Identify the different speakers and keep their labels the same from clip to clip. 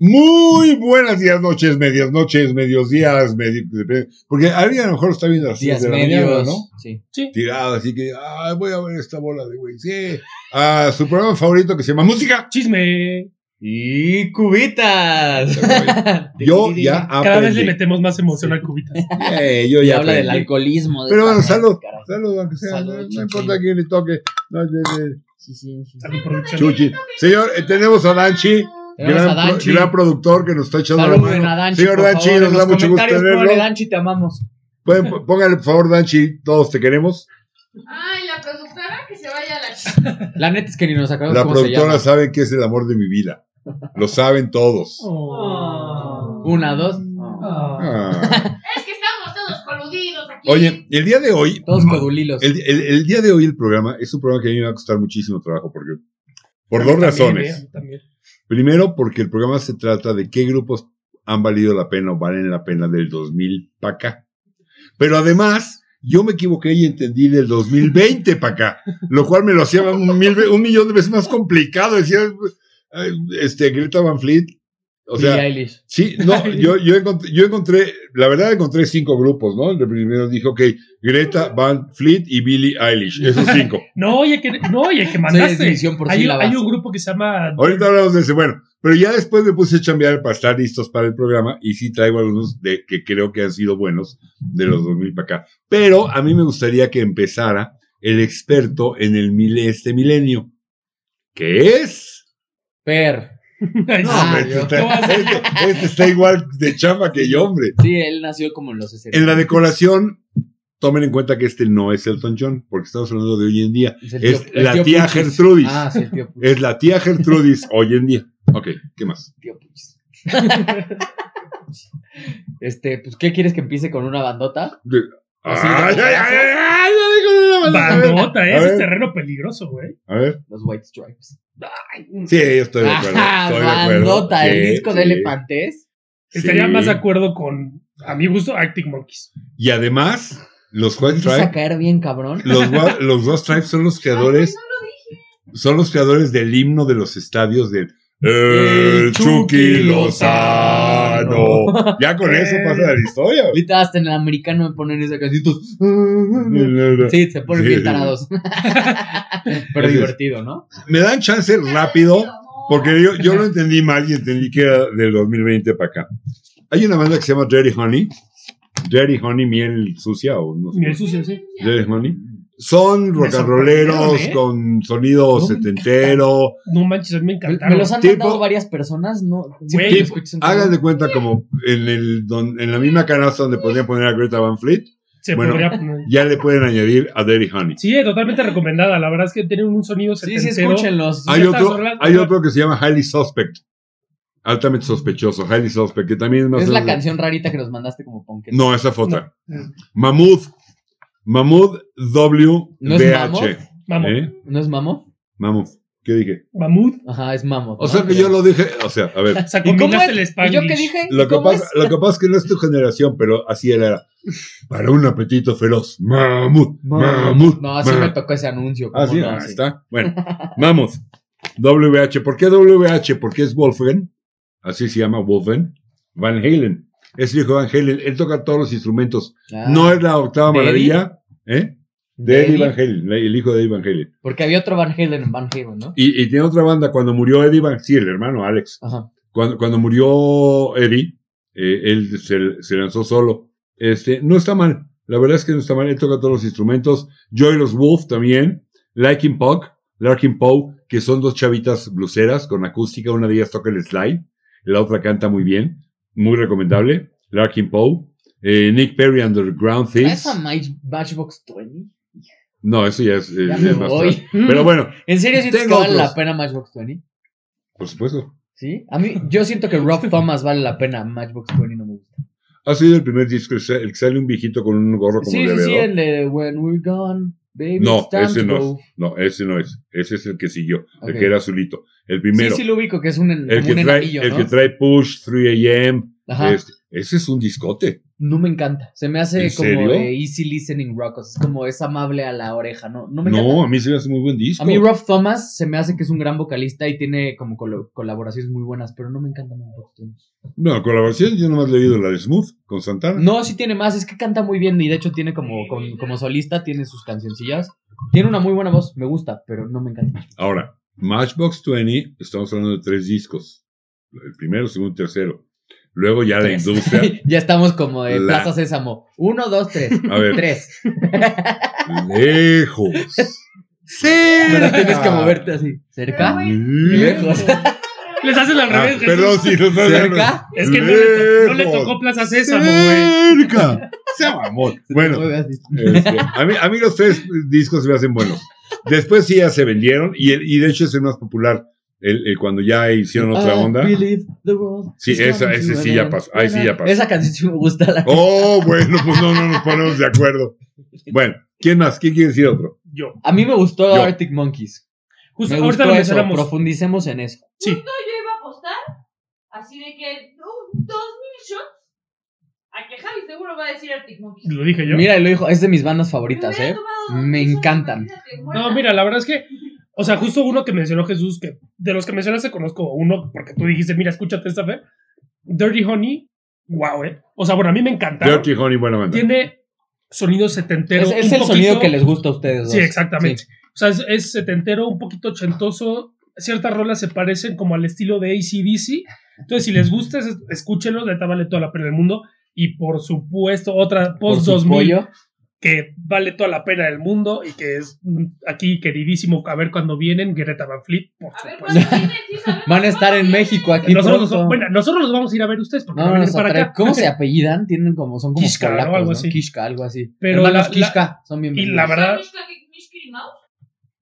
Speaker 1: Muy buenas días, noches, medias noches, medios días, medio, porque alguien a lo mejor está viendo a las
Speaker 2: Días
Speaker 1: 6 de la
Speaker 2: medios.
Speaker 1: mañana, ¿no?
Speaker 2: Sí.
Speaker 1: Tirado, así que, ay, voy a ver esta bola de güey. Sí, a su programa favorito que se llama Música.
Speaker 3: Chisme.
Speaker 2: Y cubitas.
Speaker 1: Yo ya
Speaker 3: Cada vez le
Speaker 1: aprendí.
Speaker 3: metemos más emoción al cubita.
Speaker 1: Eh, yo
Speaker 2: Y
Speaker 1: ya
Speaker 2: habla del
Speaker 1: aprendí.
Speaker 2: alcoholismo. de
Speaker 1: Pero
Speaker 2: esta
Speaker 1: bueno,
Speaker 2: madre,
Speaker 1: salud.
Speaker 2: caray.
Speaker 1: Saludos, aunque sea,
Speaker 2: Salud,
Speaker 1: no, no
Speaker 2: Chuchi.
Speaker 1: importa quién le toque. No, de- de-
Speaker 2: Sí, sí, sí.
Speaker 3: Salud, producción.
Speaker 1: Chuchi. Señor, eh, tenemos a Danchi.
Speaker 2: Tenemos
Speaker 1: gran,
Speaker 2: a Danchi.
Speaker 1: pro- gran productor que nos está echando la
Speaker 2: Saluden
Speaker 1: mano.
Speaker 2: a Danchi.
Speaker 1: Señor
Speaker 2: por
Speaker 1: Danchi,
Speaker 2: favor.
Speaker 1: nos da
Speaker 2: En los
Speaker 1: mucho gusto
Speaker 2: comentarios,
Speaker 1: tenerlo.
Speaker 2: ponle, Danchi, te amamos.
Speaker 1: Pueden- p- Póngale, por favor, Danchi, todos te queremos.
Speaker 4: Ay, la productora que se vaya a la ch...
Speaker 2: La neta es que ni nos acabamos
Speaker 1: La
Speaker 2: cómo se
Speaker 1: productora
Speaker 2: llama.
Speaker 1: sabe que es el amor de mi vida. Lo saben todos.
Speaker 3: Oh.
Speaker 2: Una, dos.
Speaker 1: Ah.
Speaker 4: Es que estamos todos coludidos aquí.
Speaker 1: Oye, el día de hoy.
Speaker 2: Todos codulilos.
Speaker 1: El, el- el día de hoy el programa es un programa que a mí me va a costar muchísimo trabajo porque por dos
Speaker 3: También,
Speaker 1: razones.
Speaker 3: eh, también.
Speaker 1: Primero, porque el programa se trata de qué grupos han valido la pena o valen la pena del 2000 para acá. Pero además, yo me equivoqué y entendí del 2020 para acá, lo cual me lo hacía un, mil ve- un millón de veces más complicado. Decía, eh, este, Greta Van Fleet. O sea,
Speaker 2: Billie Eilish.
Speaker 1: Sí, no, yo, yo, encontré, yo encontré, la verdad encontré cinco grupos, ¿no? El primero dijo, ok, Greta, Van Fleet y Billie Eilish, esos cinco.
Speaker 3: No, oye, que, no, oye, que
Speaker 2: Soy de
Speaker 3: mandaste.
Speaker 2: división por
Speaker 3: Hay,
Speaker 2: sílabas.
Speaker 3: hay un grupo que se llama.
Speaker 1: Ahorita hablamos de ese, bueno, pero ya después me puse a chambear para estar listos para el programa y sí traigo algunos de que creo que han sido buenos de los 2000 para acá. Pero a mí me gustaría que empezara el experto en el mil, este milenio, que es...
Speaker 2: Per.
Speaker 3: Ay,
Speaker 1: No,
Speaker 3: sí.
Speaker 1: hombre,
Speaker 2: yo-
Speaker 1: este
Speaker 3: Ah, ¿Cómo
Speaker 1: está-
Speaker 3: vas a-
Speaker 1: este- este está igual de chamba que yo, hombre.
Speaker 2: Sí, él nació como en los 60.
Speaker 1: En la decoración, tomen en cuenta que este no es Elton John, porque estamos hablando de hoy en día.
Speaker 2: Es, el
Speaker 1: Es
Speaker 2: tío- el
Speaker 1: la
Speaker 2: tío
Speaker 1: tía
Speaker 2: Puchis.
Speaker 1: Gertrudis.
Speaker 2: Ah, sí, el tío Puchis.
Speaker 1: Es la tía Gertrudis hoy en día. Ok, ¿qué más?
Speaker 2: tío Puchis. Este, pues, ¿qué quieres que empiece con una bandota? Así,
Speaker 1: Ay, ay, ay, ay, ay, ay, ay, ay, ay, ay.
Speaker 3: Bandota, eh,
Speaker 1: A
Speaker 3: ese
Speaker 1: ver.
Speaker 3: es terreno peligroso, güey.
Speaker 1: A ver,
Speaker 2: Los White Stripes.
Speaker 1: sí, yo estoy de acuerdo.
Speaker 2: Ajá,
Speaker 1: Estoy de acuerdo.
Speaker 2: bandota, el
Speaker 1: Sí,
Speaker 2: disco
Speaker 1: sí,
Speaker 2: de Elefantes.
Speaker 3: Estaría
Speaker 1: sí.
Speaker 3: más de acuerdo con, a mi gusto, Arctic Monkeys.
Speaker 1: Y además, los White
Speaker 2: Empieza a
Speaker 1: Stripes,
Speaker 2: caer bien, cabrón.
Speaker 1: los, Wa- los White Stripes son los
Speaker 4: Ay,
Speaker 1: creadores,
Speaker 4: pues, no lo dije.
Speaker 1: son los creadores del himno de los estadios de
Speaker 2: El
Speaker 1: El Chucky
Speaker 2: Chucky
Speaker 1: Lozano. Ya con eso pasa la historia.
Speaker 2: Ahorita hasta en el americano me ponen esa canción. todos, Sí, se ponen
Speaker 1: Sí,
Speaker 2: bien
Speaker 1: sí.
Speaker 2: tarados. Pero
Speaker 1: Entonces,
Speaker 2: divertido, ¿no?
Speaker 1: Me dan chance rápido, porque yo, yo lo entendí mal y entendí que era del 2020 para acá. Hay una banda que se llama Dirty Honey. Dirty Honey, miel sucia o no sé.
Speaker 3: Miel sucia, sí.
Speaker 1: Dirty Honey. Son rock and rolleros
Speaker 3: sorprendieron, ¿eh?
Speaker 1: con sonido
Speaker 2: No me
Speaker 1: setentero.
Speaker 3: No manches, a mí me
Speaker 2: Me,
Speaker 3: encantaron.
Speaker 2: me los han
Speaker 1: Tipo-
Speaker 2: mandado varias personas, ¿no?
Speaker 3: Güey,
Speaker 2: lo
Speaker 1: Tipo,
Speaker 2: escuchas en todo.
Speaker 1: Hagan de cuenta como en, el, don- en la misma canasta donde podrían poner a Greta Van Fleet,
Speaker 3: Se
Speaker 1: Bueno.
Speaker 3: podría poner.
Speaker 1: ya le pueden añadir a Dirty Honey.
Speaker 3: Sí, eh, totalmente recomendada. La verdad es que tienen un sonido
Speaker 2: Sí, sí,
Speaker 3: setentero.
Speaker 2: escúchenlos.
Speaker 1: Hay
Speaker 3: Estas
Speaker 1: otro,
Speaker 3: son las-
Speaker 1: hay otro que se llama Highly Suspect. Altamente sospechoso, Highly Suspect, que también es más
Speaker 2: Es
Speaker 1: o
Speaker 2: la
Speaker 1: menos-
Speaker 2: canción rarita que nos mandaste como punk.
Speaker 1: No, esa foto.
Speaker 3: No.
Speaker 1: Mahmoud. Mahmoud WBH.
Speaker 2: ¿No es Mahmoud?
Speaker 3: Vamos,
Speaker 1: ¿Eh?
Speaker 2: ¿No es Mamo?
Speaker 1: Mahmoud. ¿Qué dije?
Speaker 3: Mamut.
Speaker 2: Ajá, es Mamo.
Speaker 1: O sea que yo lo dije. O sea, a ver.
Speaker 3: O sea,
Speaker 2: ¿Y cómo es?
Speaker 3: combinaste el
Speaker 2: ¿Y
Speaker 3: Spanglish.
Speaker 2: yo qué dije?
Speaker 1: Lo
Speaker 2: ¿Y
Speaker 1: que,
Speaker 2: cómo
Speaker 1: pasa, lo que pasa es que no es tu generación, pero así él era. Para un apetito feroz. Mahmoud. Mahmoud.
Speaker 2: No, así me
Speaker 1: Mahmoud.
Speaker 2: tocó ese anuncio. ¿cómo
Speaker 1: Ah, sí,
Speaker 2: no?
Speaker 1: ah,
Speaker 2: Sí.
Speaker 1: está. Bueno, vamos. WH. ¿Por qué WH? Porque es Wolfgang. Así se llama Wolfgang. Van Halen. Es el hijo de Van Halen. Él toca todos los instrumentos.
Speaker 2: Ah,
Speaker 1: No es la octava
Speaker 2: ¿De Eddie?
Speaker 1: maravilla. ¿Eh? De Eddie Van Halen, el hijo de Eddie Van Halen.
Speaker 2: Porque había otro Van Halen en Van Halen, ¿no?
Speaker 1: Y, y tiene otra banda, cuando murió Eddie Van, sí, el hermano Alex,
Speaker 2: Ajá.
Speaker 1: cuando, cuando murió Eddie, eh, él se, se lanzó solo. Este, no está mal, la verdad es que no está mal, él toca todos los instrumentos. Joyless Wolf también, Liking Puck, Larkin Poe, que son dos chavitas bluseras con acústica, una de ellas toca el slide, la otra canta muy bien, muy recomendable. Larkin Poe, eh, Nick Perry Underground Things.
Speaker 2: ¿Esa Match- Matchbox 20?
Speaker 1: No, eso ya es, eh,
Speaker 2: Ya
Speaker 1: es
Speaker 2: me
Speaker 1: más
Speaker 2: voy.
Speaker 1: tarde. Pero bueno,
Speaker 2: ¿En serio sientes que
Speaker 1: Tengo
Speaker 2: vale la
Speaker 1: otros.
Speaker 2: pena Matchbox 20?
Speaker 1: por supuesto.
Speaker 2: ¿Sí? A mí, yo siento que Rob Thomas vale la pena. Matchbox 20 no me gusta.
Speaker 1: Ha sido el primer disco, el que sale un viejito con un gorro como
Speaker 2: Sí,
Speaker 1: de
Speaker 2: sí, sí,
Speaker 1: velador.
Speaker 2: el de When We're Gone, Baby.
Speaker 1: No,
Speaker 2: it's time
Speaker 1: ese
Speaker 2: to
Speaker 1: no
Speaker 2: go.
Speaker 1: es. No, ese no es. Ese es el que siguió,
Speaker 2: Ok.
Speaker 1: el que era azulito. El primero.
Speaker 2: Sí, sí, lo ubico, que es un, en-
Speaker 1: el,
Speaker 2: como
Speaker 1: que
Speaker 2: un
Speaker 1: trae,
Speaker 2: enanillo,
Speaker 1: el
Speaker 2: ¿no?
Speaker 1: que trae Push, 3 AM,
Speaker 2: Ajá.
Speaker 1: Este, ese es un discote.
Speaker 2: No me encanta. Se me hace
Speaker 1: ¿En
Speaker 2: como
Speaker 1: serio?
Speaker 2: de easy listening rock. o sea, es como es amable a la oreja. No, no me encanta.
Speaker 1: No, a mí se me hace muy buen disco.
Speaker 2: A mí Rob Thomas se me hace que es un gran vocalista y tiene como colo- colaboraciones muy buenas, pero no me encanta muy
Speaker 1: No, colaboración, yo nomás le he oído la de Smooth con Santana.
Speaker 2: No, sí tiene más, es que canta muy bien y de hecho tiene como, con- como solista, tiene sus cancioncillas. Tiene una muy buena voz, me gusta, pero no me encanta.
Speaker 1: Ahora, Matchbox 20, estamos hablando de tres discos. El primero, segundo, tercero. Luego ya la
Speaker 2: Tres.
Speaker 1: industria.
Speaker 2: ya estamos como de
Speaker 1: La-
Speaker 2: Plaza Sésamo. Uno, dos, tres.
Speaker 1: A ver,
Speaker 2: tres.
Speaker 1: lejos.
Speaker 2: Pero tienes que moverte así. ¿Cerca?
Speaker 1: Lejos.
Speaker 2: Lejos.
Speaker 3: Les hacen al
Speaker 1: Ah,
Speaker 3: revés. Jesús.
Speaker 1: perdón, sí, no sabes.
Speaker 2: ¿Cerca?
Speaker 3: Es que no le, no le tocó Plaza Sésamo, güey.
Speaker 1: Cerca. Se mamó. Bueno,
Speaker 2: Mueve así.
Speaker 1: Este, a, mí, a mí los tres discos se me hacen buenos. Después sí ya se vendieron y, el- y de hecho es el más popular. El, el cuando ya hicieron otra
Speaker 2: I
Speaker 1: onda.
Speaker 2: believe the world
Speaker 1: Sí,
Speaker 2: is
Speaker 1: esa-
Speaker 2: coming
Speaker 1: ese
Speaker 2: to
Speaker 1: sí
Speaker 2: an
Speaker 1: ya
Speaker 2: end.
Speaker 1: pasó. Ahí sí ya pasó.
Speaker 2: Esa canción sí me gusta. La...
Speaker 1: Oh, bueno, pues no, no nos ponemos de acuerdo. Bueno, ¿quién más? ¿Quién quiere decir otro?
Speaker 3: Yo.
Speaker 2: A mí me gustó
Speaker 1: Yo.
Speaker 2: Arctic Monkeys.
Speaker 3: Justo
Speaker 2: me
Speaker 3: Pues, ahorita
Speaker 2: gustó
Speaker 3: lo
Speaker 2: eso.
Speaker 3: mencionamos.
Speaker 2: Profundicemos en eso.
Speaker 4: yo iba a apostar, así de que un- dos mil shots, a que Javi seguro va a decir Arctic Monkeys.
Speaker 3: Lo dije yo.
Speaker 2: Mira, y lo dijo, es de mis bandas
Speaker 4: Me
Speaker 2: favoritas,
Speaker 4: hubiera
Speaker 2: ¿eh?
Speaker 4: tomado dos
Speaker 2: Me
Speaker 4: mil shots,
Speaker 2: encantan.
Speaker 4: imagínate, muerta.
Speaker 3: No, mira, la verdad es que, o sea, justo uno que mencionó Jesús, que de los que mencionaste conozco uno, porque tú dijiste, mira, escúchate esta fe. Dirty Honey, wow, eh. O sea, bueno, a mí me encanta.
Speaker 1: Dirty Honey, buena banda.
Speaker 3: Tiene sonido setentero.
Speaker 2: Es, es
Speaker 3: un
Speaker 2: el sonido
Speaker 3: poquito-
Speaker 2: que les gusta a ustedes. Dos.
Speaker 3: Sí, exactamente.
Speaker 2: Sí.
Speaker 3: O sea, es, es setentero, un poquito ochentoso. Ciertas rolas se parecen como al estilo de ACDC. Entonces, si les gusta, es- escúchenlo, neta vale toda la pena del mundo. Y por supuesto, otra
Speaker 2: Por
Speaker 3: post
Speaker 2: su
Speaker 3: 2000
Speaker 2: pollo.
Speaker 3: que vale toda la pena del mundo y que es mm, aquí queridísimo. A ver cuando vienen, Greta Van Fleet, por
Speaker 4: A ver,
Speaker 3: supuesto.
Speaker 4: ¿cuándo viene? Sí, sabemos
Speaker 2: Van a estar
Speaker 4: cuándo
Speaker 2: en
Speaker 4: viene.
Speaker 2: México aquí
Speaker 3: Nosotros, los-
Speaker 2: pronto.
Speaker 3: bueno, nosotros los vamos a ir a ver ustedes porque
Speaker 2: No,
Speaker 3: van a
Speaker 2: no,
Speaker 3: venir
Speaker 2: nos
Speaker 3: para
Speaker 2: atrae-
Speaker 3: acá.
Speaker 2: ¿Cómo se apellidan? Tienen como, son como
Speaker 3: Kishka, ¿no?
Speaker 2: polacos,
Speaker 3: Algo
Speaker 2: ¿no?
Speaker 3: así.
Speaker 2: Kishka, algo así.
Speaker 3: Pero
Speaker 2: Hermanos
Speaker 3: la- la-
Speaker 2: Kishka, son bien
Speaker 3: y la verdad,
Speaker 4: ¿Sabes que Mishkiri Mouse?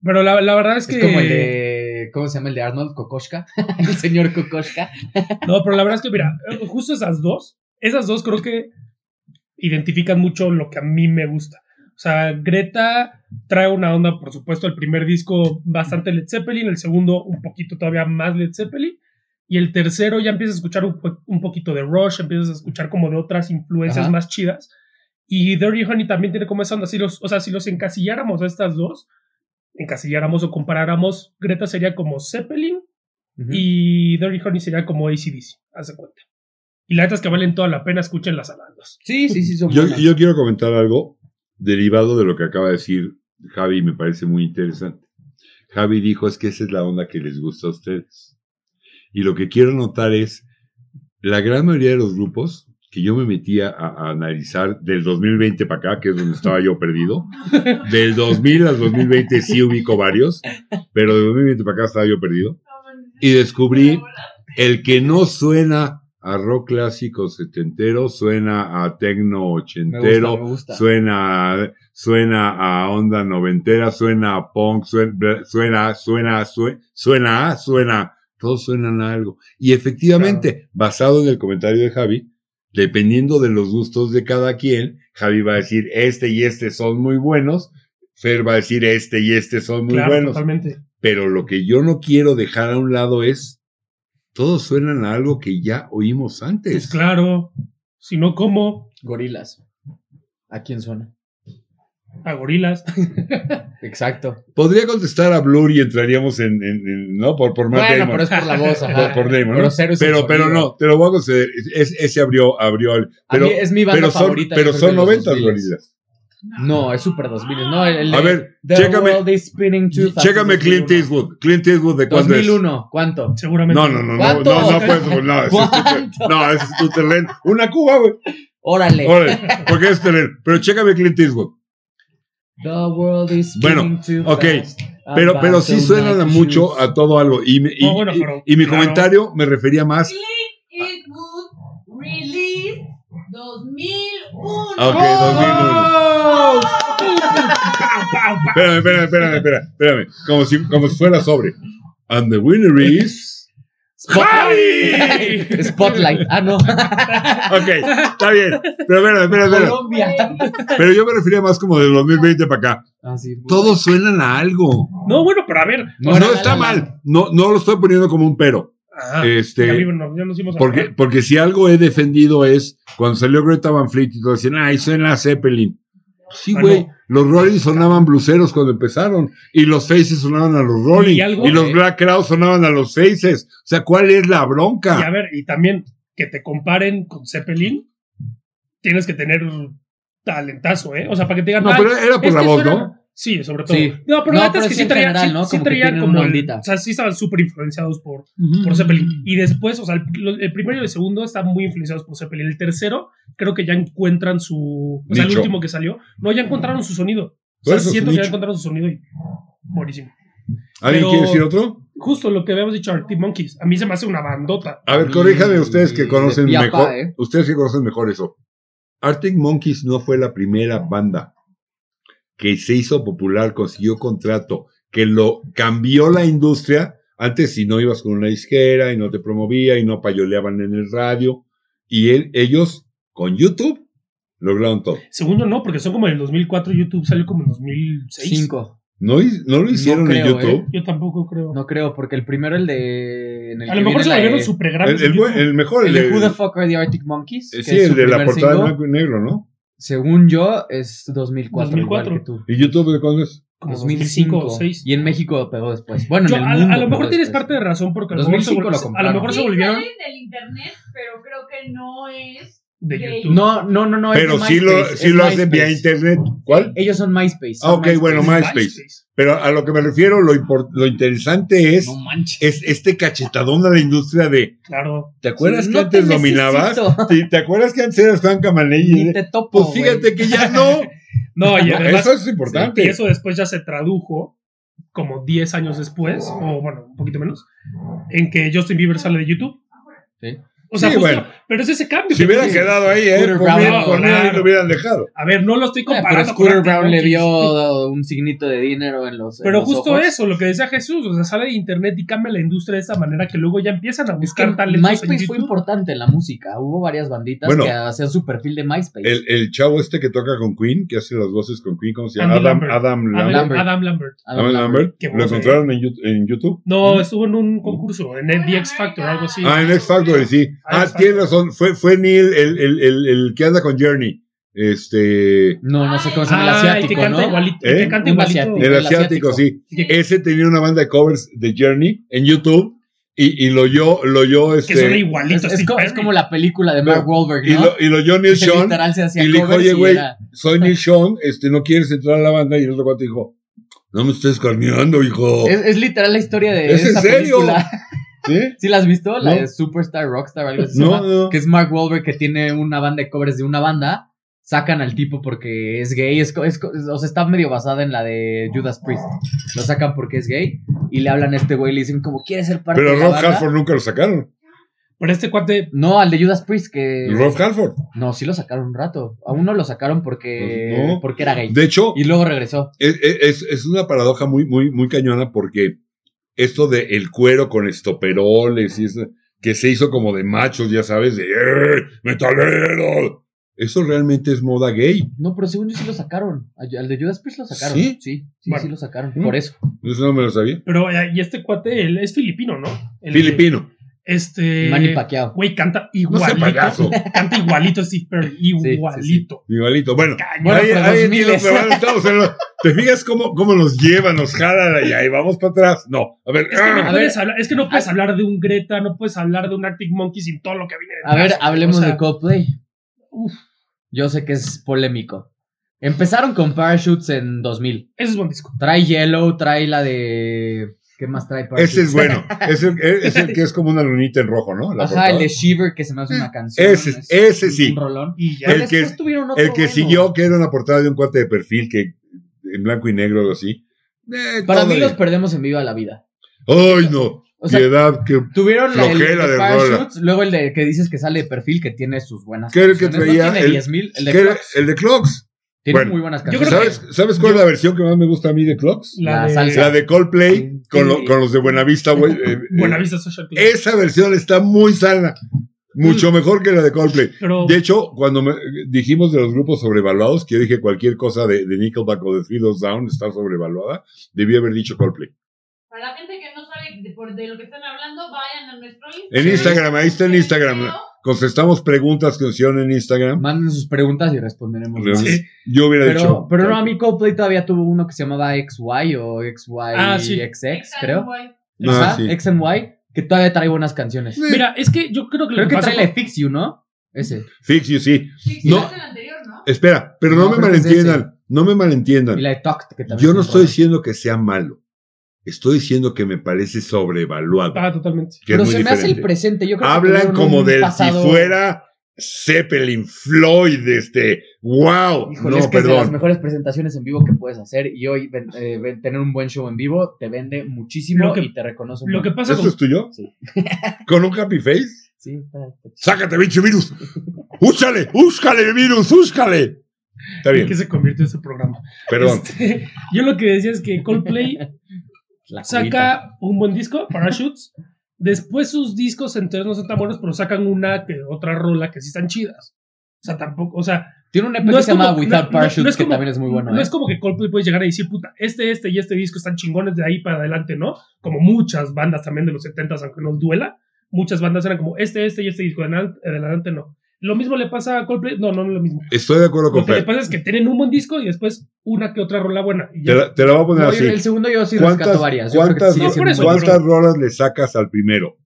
Speaker 3: pero la, la verdad es
Speaker 2: Es
Speaker 3: que.
Speaker 2: como el de, ¿cómo se llama el de Arnold? Kokoshka, el señor Kokoshka.
Speaker 3: No, pero la verdad es que, mira, eh, justo esas dos, esas dos creo que identifican mucho lo que a mí me gusta. O sea, Greta trae una onda, por supuesto, el primer disco bastante Led Zeppelin, el segundo un poquito todavía más Led Zeppelin, y el tercero ya empiezas a escuchar un, po- un poquito de Rush, empiezas a escuchar como de otras influencias
Speaker 2: Ajá.
Speaker 3: más chidas. Y Dirty Honey también tiene como esa onda, si los, o sea, si los encasilláramos a estas dos, encasilláramos o comparáramos, Greta sería como Zeppelin,
Speaker 2: Ujú.
Speaker 3: y Dirty Honey sería como ACDC, hace cuenta. Y la neta es que valen toda la pena, escuchen las alandas.
Speaker 2: Sí, sí, sí, son
Speaker 1: Yo,
Speaker 2: buenas.
Speaker 1: yo quiero comentar algo derivado de lo que acaba de decir Javi, me parece muy interesante. Javi dijo es que esa es la onda que les gusta a ustedes. Y lo que quiero notar es, la gran mayoría de los grupos que yo me metía a, a analizar del 2020 para acá, que es donde estaba yo perdido, del 2000 al 2020 sí ubico varios, pero del 2020 para acá estaba yo perdido, y descubrí el que no suena a rock clásico setentero, suena a tecno
Speaker 2: me gusta,
Speaker 1: ochentero,
Speaker 2: me gusta.
Speaker 1: suena a, suena a onda noventera, suena a punk, suena, bla- suena, suena, sue- suena, a, suena, todos suenan a algo. Y efectivamente, basado en el comentario de Javi, dependiendo de los gustos de cada quien, Javi va a decir este y este son muy buenos, Fer va a decir este y este son muy
Speaker 3: claro,
Speaker 1: buenos.
Speaker 3: totalmente.
Speaker 1: Pero lo que yo no quiero dejar a un lado es, todos suenan a algo que ya oímos antes.
Speaker 3: Pues claro, si no, ¿cómo?
Speaker 2: Gorilas. ¿A quién suena?
Speaker 3: A gorilas.
Speaker 2: Exacto.
Speaker 1: Podría contestar a Blur y entraríamos en, en- en- ¿no? Por, por Matt
Speaker 2: bueno,
Speaker 1: Damon.
Speaker 2: pero es por la voz, ajá.
Speaker 1: Por, por Damon, ¿no?
Speaker 2: Ah, Pero cero es el
Speaker 1: Pero, pero
Speaker 2: sonido.
Speaker 1: no, te lo voy a conceder. Es- ese abrió, abrió el.
Speaker 2: A
Speaker 1: Pero,
Speaker 2: mí es mi banda
Speaker 1: pero son,
Speaker 2: favorita. yo
Speaker 1: pero
Speaker 2: creo
Speaker 1: son
Speaker 2: que los
Speaker 1: 90
Speaker 2: 2000s.
Speaker 1: gorilas.
Speaker 2: No, es super 2000. No, el, el
Speaker 1: A
Speaker 2: de-
Speaker 1: ver,
Speaker 2: The
Speaker 1: chécame-
Speaker 2: World is Spinning Too Fast
Speaker 1: Chécame
Speaker 2: es
Speaker 1: Clint
Speaker 2: 2001.
Speaker 1: Eastwood. Clint Eastwood de cuándo es.
Speaker 2: 2001, ¿cuánto?
Speaker 3: Seguramente.
Speaker 1: No, no, no, no,
Speaker 2: ¿Cuánto?
Speaker 1: no, no puedes, no, ese es tu ter-
Speaker 2: ¿Cuánto?
Speaker 1: no, ese es tu terreno. Una Cuba, güey.
Speaker 2: Órale.
Speaker 1: Órale, porque es terreno. Pero chécame Clint Eastwood.
Speaker 2: The world is
Speaker 1: Bueno,
Speaker 2: spinning too
Speaker 1: ok,
Speaker 2: fast.
Speaker 1: Pero,
Speaker 2: About
Speaker 1: pero sí
Speaker 2: to
Speaker 1: suenan a
Speaker 2: knock
Speaker 1: mucho
Speaker 2: shoes.
Speaker 1: a todo algo. Y, me- y-
Speaker 3: No, bueno, pero-
Speaker 1: y- y mi
Speaker 3: claro.
Speaker 1: comentario me refería más
Speaker 4: It would release 2001.
Speaker 1: Ah, ok, 2001. Espérame, espérame, espérame, espérame, espérame. Como si, como si fuera sobre. And the winner is.
Speaker 2: Spotlight. Spotlight. Ah, no.
Speaker 1: Ok, está bien. Pero espérame, espérame, espérame.
Speaker 2: Colombia.
Speaker 1: Pero yo me refería más como del 2020 para acá.
Speaker 2: Ah, sí, bueno.
Speaker 1: Todos suenan a algo.
Speaker 3: No, bueno, pero a ver.
Speaker 1: No,
Speaker 2: era La
Speaker 1: está
Speaker 2: La
Speaker 1: mal.
Speaker 2: Land.
Speaker 1: No, no lo estoy poniendo como un pero.
Speaker 3: Ah,
Speaker 1: este,
Speaker 3: ya vivo, no, ya nos hicimos
Speaker 1: Porque,
Speaker 3: acordar.
Speaker 1: porque si algo he defendido es cuando salió Greta Van Fleet y todos decían, ay, suena a Zeppelin. Sí,
Speaker 3: Ah,
Speaker 1: güey,
Speaker 3: no.
Speaker 1: los Rolling sonaban bluseros cuando empezaron y los Faces sonaban a los
Speaker 3: Y
Speaker 1: Rolling
Speaker 3: algo
Speaker 1: y los
Speaker 2: que-
Speaker 1: Black Crowes sonaban a los Faces. O sea, ¿cuál es la bronca?
Speaker 3: Y a ver, y también que te comparen con Zeppelin, tienes que tener talentazo, ¿eh? O sea, para que te digan.
Speaker 1: no,
Speaker 3: "Ay,
Speaker 1: pero era por
Speaker 3: es
Speaker 1: la
Speaker 3: que
Speaker 1: voz,
Speaker 3: suena-".
Speaker 1: ¿no?
Speaker 3: Sí, sobre todo.
Speaker 2: Sí.
Speaker 3: No, pero
Speaker 2: No,
Speaker 3: la neta
Speaker 2: pero
Speaker 3: es que
Speaker 2: sí
Speaker 3: sí
Speaker 2: en
Speaker 3: traían,
Speaker 2: general,
Speaker 3: sí,
Speaker 2: ¿no?
Speaker 3: sí
Speaker 2: Como que
Speaker 3: traían
Speaker 2: tienen
Speaker 3: como.
Speaker 2: una
Speaker 3: el-
Speaker 2: ondita.
Speaker 3: o sea, sí estaban súper influenciados por, por Zeppelin.
Speaker 2: Mm.
Speaker 3: Y después, o sea, el, el primero y el segundo están muy influenciados por Zeppelin. El tercero, creo que ya encuentran su. O sea, el
Speaker 1: Nicho.
Speaker 3: último que salió. No, ya encontraron su sonido. O
Speaker 1: Por
Speaker 2: Pues
Speaker 3: sea,
Speaker 1: eso, su
Speaker 3: siento que ya
Speaker 1: nicho.
Speaker 3: encontraron su sonido y. Buenísimo.
Speaker 1: ¿Alguien
Speaker 3: pero-
Speaker 1: quiere decir otro?
Speaker 3: Justo lo que habíamos dicho, Arctic Monkeys. A mí se me hace una bandota.
Speaker 1: A ver, corríjame ustedes que
Speaker 2: de
Speaker 1: conocen
Speaker 2: pi a pa,
Speaker 1: mejor.
Speaker 2: ¿eh?
Speaker 1: Ustedes que conocen mejor eso. Arctic Monkeys no fue la primera banda que se hizo popular, consiguió contrato, que lo cambió la industria. Antes, si no ibas con una disquera y no te promovía y no payoleaban en el radio. Y él- ellos, con YouTube, lograron todo.
Speaker 3: Segundo, no, porque son como del 2004. YouTube salió como en 2006.
Speaker 2: Cinco.
Speaker 1: No, hi- no lo hicieron
Speaker 2: creo,
Speaker 1: en YouTube.
Speaker 3: Yo tampoco creo.
Speaker 2: No creo, porque el primero, el de. en el
Speaker 3: a
Speaker 2: que
Speaker 3: lo mejor
Speaker 2: viene
Speaker 3: se
Speaker 2: la
Speaker 3: volvieron
Speaker 2: de-
Speaker 3: super
Speaker 1: El,
Speaker 3: grandes.
Speaker 1: el
Speaker 3: en
Speaker 1: buen-
Speaker 3: YouTube.
Speaker 1: el mejor,
Speaker 2: ¿eh? El de Who the
Speaker 1: el- eh,
Speaker 2: Fuck Are the Arctic Monkeys. que
Speaker 1: sí,
Speaker 2: es su
Speaker 1: el de la
Speaker 2: primer
Speaker 1: portada de
Speaker 2: single.
Speaker 1: blanco y negro, ¿no?
Speaker 2: Según yo, es 2004.
Speaker 3: 2004.
Speaker 2: Igual que tú.
Speaker 1: ¿Y YouTube de cuándo es?
Speaker 3: como
Speaker 2: 2005
Speaker 3: o 2006.
Speaker 2: Y en México pegó después. Bueno,
Speaker 3: Yo,
Speaker 2: en el
Speaker 3: a, a
Speaker 2: mundo
Speaker 3: lo
Speaker 2: pegó
Speaker 3: mejor tienes
Speaker 2: después.
Speaker 3: parte de razón porque a lo
Speaker 2: 2005
Speaker 3: mejor, se,
Speaker 2: lo
Speaker 3: vol- a lo mejor
Speaker 2: compraron.
Speaker 3: se
Speaker 4: Sí,
Speaker 3: volvieron
Speaker 4: salen del internet, pero creo que no es.
Speaker 3: de
Speaker 4: Sí.
Speaker 3: YouTube.
Speaker 2: No, no, no, no. es
Speaker 1: Pero
Speaker 2: de
Speaker 1: sí lo,
Speaker 2: MySpace,
Speaker 1: sí
Speaker 2: es
Speaker 1: lo hacen
Speaker 2: MySpace.
Speaker 1: vía internet. ¿Cuál?
Speaker 2: Ellos son MySpace.
Speaker 1: Ah,
Speaker 2: son
Speaker 1: ok, bueno, MySpace. Pero a lo que me refiero, lo, impor- lo interesante es,
Speaker 2: No manches.
Speaker 1: es este cachetadón a la industria de.
Speaker 3: Claro.
Speaker 1: ¿Te acuerdas que
Speaker 2: No
Speaker 1: antes
Speaker 2: te
Speaker 1: dominabas?
Speaker 2: necesito.
Speaker 1: ¿Te, te acuerdas que antes eras Juan Camanelli?
Speaker 2: Ni te topo,
Speaker 1: Pues fíjate
Speaker 2: güey.
Speaker 1: que ya no.
Speaker 3: No, y
Speaker 1: No,
Speaker 3: además,
Speaker 1: eso es importante.
Speaker 3: y eso después ya se tradujo como 10 años después, o bueno, un poquito menos, en que Justin Bieber sale de YouTube.
Speaker 2: Sí.
Speaker 3: O sea,
Speaker 1: Sí,
Speaker 3: justo-
Speaker 1: bueno.
Speaker 3: pero es ese cambio.
Speaker 1: Si
Speaker 3: que
Speaker 1: hubiera
Speaker 3: tú-
Speaker 1: quedado ahí, ¿eh?
Speaker 2: Scooter
Speaker 1: Por mí,
Speaker 2: Brown,
Speaker 1: por mí
Speaker 3: claro.
Speaker 1: lo hubieran dejado.
Speaker 3: A ver, no lo estoy
Speaker 2: Eh,
Speaker 3: comparando.
Speaker 2: Pero
Speaker 3: con
Speaker 2: Scooter
Speaker 3: Arctic
Speaker 2: Brown le
Speaker 3: Monkeys.
Speaker 2: dio un signito de dinero en los. en
Speaker 3: Pero
Speaker 2: los
Speaker 3: justo
Speaker 2: ojos.
Speaker 3: eso, lo que decía Jesús, o sea, sale de internet y cambia la industria de esa manera que luego ya empiezan a
Speaker 2: Es que
Speaker 3: buscar talentos. en
Speaker 2: MySpace fue
Speaker 3: YouTube.
Speaker 2: importante en la música. Hubo varias banditas
Speaker 1: Bueno.
Speaker 2: que hacían su perfil de MySpace.
Speaker 1: El, el chavo este que toca con Queen, que hace las voces con Queen, ¿cómo se llama?
Speaker 3: Andy
Speaker 1: Adam,
Speaker 3: Lambert.
Speaker 1: Adam
Speaker 3: Adam
Speaker 1: Lambert.
Speaker 3: Lambert.
Speaker 2: Lambert.
Speaker 1: Adam Lambert.
Speaker 3: Qué
Speaker 1: Lo
Speaker 3: bueno,
Speaker 1: encontraron en Yout- en YouTube.
Speaker 2: Mm.
Speaker 3: No, estuvo en un concurso, en The X Factor, algo así.
Speaker 1: Ah, en X Factor, sí. Ah,
Speaker 3: X Factor.
Speaker 1: tienes razón. Fue, fue Neil, el, el, el, el que anda con Journey. Este.
Speaker 2: No, no sé cómo se
Speaker 3: Ah,
Speaker 2: llama. el
Speaker 3: y que
Speaker 2: asiático,
Speaker 3: canta
Speaker 2: ¿no?
Speaker 3: igualito.
Speaker 1: ¿Eh?
Speaker 3: Que canta
Speaker 2: Un
Speaker 3: igualito.
Speaker 2: asiático.
Speaker 1: El
Speaker 2: El
Speaker 1: asiático,
Speaker 2: asiático.
Speaker 1: sí.
Speaker 3: Que,
Speaker 1: Ese tenía una banda de covers de Journey en YouTube y, y lo yo, lo yo,
Speaker 3: que suena
Speaker 1: este.
Speaker 2: Es,
Speaker 3: igualito.
Speaker 2: es
Speaker 3: Steve
Speaker 2: co- es
Speaker 3: Perry.
Speaker 2: como la película de
Speaker 1: Pero-
Speaker 2: Mark Wahlberg,
Speaker 1: Y
Speaker 2: ¿no?
Speaker 1: lo, y lo yo Neil
Speaker 2: Que
Speaker 1: Sean.
Speaker 2: literal se hacía
Speaker 1: y le dijo,
Speaker 2: covers
Speaker 1: "Oye, güey,
Speaker 2: era-
Speaker 1: Soy Neil Sean, este, no quieres entrar a la banda. Y el otro cuate dijo, no me estés carneando, hijo.
Speaker 2: Es, es literal la historia de
Speaker 1: oh". ¿Es en
Speaker 2: esa
Speaker 1: serio?
Speaker 2: película.
Speaker 1: ¿Sí?
Speaker 2: ¿Sí la has visto? La
Speaker 1: No.
Speaker 2: de Superstar, Rockstar, algo así. se
Speaker 1: No,
Speaker 2: llama,
Speaker 1: no.
Speaker 2: Que es Mark Wahlberg que tiene una banda de covers de una banda. Sacan al tipo porque es gay. Es, co- es co- o sea, está medio basada en la de Judas Priest. Lo sacan porque es gay. Y le hablan a este güey y le dicen como, ¿quieres ser parte
Speaker 1: Pero
Speaker 2: de la
Speaker 1: Rob
Speaker 2: banda?"
Speaker 1: Halford nunca lo sacaron.
Speaker 3: Pero este cuate.
Speaker 2: No, al de Judas Priest que...
Speaker 1: Rob Halford.
Speaker 2: No, sí lo sacaron un rato. A uno lo sacaron porque,
Speaker 1: Pues no.
Speaker 2: porque era gay.
Speaker 1: De hecho,
Speaker 2: Y luego regresó.
Speaker 1: es, es- es una paradoja muy, muy, muy cañona porque esto de el cuero con estoperoles y eso, que se hizo como de machos, ya sabes, de ¡eh, metalero! Eso realmente es moda gay.
Speaker 2: No, pero según yo sí lo sacaron. Al al de Judas Priest lo sacaron.
Speaker 1: ¿Sí?
Speaker 2: Sí, sí, sí,
Speaker 3: Bueno.
Speaker 2: lo sacaron.
Speaker 1: Mm.
Speaker 2: Por eso.
Speaker 1: Eso no me lo sabía.
Speaker 3: Pero, eh, y este cuate, él es filipino, ¿no? El-
Speaker 1: Filipino.
Speaker 3: Este.
Speaker 2: Manny Pacquiao.
Speaker 3: Güey, canta
Speaker 1: No sea
Speaker 3: igualito.
Speaker 1: payaso.
Speaker 3: canta igualito Steve Perry. Igualito.
Speaker 1: Igualito. Bueno,
Speaker 2: Bueno,
Speaker 1: ahí,
Speaker 2: pero
Speaker 1: ahí
Speaker 2: los
Speaker 1: ni los
Speaker 2: miles.
Speaker 1: rebalan, estamos en lo- ¿Te fijas cómo, cómo nos llevan, nos jalan y ahí vamos para atrás? No, a ver.
Speaker 3: Es que, no
Speaker 1: ¡ah!
Speaker 2: A
Speaker 3: puedes
Speaker 2: ver.
Speaker 3: hablar, es que no puedes hablar de un Greta, no puedes hablar de un Arctic Monkey sin todo lo que viene detrás.
Speaker 2: A ver,
Speaker 3: güey.
Speaker 2: hablemos
Speaker 3: O sea,
Speaker 2: de Coldplay. Uf, yo sé que es polémico. Empezaron con Parachutes en 2000.
Speaker 3: Ese es buen disco.
Speaker 2: Trae Yellow, trae la de... ¿Qué más trae Parachutes?
Speaker 1: Ese es bueno. Es el, es el que es como una lunita en rojo, ¿no? La
Speaker 2: Ajá,
Speaker 1: portada. Eh,
Speaker 2: el de Shiver, que se me hace una canción.
Speaker 1: Ese-
Speaker 2: es
Speaker 1: ese
Speaker 2: un-
Speaker 1: sí.
Speaker 2: Un rolón.
Speaker 3: Y ya.
Speaker 1: El
Speaker 2: Pero
Speaker 1: que-
Speaker 2: después tuvieron otro
Speaker 1: El que
Speaker 2: bueno.
Speaker 1: siguió, que era una portada de un cuate de perfil que en blanco y negro algo así. Eh,
Speaker 2: Para
Speaker 1: todo
Speaker 2: mí
Speaker 1: bien.
Speaker 2: los perdemos en viva la vida.
Speaker 1: ¡Ay, no!
Speaker 2: O sea,
Speaker 1: Piedad, que...
Speaker 2: tuvieron la- el de
Speaker 1: flojera de
Speaker 2: Parachutes, luego el de que dices que sale de perfil, que tiene sus buenas
Speaker 1: ¿Qué era el que
Speaker 2: canciones.
Speaker 1: traía?
Speaker 2: No tiene
Speaker 1: El-
Speaker 2: 10.000, el de
Speaker 1: que era
Speaker 2: Clocks.
Speaker 1: el de Clocks.
Speaker 2: Tiene
Speaker 1: bueno,
Speaker 2: muy buenas
Speaker 3: yo
Speaker 2: canciones.
Speaker 3: creo
Speaker 1: ¿Sabes, ¿Sabes cuál es la versión que más me gusta a mí de Clocks?
Speaker 2: La salsa.
Speaker 1: La de Coldplay
Speaker 2: Sí.
Speaker 1: con, lo- con los de Buenavista, güey. eh, eh,
Speaker 3: Buenavista Social Club.
Speaker 1: Esa versión está muy sana. Mucho
Speaker 2: Mm.
Speaker 1: mejor que la de Coldplay.
Speaker 2: Oh.
Speaker 3: Pero
Speaker 1: De hecho, cuando me- dijimos de los grupos sobrevaluados, que yo dije cualquier cosa de, de Nickelback o de Three Doors Down está sobrevaluada, debí haber dicho Coldplay.
Speaker 4: Para la gente que no sabe de, de- por- de lo que están hablando, vayan a nuestro Instagram.
Speaker 1: En Instagram, ahí está en Instagram. Contestamos preguntas que nos hicieron en Instagram.
Speaker 2: Manden sus preguntas y responderemos. más.
Speaker 1: Sí. Yo hubiera dicho.
Speaker 2: Pero, pero no, a mí Coldplay todavía tuvo uno que se llamaba XY o XY
Speaker 3: Ah, sí.
Speaker 2: XX, creo.
Speaker 1: Ah,
Speaker 2: Ajá, eh.
Speaker 1: sí.
Speaker 2: X and Y, que todavía trae buenas canciones.
Speaker 3: Mira, es que yo creo que lo
Speaker 2: Creo que
Speaker 3: pasa
Speaker 2: trae la de Fix You, ¿no? Ese.
Speaker 1: Fix you, sí.
Speaker 4: No.
Speaker 1: No.
Speaker 4: el anterior, ¿no?
Speaker 1: Espera, pero no,
Speaker 2: No,
Speaker 1: me
Speaker 2: creo que es
Speaker 1: malentiendan. No me
Speaker 2: Y
Speaker 1: malentiendan.
Speaker 2: la de Talk, que también.
Speaker 1: Yo no
Speaker 2: es muy
Speaker 1: estoy
Speaker 2: buena.
Speaker 1: diciendo que sea malo. Estoy diciendo que me parece sobrevaluado.
Speaker 3: Ah, totalmente.
Speaker 1: que es
Speaker 2: Pero
Speaker 1: muy
Speaker 2: se me hace el
Speaker 1: diferente.
Speaker 2: presente. Yo creo que
Speaker 1: Hablan
Speaker 2: tuvieron
Speaker 1: como
Speaker 2: un
Speaker 1: del
Speaker 2: pasado-
Speaker 1: si fuera Zeppelin, Floyd, este, wow.
Speaker 2: Híjole,
Speaker 1: no,
Speaker 2: es que es de las
Speaker 1: perdón.
Speaker 2: mejores presentaciones en vivo que puedes hacer. Y hoy ven- eh, ven- tener un buen show en vivo te vende muchísimo
Speaker 3: Lo que-
Speaker 2: y te reconoce. un
Speaker 3: Lo que
Speaker 2: buen-
Speaker 3: pasa
Speaker 1: ¿Esto
Speaker 3: con.
Speaker 1: es tuyo?
Speaker 2: Sí.
Speaker 1: ¿Con un happy face?
Speaker 2: Sí, está- está chido.
Speaker 1: ¡Sácate, pinche virus! ¡Úsale! ¡Úscale, virus! ¡Úscale! Está
Speaker 3: ¿En
Speaker 1: bien,
Speaker 3: qué se convirtió ese programa?
Speaker 1: perdón.
Speaker 3: Este, yo lo que decía es que Coldplay
Speaker 2: La cubita.
Speaker 3: saca un buen disco, Parachutes. Después sus discos enteros no son tan buenos, pero sacan una que otra rola que sí están chidas. O sea, tampoco, o sea,
Speaker 2: Tiene un EP
Speaker 3: no
Speaker 2: que
Speaker 3: es
Speaker 2: se llama
Speaker 3: como-
Speaker 2: Without
Speaker 3: no- no-
Speaker 2: Parachutes,
Speaker 3: no es
Speaker 2: que
Speaker 3: como-
Speaker 2: también es muy bueno.
Speaker 3: no
Speaker 2: ¿eh?
Speaker 3: es como que Coldplay puede llegar a decir, puta, este, este y este disco están chingones de ahí para adelante, ¿no? Como muchas bandas también de los 70s, aunque nos duela, muchas bandas eran como este, este y este disco de adelan- de adelante, no. Lo mismo le pasa a Coldplay, no, no, no es lo mismo.
Speaker 1: Estoy de acuerdo
Speaker 3: Lo
Speaker 1: con
Speaker 3: que le
Speaker 1: Fer.
Speaker 3: pasa es que tienen un buen disco y después una que otra rola buena. Y
Speaker 1: Te
Speaker 3: ya.
Speaker 1: la, te la voy a poner
Speaker 2: No, yo-
Speaker 1: Pues así.
Speaker 2: el segundo yo sí
Speaker 1: ¿Cuántas,
Speaker 2: rescato varias. Yo creo que
Speaker 1: cuántas,
Speaker 2: sigue
Speaker 3: No, por
Speaker 2: siendo
Speaker 3: eso,
Speaker 2: muy
Speaker 1: cuántas rolas le sacas al primero?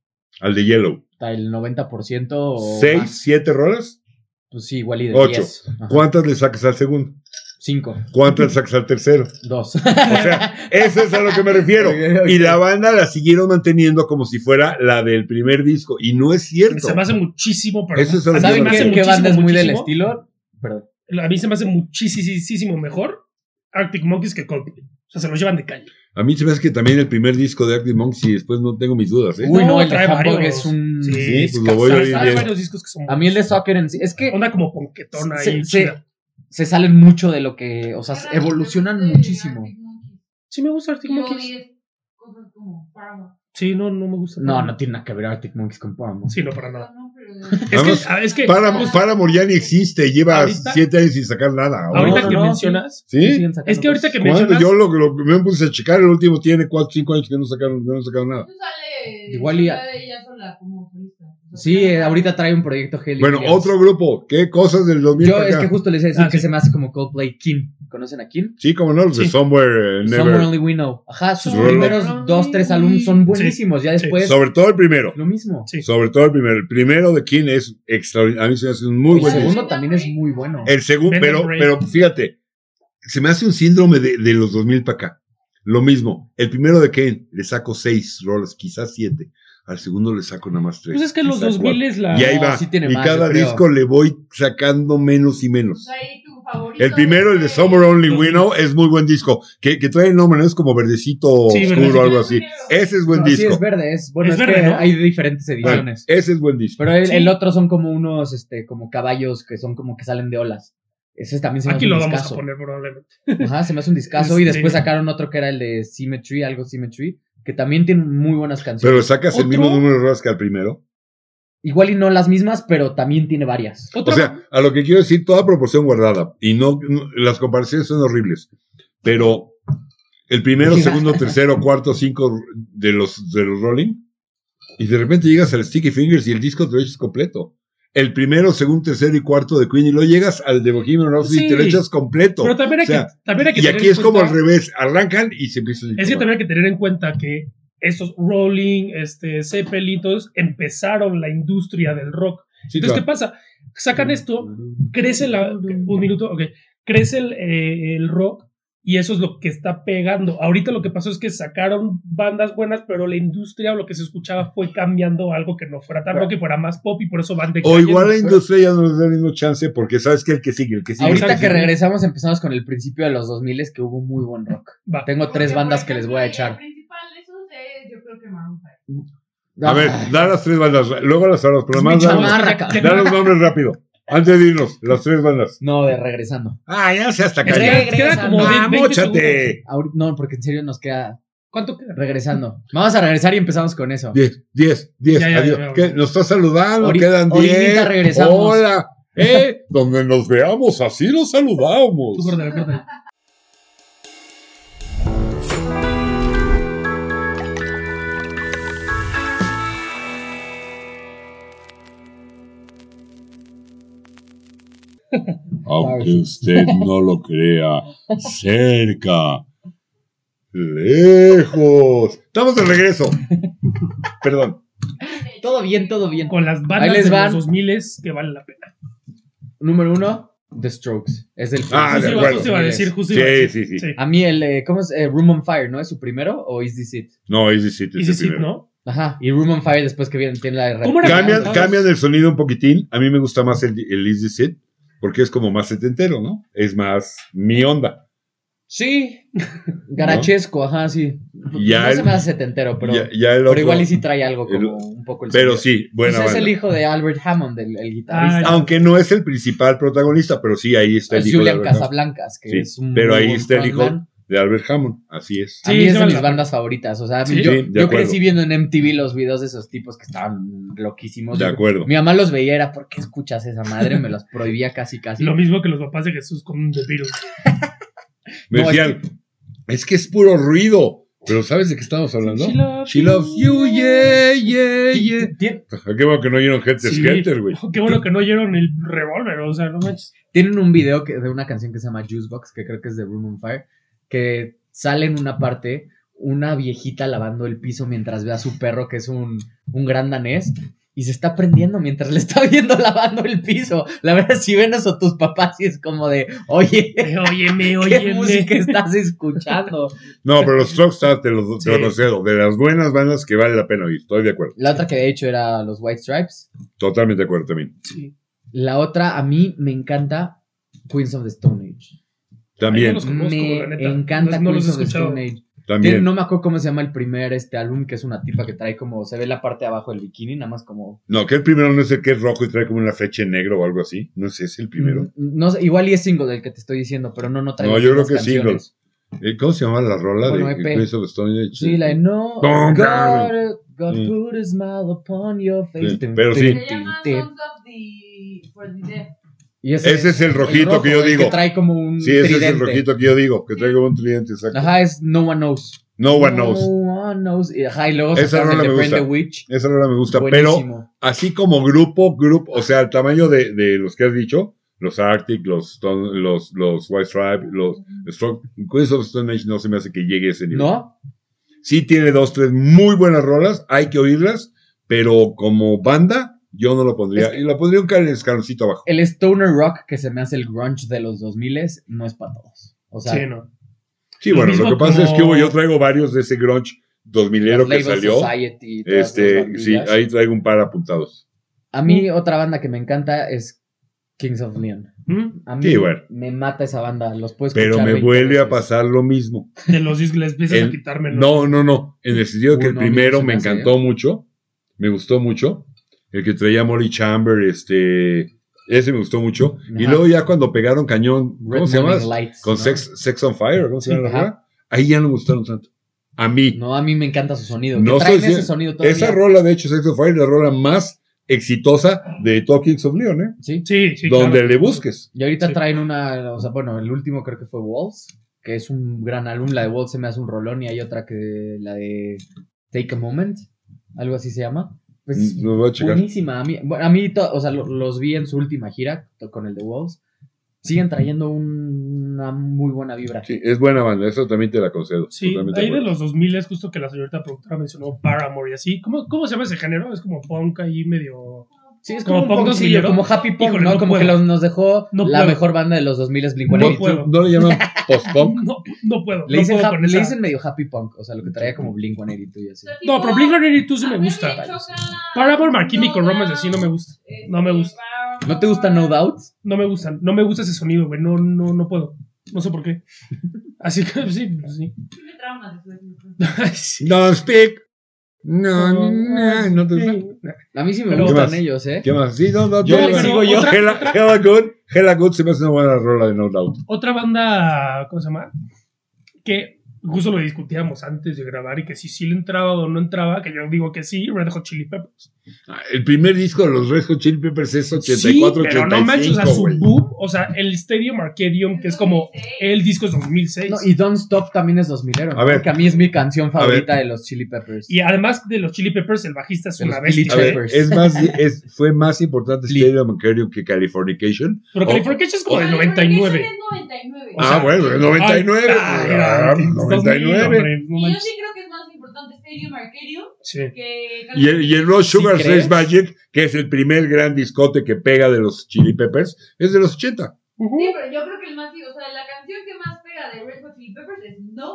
Speaker 1: Al de Yellow.
Speaker 2: hasta el 90% o
Speaker 1: ¿Seis,
Speaker 2: más.
Speaker 1: siete rolas?
Speaker 2: Pues sí, igual y de
Speaker 1: Ocho.
Speaker 2: 10. Ajá.
Speaker 1: ¿Cuántas le sacas al segundo?
Speaker 2: 5,
Speaker 1: ¿Cuántas le sacas al tercero?
Speaker 2: 2.
Speaker 1: O sea, eso es a lo que me refiero.
Speaker 2: Ok, ok.
Speaker 1: Y la banda la siguieron manteniendo como si fuera la del primer disco. Y no es cierto.
Speaker 3: Se me hace muchísimo, pero
Speaker 1: Eso es a lo que
Speaker 3: a mí
Speaker 2: ¿Saben
Speaker 1: me
Speaker 3: me hace
Speaker 2: qué, qué
Speaker 3: muchísimo,
Speaker 2: banda es muy del
Speaker 3: muchísimo.
Speaker 2: estilo? Perdón.
Speaker 3: A mí se me hace muchísimo mejor Arctic Monkeys que Coldplay. O sea, se los llevan de calle.
Speaker 1: A mí se me hace que también el primer disco de Arctic Monks y después no tengo mis dudas. ¿eh?
Speaker 2: Uy, no,
Speaker 3: No,
Speaker 2: el de
Speaker 3: trae
Speaker 2: Hamburg
Speaker 3: varios.
Speaker 2: es un.
Speaker 3: Sí,
Speaker 1: pues lo
Speaker 2: discazo.
Speaker 1: voy
Speaker 3: Hay
Speaker 1: Oye, bien.
Speaker 3: varios discos que son
Speaker 2: A mí el de Soccer en sí. Es que
Speaker 3: onda como ponquetona
Speaker 2: Se-
Speaker 3: ahí.
Speaker 2: se-
Speaker 3: chida.
Speaker 2: se salen mucho de lo que. O sea, se- evolucionan muchísimo.
Speaker 3: Sí me gusta Arctic
Speaker 4: Como
Speaker 3: Monkeys.
Speaker 4: 10 cosas como Paramount.
Speaker 3: Sí, no, no me gusta.
Speaker 2: No, no tiene nada que ver Arctic Monkeys con Paramount.
Speaker 3: Sí, no, para nada.
Speaker 4: No, pero-
Speaker 3: Es
Speaker 1: Vamos,
Speaker 3: que, ah, es que
Speaker 1: Paramore Paramore ya ni existe. Lleva
Speaker 3: Ahorita-
Speaker 1: siete años sin sacar nada.
Speaker 3: ahorita
Speaker 2: No,
Speaker 3: que
Speaker 2: no, no,
Speaker 3: mencionas,
Speaker 1: ¿Sí?
Speaker 2: Sí, siguen sacando
Speaker 3: es que ahorita
Speaker 2: cosas.
Speaker 3: que
Speaker 1: Cuando
Speaker 3: mencionas,
Speaker 1: yo lo, lo- me puse a checar, el último tiene 4 5 años que no sacaron, que no sacaron nada.
Speaker 4: Tú sale-
Speaker 2: Igual y a-
Speaker 4: sale ella sola como solista.
Speaker 2: Sí, eh, ahorita trae un proyecto Hayley
Speaker 1: Bueno,
Speaker 2: Williams.
Speaker 1: otro grupo. ¿Qué cosas del 2000
Speaker 2: Yo
Speaker 1: para
Speaker 2: es
Speaker 1: acá?
Speaker 2: que justo les iba a decir
Speaker 3: Ah,
Speaker 2: que
Speaker 3: sí.
Speaker 2: se me hace como Coldplay Kim. ¿Conocen a Kim?
Speaker 1: Sí, como no, los de
Speaker 3: Sí.
Speaker 1: Somewhere eh,
Speaker 2: Somewhere
Speaker 1: Never.
Speaker 2: Only We Know. Ajá, sus
Speaker 1: Solo-
Speaker 2: primeros dos, tres álbumes son buenísimos. Ya
Speaker 3: Sí.
Speaker 2: después,
Speaker 1: Sobre todo el primero.
Speaker 2: lo mismo.
Speaker 3: Sí.
Speaker 1: Sobre todo el primero. El primero de King es extraordinario. A mí se me hace un muy
Speaker 2: El
Speaker 1: buen disco.
Speaker 2: segundo también es muy bueno.
Speaker 1: El segundo,
Speaker 3: Men
Speaker 1: pero,
Speaker 3: and Brain.
Speaker 1: pero fíjate, se me hace un síndrome de, de los 2000 para acá. Lo mismo. El primero de King le saco 6 roles, quizás 7. Al segundo le saco nada más 3.
Speaker 3: pues es que los 2000 es la.
Speaker 1: Y ahí
Speaker 2: No,
Speaker 1: va.
Speaker 2: Ah, sí tiene
Speaker 1: y
Speaker 2: más,
Speaker 1: cada
Speaker 2: yo creo.
Speaker 1: disco le voy sacando menos y menos.
Speaker 4: Pues ahí tu favorito
Speaker 1: El primero, el de
Speaker 4: fue-
Speaker 1: Summer Only
Speaker 3: Los
Speaker 1: We Know, es muy buen disco. Que, que trae el nombre, ¿no? Es como verdecito
Speaker 3: Sí,
Speaker 1: oscuro
Speaker 3: verdecito.
Speaker 1: o algo así. Ese es buen
Speaker 2: No, sí,
Speaker 1: disco.
Speaker 2: es verde. Es, bueno,
Speaker 3: Es
Speaker 2: es
Speaker 3: verde,
Speaker 2: que
Speaker 3: ¿no?
Speaker 2: hay diferentes
Speaker 1: Bueno,
Speaker 2: ediciones.
Speaker 1: ese es buen disco.
Speaker 2: Pero el,
Speaker 3: Sí.
Speaker 2: el otro son como unos, este, como caballos que son como que salen de olas. Ese también se me
Speaker 3: Aquí
Speaker 2: hace
Speaker 3: lo
Speaker 2: un
Speaker 3: vamos
Speaker 2: discazo.
Speaker 3: a poner probablemente.
Speaker 2: Ajá, se me hace un discazo. Y
Speaker 3: Este-
Speaker 2: después sacaron otro que era el de Symmetry, algo Symmetry, que también tiene muy buenas canciones.
Speaker 1: Pero sacas el
Speaker 3: ¿Otro?
Speaker 1: mismo número de rolas que al primero.
Speaker 2: Igual y no las mismas, pero también tiene varias.
Speaker 1: O
Speaker 3: Otra,
Speaker 1: sea, a lo que quiero decir, toda proporción guardada. Y no, no- las comparaciones son horribles. Pero el primero,
Speaker 2: Mira.
Speaker 1: segundo, tercero, cuarto, cinco de los, de los Rolling. Y de repente llegas al Sticky Fingers y el disco te lo echas completo. El primero, segundo, tercero y cuarto de Queen. Y luego llegas al de Bohemian Rhapsody y te lo
Speaker 3: Sí.
Speaker 1: echas completo.
Speaker 3: pero también hay,
Speaker 1: o sea,
Speaker 3: que, también hay que
Speaker 1: Y
Speaker 3: tener
Speaker 1: aquí
Speaker 3: en
Speaker 1: es como
Speaker 3: cuenta-
Speaker 1: al revés, arrancan y se empieza el
Speaker 3: Es que
Speaker 1: programa.
Speaker 3: también hay que tener en cuenta que estos Rolling, este, Zeppelin, todos empezaron la industria del rock.
Speaker 1: Sí,
Speaker 3: Entonces, ¿qué
Speaker 1: claro.
Speaker 3: pasa? Sacan esto, crece la. Un minuto, ok. Crece el, eh, el rock y eso es lo que está pegando. Ahorita lo que pasó es que sacaron bandas buenas, pero la industria o lo que se escuchaba fue cambiando a algo que no fuera tan rock y fuera más pop y por eso van de
Speaker 1: O igual la industria ya no les da el mismo chance porque sabes que el que sigue, el que sigue.
Speaker 2: Ahorita
Speaker 1: el
Speaker 2: que
Speaker 1: sigue.
Speaker 2: regresamos empezamos con el principio de los 2000 que hubo muy buen rock.
Speaker 3: Va.
Speaker 2: Tengo
Speaker 4: Porque,
Speaker 2: tres
Speaker 4: por
Speaker 2: bandas que les voy a
Speaker 4: ejemplo, El
Speaker 2: echar.
Speaker 4: principal de esos es, yo creo que Maroon five.
Speaker 1: A ver, da las tres bandas, luego las hablas, pero
Speaker 3: Es
Speaker 1: más
Speaker 3: mi
Speaker 1: da,
Speaker 2: chamarra,
Speaker 1: los-
Speaker 2: chamarraca.
Speaker 3: chaval.
Speaker 1: da los nombres rápido. Antes de irnos, las tres bandas.
Speaker 2: No, de regresando.
Speaker 1: Ah, ya se hasta
Speaker 3: Es que
Speaker 1: cayó.
Speaker 3: queda
Speaker 2: Regresando.
Speaker 3: como de-
Speaker 1: Ah,
Speaker 3: 20 segundos.
Speaker 1: móchate.
Speaker 2: Ahori- no, porque en serio nos queda
Speaker 3: ¿Cuánto queda?
Speaker 2: regresando. Vamos a regresar y empezamos con eso.
Speaker 1: Diez, diez, diez.
Speaker 3: Ya, ya,
Speaker 1: adiós.
Speaker 3: ya, ya.
Speaker 1: ¿Qué? Nos está saludando,
Speaker 2: Ori-
Speaker 1: quedan diez.
Speaker 2: Orinita, regresamos.
Speaker 1: Hola. Eh, donde nos veamos, así nos saludamos.
Speaker 3: Tú, córtale, córtale.
Speaker 1: Aunque usted no lo crea, cerca, lejos. Estamos de regreso. Perdón.
Speaker 2: Todo bien, todo bien.
Speaker 3: Con las
Speaker 2: Ahí
Speaker 3: bandas
Speaker 2: les
Speaker 3: de
Speaker 2: van.
Speaker 3: los 2000 que valen la pena.
Speaker 2: Número uno, The Strokes. Es el
Speaker 1: Ah,
Speaker 3: Justo
Speaker 1: de
Speaker 3: iba-
Speaker 1: acuerdo.
Speaker 3: justo iba a decir, justo iba a
Speaker 1: Sí,
Speaker 3: decir.
Speaker 1: sí, sí.
Speaker 3: Sí.
Speaker 2: A mí el, eh, ¿cómo es? Eh, Room on Fire, ¿no? ¿Es su primero o Is This It?
Speaker 1: No, Easy Seat
Speaker 3: Y
Speaker 1: es
Speaker 3: sí,
Speaker 1: el
Speaker 3: sí,
Speaker 1: primero.
Speaker 3: ¿no?
Speaker 2: Ajá, y Room on Fire después que viene, tiene la de...
Speaker 3: ¿Cómo era?
Speaker 1: Cambian,
Speaker 3: Todos.
Speaker 1: cambian el sonido un poquitín. A mí me gusta más el, el Easy Seat porque es como más setentero, ¿no? Es más mi onda.
Speaker 2: Sí. Garachesco, ajá, sí.
Speaker 1: Ya
Speaker 2: no
Speaker 1: el-
Speaker 2: se me hace setentero, pero,
Speaker 1: Ya- ya el
Speaker 2: pero
Speaker 1: otro-
Speaker 2: igual y sí trae algo
Speaker 1: el-
Speaker 2: como un poco el
Speaker 1: Pero
Speaker 2: sonido.
Speaker 1: sí,
Speaker 2: Pues
Speaker 1: bueno.
Speaker 2: es el hijo de Albert Hammond, el, el guitarrista.
Speaker 3: Ah,
Speaker 1: Aunque no es el principal protagonista, pero sí, ahí está el
Speaker 2: es
Speaker 1: hijo de
Speaker 2: Julian
Speaker 1: Albert, Hammond,
Speaker 2: Casablancas, que
Speaker 1: Sí,
Speaker 2: es un
Speaker 1: pero
Speaker 2: muy
Speaker 1: ahí
Speaker 2: buen
Speaker 1: está el hijo.
Speaker 2: frontman.
Speaker 1: de Albert Hammond. Así es.
Speaker 2: A
Speaker 3: Sí,
Speaker 2: mí es
Speaker 3: se
Speaker 2: de
Speaker 3: vale
Speaker 2: mis
Speaker 3: la
Speaker 2: bandas favoritas. O sea,
Speaker 3: Sí.
Speaker 1: Sí,
Speaker 2: yo,
Speaker 1: de
Speaker 2: yo crecí
Speaker 1: acuerdo.
Speaker 2: viendo en MTV los videos de esos tipos que estaban loquísimos.
Speaker 1: De acuerdo.
Speaker 2: Mi mamá los veía, era, ¿por qué escuchas esa madre? Me los prohibía casi, casi.
Speaker 3: Lo mismo que los papás de Jesús con The Beatles.
Speaker 1: Me
Speaker 2: No,
Speaker 1: decían, es que es puro ruido. Pero ¿sabes de qué estamos hablando?
Speaker 3: She loves
Speaker 1: She loves you, yeah, yeah, yeah.
Speaker 2: Tien-
Speaker 1: Ajá, Qué bueno que no oyeron Head
Speaker 3: Sí. Oh,
Speaker 1: Skater, güey.
Speaker 3: Qué bueno que no oyeron el revólver, o sea, no manches.
Speaker 2: Tienen un video que- de una canción que se llama Juicebox, que creo que es de Room on Fire, que sale en una parte una viejita lavando el piso mientras ve a su perro, que es un, un gran danés, y se está prendiendo mientras le está viendo lavando el piso. La verdad, si ven eso tus papás, y es como de, oye,
Speaker 3: Eh, Óyeme,
Speaker 2: ¿qué
Speaker 3: óyeme.
Speaker 2: música estás escuchando?
Speaker 1: No, pero los Strokes ah, te los te
Speaker 3: Sí.
Speaker 1: los concedo. De las buenas bandas que vale la pena oír. Estoy de acuerdo.
Speaker 2: La otra que había hecho era Los White Stripes.
Speaker 1: Totalmente de acuerdo también.
Speaker 3: Sí.
Speaker 2: La otra, a mí me encanta Queens of the Stone Age.
Speaker 3: Ahí no
Speaker 1: También,
Speaker 3: los conozco,
Speaker 2: me
Speaker 3: la neta.
Speaker 2: encanta
Speaker 3: No- no los
Speaker 2: Queens
Speaker 3: he
Speaker 2: of the
Speaker 3: escuchado.
Speaker 2: Stone Age. Tiene-
Speaker 1: también.
Speaker 2: no me acuerdo cómo se llama el primer este álbum, que es una tipa que trae como, se ve la parte de abajo del bikini, nada más como...
Speaker 1: No, que el primero no es el que es rojo y trae como una flecha en negro o algo así. No sé, es el primero.
Speaker 2: Mm, No, sé, igual y es single del que te estoy diciendo, pero no, no trae
Speaker 1: No,
Speaker 2: las
Speaker 1: yo creo que
Speaker 2: otras
Speaker 1: es single.
Speaker 2: canciones.
Speaker 1: Eh, ¿Cómo se llama la rola
Speaker 2: Bueno,
Speaker 1: de
Speaker 2: EP.
Speaker 1: Queens of the Stone Age?
Speaker 2: Sí, la de no...
Speaker 1: Don't
Speaker 2: God, God
Speaker 1: Sí.
Speaker 2: put a smile upon your face.
Speaker 1: Sí,
Speaker 2: Tin,
Speaker 1: pero
Speaker 2: tin,
Speaker 1: sí.
Speaker 2: tin,
Speaker 4: Se llama
Speaker 2: tin.
Speaker 4: Sons of the... For the Dead.
Speaker 2: Y
Speaker 1: Ese es el rojito
Speaker 2: rojo,
Speaker 1: que yo
Speaker 2: el
Speaker 1: digo.
Speaker 2: Que trae como un
Speaker 1: Sí, ese es el
Speaker 2: tridente.
Speaker 1: rojito que yo digo, que trae como un tridente, exacto.
Speaker 2: Ajá, es No One Knows.
Speaker 1: No One Knows.
Speaker 2: No One Knows. Y, ajá, y luego
Speaker 1: Esa
Speaker 2: sacaron
Speaker 1: rola
Speaker 2: el de
Speaker 1: me
Speaker 2: Brand
Speaker 1: gusta.
Speaker 2: the Witch.
Speaker 1: Esa rola me gusta, pero
Speaker 2: Buenísimo.
Speaker 1: así como grupo, grupo, o sea, el tamaño de, de los que has dicho, los Arctic, los, Stone- los, los White Stripe, los Strong, Queens of Stone Age no se me hace que llegue a ese nivel.
Speaker 2: ¿No?
Speaker 1: Sí tiene dos, tres muy buenas rolas, hay que oírlas, pero como banda, yo no lo pondría.
Speaker 2: Es que-
Speaker 1: Y lo pondría un cal- escaloncito abajo.
Speaker 2: El stoner rock que se me hace el grunge de los 2000 no es para todos. O sea,
Speaker 3: Sí, no.
Speaker 1: Sí,
Speaker 3: Lo
Speaker 1: bueno, lo
Speaker 3: mismo
Speaker 1: que pasa es que
Speaker 3: como-
Speaker 1: hubo- yo traigo varios de ese grunge 2000ero que
Speaker 2: Label
Speaker 1: salió.
Speaker 2: Society, todas esas
Speaker 1: Este,
Speaker 2: bandas.
Speaker 1: sí, ahí traigo un par apuntados.
Speaker 2: A mí otra banda que me encanta es Kings of Leon.
Speaker 3: ¿Mm?
Speaker 2: A mí
Speaker 1: Sí, bueno.
Speaker 2: me mata esa banda, los puedes
Speaker 1: Pero me vuelve a pasar lo mismo.
Speaker 3: De los Isles, empiezas
Speaker 1: El-
Speaker 3: a quitármelo.
Speaker 1: No, no, no. En el sentido de que
Speaker 2: Uy,
Speaker 1: el
Speaker 2: no, a mí
Speaker 1: primero
Speaker 2: no se me
Speaker 1: me
Speaker 2: hace,
Speaker 1: encantó mucho. Me gustó mucho. El que traía Molly Chamber, este. Ese me gustó mucho. Y
Speaker 2: Ajá.
Speaker 1: luego ya cuando pegaron cañón, ¿cómo se llama?
Speaker 2: Lights,
Speaker 1: Con
Speaker 2: ¿no?
Speaker 1: sex, sex on Fire, ¿cómo se
Speaker 2: Sí,
Speaker 1: llama la
Speaker 2: ajá.
Speaker 1: rola? Ahí ya no me gustaron tanto. A mí.
Speaker 2: No, a mí me encanta su sonido. que
Speaker 1: No estoy
Speaker 2: traen ese
Speaker 1: diciendo-
Speaker 2: sonido todavía.
Speaker 1: Esa rola, de hecho, Sex on Fire, es la rola más exitosa de Talkings of Leon, ¿eh?
Speaker 2: Sí.
Speaker 3: Sí, sí.
Speaker 1: Donde
Speaker 3: claro.
Speaker 1: le busques.
Speaker 2: Y ahorita
Speaker 3: Sí.
Speaker 2: traen una, o sea, bueno, el último creo que fue Walls, que es un gran álbum. La de Walls se me hace un rolón y hay otra que la de Take a Moment, algo así se llama. Pues,
Speaker 1: Mm, Lo voy a checar.
Speaker 2: Buenísima. A mí, bueno, a mí to- o sea, lo- los vi en su última gira to- con el The Wolves. Siguen trayendo un- una muy buena vibra.
Speaker 1: Sí, es buena banda, eso también te la concedo.
Speaker 3: Sí,
Speaker 1: totalmente
Speaker 3: ahí de
Speaker 1: acuerdo.
Speaker 3: los 2000 es justo que la señorita productora mencionó Paramore y así. ¿Cómo, ¿Cómo se llama ese género? Es como punk ahí medio.
Speaker 2: Sí, es
Speaker 3: Como
Speaker 2: como,
Speaker 3: punk
Speaker 2: un poquillo,
Speaker 3: rockillero.
Speaker 2: como Happy Punk,
Speaker 3: Híjole,
Speaker 2: ¿no?
Speaker 3: no
Speaker 2: como que
Speaker 3: puedo.
Speaker 2: los- nos dejó
Speaker 3: No
Speaker 2: la
Speaker 3: puedo.
Speaker 2: mejor banda de los 2000 es
Speaker 1: No,
Speaker 2: Blink-182.
Speaker 3: puedo.
Speaker 1: ¿tú- ¿No le llaman post-punk?
Speaker 3: No, no puedo.
Speaker 2: Le,
Speaker 3: no
Speaker 2: dicen
Speaker 3: puedo
Speaker 2: hap-
Speaker 3: con
Speaker 2: le
Speaker 3: esa.
Speaker 2: dicen medio Happy Punk, o sea, lo que traía como Blink-182 y
Speaker 4: O
Speaker 2: así.
Speaker 4: sea, tipo,
Speaker 3: No, pero Blink 182 sí
Speaker 4: a
Speaker 3: me
Speaker 4: mí
Speaker 3: gusta.
Speaker 4: choca
Speaker 3: Paramore, My
Speaker 4: No
Speaker 3: Chemical Romance,
Speaker 4: Doubt,
Speaker 3: así no me gusta.
Speaker 4: este,
Speaker 3: no me gusta.
Speaker 4: Paramore.
Speaker 2: ¿No te gusta No Doubt?
Speaker 3: No me gustan. No me gusta ese sonido, güey. No, no, no puedo. No sé por qué. Así que sí, pues sí.
Speaker 4: Tiene traumas de su-
Speaker 3: Ay, sí.
Speaker 1: Don't speak. No, no, no, no te gusta.
Speaker 2: A mí sí me
Speaker 3: Pero-
Speaker 2: gustan
Speaker 1: ¿Qué más?
Speaker 2: ellos, ¿eh?
Speaker 1: ¿Qué más? Sí, no, no,
Speaker 2: Yo
Speaker 1: no,
Speaker 2: le
Speaker 1: no.
Speaker 2: sigo yo.
Speaker 3: Otra-
Speaker 1: Hella, Hella Good. Hella Good se me hace una buena rola de No Doubt.
Speaker 3: Otra banda, ¿cómo se llama? Que justo lo discutíamos antes de grabar y que si sí le entraba o no entraba, que yo digo que sí, Red Hot Chili Peppers.
Speaker 1: Ah, El primer disco de los Red Hot Chili Peppers es
Speaker 3: sí,
Speaker 1: 84,
Speaker 3: pero no manches, a
Speaker 1: 85,
Speaker 3: su
Speaker 1: güey.
Speaker 3: boom o sea, el Stadium Arcadium, que es como el disco es 2006.
Speaker 2: No, y Don't Stop también es 2000
Speaker 1: A ver.
Speaker 2: Porque a mí es mi canción
Speaker 1: ver.
Speaker 2: favorita de los Chili Peppers.
Speaker 3: y, además de los Chili Peppers, el bajista es
Speaker 2: De los
Speaker 3: una bestia.
Speaker 1: A
Speaker 2: Chili
Speaker 3: ¿eh?
Speaker 1: ver,
Speaker 2: Peppers.
Speaker 1: es más, es- fue más importante
Speaker 2: Li-
Speaker 1: Stadium Arcadium que Californication.
Speaker 3: Pero
Speaker 1: Oh.
Speaker 3: Californication es como del
Speaker 4: Californication
Speaker 3: 99.
Speaker 4: es 99.
Speaker 3: O sea,
Speaker 1: ah, bueno, el 99.
Speaker 3: Ay,
Speaker 1: Ah,
Speaker 3: ay,
Speaker 1: 99.
Speaker 3: 2000, hombre, no
Speaker 4: y yo
Speaker 3: manches.
Speaker 4: sí creo que es más importante Stadium Arcadium
Speaker 3: Sí.
Speaker 4: que
Speaker 1: Y el, y el Raw Sugar
Speaker 2: ¿Sí
Speaker 1: Sex
Speaker 2: crees?
Speaker 1: Magic, que es el primer gran discote que pega de los Chili Peppers, es de los 80.
Speaker 4: Sí, pero yo creo que el más, o sea, la canción que más pega de Red Hot Chili Peppers es No.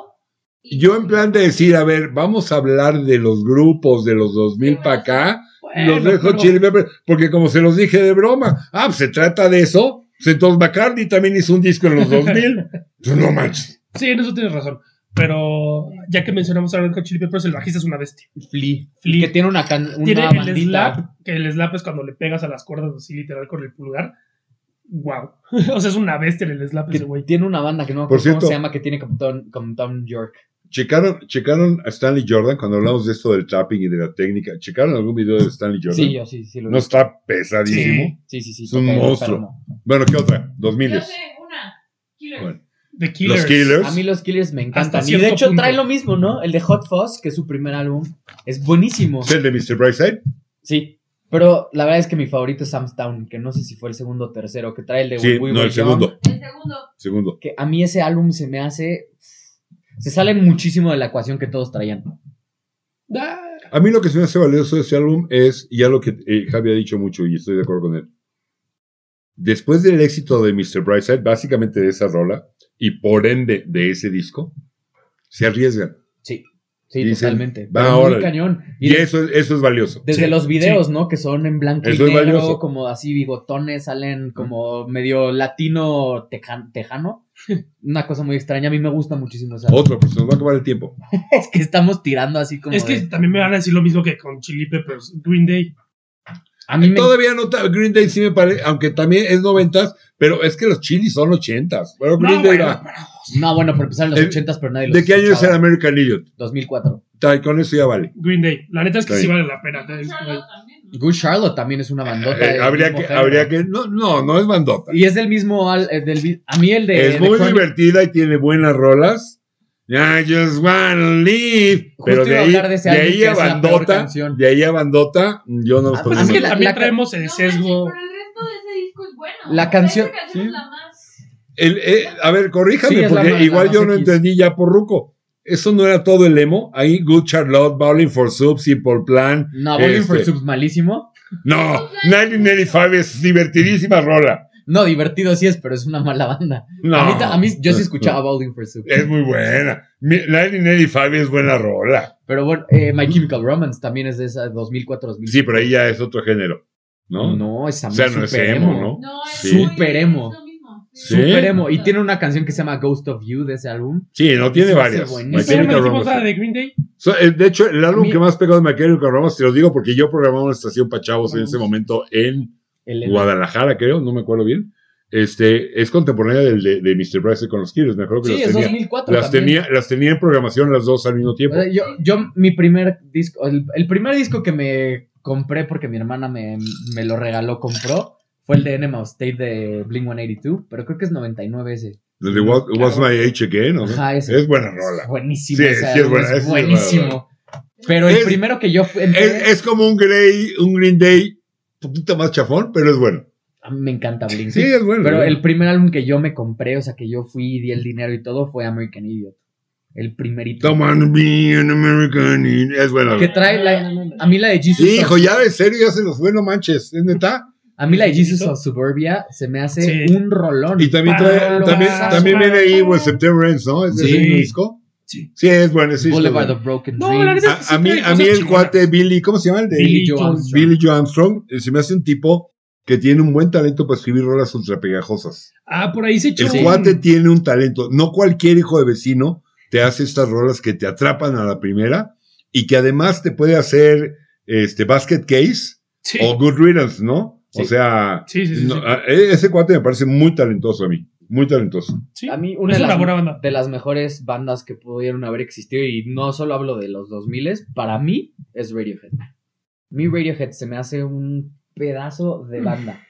Speaker 1: Y Yo en plan de decir, a ver, vamos a hablar de los grupos de los 2000 para acá,
Speaker 3: Bueno,
Speaker 1: los dejo
Speaker 3: pero-
Speaker 1: Chili Peppers, porque como se los dije de broma, ah, pues se trata de eso, pues entonces McCartney también hizo un disco en los 2000. Pues no manches.
Speaker 3: Sí, en eso tienes razón. Pero ya que mencionamos a Red Hot Chili Peppers, el bajista es una bestia.
Speaker 2: Flea.
Speaker 3: Flea.
Speaker 2: Que tiene una, can- una
Speaker 3: Tiene el
Speaker 2: bandita.
Speaker 3: slap, que el slap es cuando le pegas a las cuerdas así literal con el pulgar. Wow. o sea, es una bestia el slap
Speaker 2: que
Speaker 3: ese güey.
Speaker 2: tiene una banda que no me
Speaker 1: Por
Speaker 2: acuerdo cómo
Speaker 1: cierto.
Speaker 2: se llama que tiene como Tom, como Tom York.
Speaker 1: ¿Checaron, checaron a Stanley Jordan cuando hablamos de esto del tapping y de la técnica. ¿Checaron algún video de Stanley Jordan?
Speaker 2: Sí, yo sí, sí lo
Speaker 1: No
Speaker 2: vi.
Speaker 1: está pesadísimo.
Speaker 3: Sí.
Speaker 2: Sí, sí, sí.
Speaker 1: es un
Speaker 2: toca el
Speaker 1: monstruo.
Speaker 2: enfermo.
Speaker 1: Bueno, ¿qué otra?
Speaker 4: Yo
Speaker 1: 2000.
Speaker 4: sé, una. Killer.
Speaker 1: Bueno.
Speaker 3: The Killers.
Speaker 1: Los Killers.
Speaker 2: A mí los Killers me encantan.
Speaker 3: Hasta
Speaker 2: Y de
Speaker 3: cierto
Speaker 2: hecho
Speaker 3: punto.
Speaker 2: trae lo mismo, ¿no? El de Hot Fuzz, que es su primer álbum. Es buenísimo.
Speaker 1: ¿Es el de Mr. Brightside?
Speaker 2: Sí. Pero la verdad es que mi favorito es Sam's Town, que no sé si fue el segundo o tercero, que trae el de
Speaker 1: Sí,
Speaker 2: When We
Speaker 1: no,
Speaker 2: Were
Speaker 1: el
Speaker 2: Young,
Speaker 1: segundo.
Speaker 4: El segundo.
Speaker 1: Segundo.
Speaker 2: Que a mí ese álbum se me hace. Se sale muchísimo de la ecuación que todos traían.
Speaker 3: Ah,
Speaker 1: A mí lo que se me hace valioso de ese álbum es, y ya lo que eh, Javi ha dicho mucho y estoy de acuerdo con él. Después del éxito de Mr. Brightside, básicamente de esa rola, y por ende de ese disco, se arriesgan.
Speaker 2: Sí,
Speaker 1: Dicen,
Speaker 2: totalmente.
Speaker 1: "Va,
Speaker 2: Pero muy
Speaker 1: órale".
Speaker 2: cañón. Y
Speaker 1: Y eso, eso es valioso.
Speaker 2: Desde
Speaker 3: Sí,
Speaker 2: los videos, ¿no? Que son en blanco
Speaker 1: Eso
Speaker 2: y
Speaker 1: es
Speaker 2: negro,
Speaker 1: valioso.
Speaker 2: como así bigotones, salen como medio latino tejan- tejano. Una cosa muy extraña, a mí me gusta muchísimo esa.
Speaker 1: Otro, pues se nos va a acabar el tiempo.
Speaker 2: Es que estamos tirando así como.
Speaker 3: es que
Speaker 2: de-
Speaker 3: también me van a decir lo mismo que con Chili Peppers. Green Day.
Speaker 2: a mí me.
Speaker 1: Todavía no, ta- Green Day sí me parece, aunque también es noventas, pero es que los chilis son ochentas. Pero Green
Speaker 3: No,
Speaker 1: Day
Speaker 3: bueno,
Speaker 1: va.
Speaker 2: No, bueno, pero empezaron en
Speaker 1: Eh,
Speaker 2: los ochentas, pero nadie los
Speaker 1: ¿De qué año es el
Speaker 2: escuchaba.
Speaker 1: American Idiot?
Speaker 2: 2004.
Speaker 1: Ta- Con eso ya vale.
Speaker 3: Green Day. La neta es que
Speaker 1: Está
Speaker 3: sí
Speaker 1: bien.
Speaker 3: vale la pena. pues
Speaker 4: Good Charlotte también, ¿no?
Speaker 2: Good Charlotte también es una bandota.
Speaker 1: Eh,
Speaker 2: del
Speaker 1: habría,
Speaker 2: mismo
Speaker 1: que,
Speaker 2: género.
Speaker 1: habría que. No, no, no es bandota.
Speaker 2: Y es del mismo. al- eh, del, vi- a mí el de.
Speaker 1: es
Speaker 2: de
Speaker 1: muy
Speaker 2: Chronic-
Speaker 1: divertida y tiene buenas rolas. I just wanna live.
Speaker 2: Justo
Speaker 1: Pero de
Speaker 2: iba a
Speaker 1: ahí,
Speaker 2: hablar de ese
Speaker 1: de
Speaker 2: álbum
Speaker 1: ahí
Speaker 2: que
Speaker 1: a
Speaker 2: es la peor
Speaker 1: bandota,
Speaker 2: canción.
Speaker 1: de ahí a bandota, yo no los pongo
Speaker 2: Ah,
Speaker 3: Pues
Speaker 2: Pues
Speaker 3: es que
Speaker 1: en-
Speaker 2: la-
Speaker 3: también
Speaker 2: la-
Speaker 3: traemos el
Speaker 4: No
Speaker 3: sesgo.
Speaker 4: manches, pero el resto de ese disco es bueno.
Speaker 2: La
Speaker 4: O sea,
Speaker 2: canción-
Speaker 4: esa canción
Speaker 1: sí.
Speaker 4: es la más.
Speaker 1: El- eh, a ver, corríjame,
Speaker 2: Sí, es la
Speaker 1: porque
Speaker 2: más- la
Speaker 1: igual
Speaker 2: más
Speaker 1: yo no
Speaker 2: X.
Speaker 1: entendí ya por Ruco. Eso no era todo el emo. Ahí Good Charlotte, Bowling for Soup, Simple Plan.
Speaker 2: No, Bowling for
Speaker 1: Este.
Speaker 2: Subs malísimo.
Speaker 1: No, 1995 es divertidísima rola.
Speaker 2: No, divertido sí es, pero es una mala banda.
Speaker 1: No. Eh.
Speaker 2: A, mí, ta- a mí yo sí escuchaba Bowling for Soup.
Speaker 1: Es muy buena. Mi- 1995 es buena rola.
Speaker 2: Pero bueno, eh, My Chemical Romance también es de esa 2004-2005.
Speaker 1: Sí, pero ahí ya es otro género, ¿no?
Speaker 2: ¿no? No, es
Speaker 1: o sea, no es emo,
Speaker 2: ¿no?
Speaker 1: ¿no
Speaker 4: No, es
Speaker 1: Sí.
Speaker 4: muy-
Speaker 2: Super emo.
Speaker 4: es lo mismo.
Speaker 1: Sí.
Speaker 2: Super emo. Y tiene una canción que se llama Ghost of You de ese álbum.
Speaker 1: Sí, no tiene
Speaker 2: Sí, sí,
Speaker 1: varias.
Speaker 2: buenísimo.
Speaker 1: My
Speaker 3: ¿Y pero
Speaker 1: Chemical
Speaker 3: no dijimos
Speaker 1: Romance.
Speaker 3: nada de Green Day?
Speaker 1: So, eh, de hecho, el álbum
Speaker 2: mí-
Speaker 1: que más pegó de My Chemical Romance, te lo digo porque yo programaba una estación para chavos en ese momento en
Speaker 2: El-
Speaker 1: Guadalajara, creo, no me acuerdo bien. Este, es contemporánea del de, de Mr. Price con los Killers, me acuerdo que
Speaker 2: Sí, es
Speaker 1: las tenía.
Speaker 2: 2004
Speaker 1: Las
Speaker 2: también.
Speaker 1: tenía, las tenía en programación las dos al mismo
Speaker 2: O
Speaker 1: tiempo.
Speaker 2: sea, yo, yo, mi primer disco, el, el primer disco que me compré porque mi hermana me, me lo regaló, compró, fue el de Enema of State de Blink 182, pero creo que es 99 ese.
Speaker 1: Desde What, What's
Speaker 3: claro.
Speaker 1: My Age Again, ¿o no?
Speaker 2: Ajá, ese.
Speaker 1: Es buena rola.
Speaker 2: Buenísimo.
Speaker 1: Sí,
Speaker 2: ese
Speaker 1: sí es
Speaker 2: álbum,
Speaker 1: buena,
Speaker 2: es
Speaker 1: ese es buena
Speaker 2: buenísimo. Pero el
Speaker 1: Es-
Speaker 2: primero que yo fui-
Speaker 1: Es,
Speaker 2: entré,
Speaker 1: es como un Grey, un Green Day, un poquito más chafón, pero es bueno.
Speaker 2: a mí Ah, me encanta Blink.
Speaker 1: Sí, es bueno.
Speaker 2: Pero
Speaker 1: ¿no?
Speaker 2: el primer álbum que yo me compré, o sea, que yo fui y di el dinero y todo, fue American Idiot. El primerito.
Speaker 1: Don't wanna be an American Indian. Es bueno.
Speaker 2: Que trae la- a mí la de Jesus.
Speaker 1: Hijo,
Speaker 2: of-
Speaker 1: ya de serio, ya se los fue, no manches. ¿Es neta?
Speaker 2: A mí la de Jesus
Speaker 3: ¿Listo?
Speaker 2: of Suburbia se me hace
Speaker 3: Sí.
Speaker 2: un rolón.
Speaker 1: Y también
Speaker 3: Ah,
Speaker 1: trae,
Speaker 2: lo
Speaker 1: también,
Speaker 2: vas a
Speaker 1: también
Speaker 3: sumar.
Speaker 1: viene ahí When September Ends, ¿no? ¿Es
Speaker 2: Sí.
Speaker 1: ese disco?
Speaker 3: Sí.
Speaker 1: Sí, es bueno. ese disco es
Speaker 2: Boulevard
Speaker 1: bueno.
Speaker 2: of Broken
Speaker 3: No,
Speaker 2: Dreams.
Speaker 3: la neta-
Speaker 1: A, a mí, a mí el cuate Billy, ¿cómo se llama? El de
Speaker 3: Billy
Speaker 2: Billy Joe
Speaker 3: Joel
Speaker 2: Armstrong.
Speaker 1: Billy Joe Armstrong. eh, Se me hace un tipo que tiene un buen talento para escribir rolas ultra pegajosas.
Speaker 3: Ah, por ahí se echó.
Speaker 1: El
Speaker 3: un-
Speaker 1: cuate tiene un talento. No cualquier hijo de vecino te hace estas rolas que te atrapan a la primera y que además te puede hacer este basket case
Speaker 3: Sí.
Speaker 1: o Good Riddance, ¿no? O
Speaker 2: Sí.
Speaker 1: sea,
Speaker 3: Sí, sí, sí,
Speaker 1: Oh. no,
Speaker 3: sí.
Speaker 1: a- e- ese cuate me parece muy talentoso a mí, muy talentoso.
Speaker 3: Sí.
Speaker 2: A mí una,
Speaker 3: es
Speaker 2: de,
Speaker 3: una
Speaker 2: las,
Speaker 3: buena banda.
Speaker 2: de las mejores bandas que pudieron haber existido, y no solo hablo de los 2000, para mí Mm. es Radiohead. Mi Radiohead se me hace un pedazo de banda.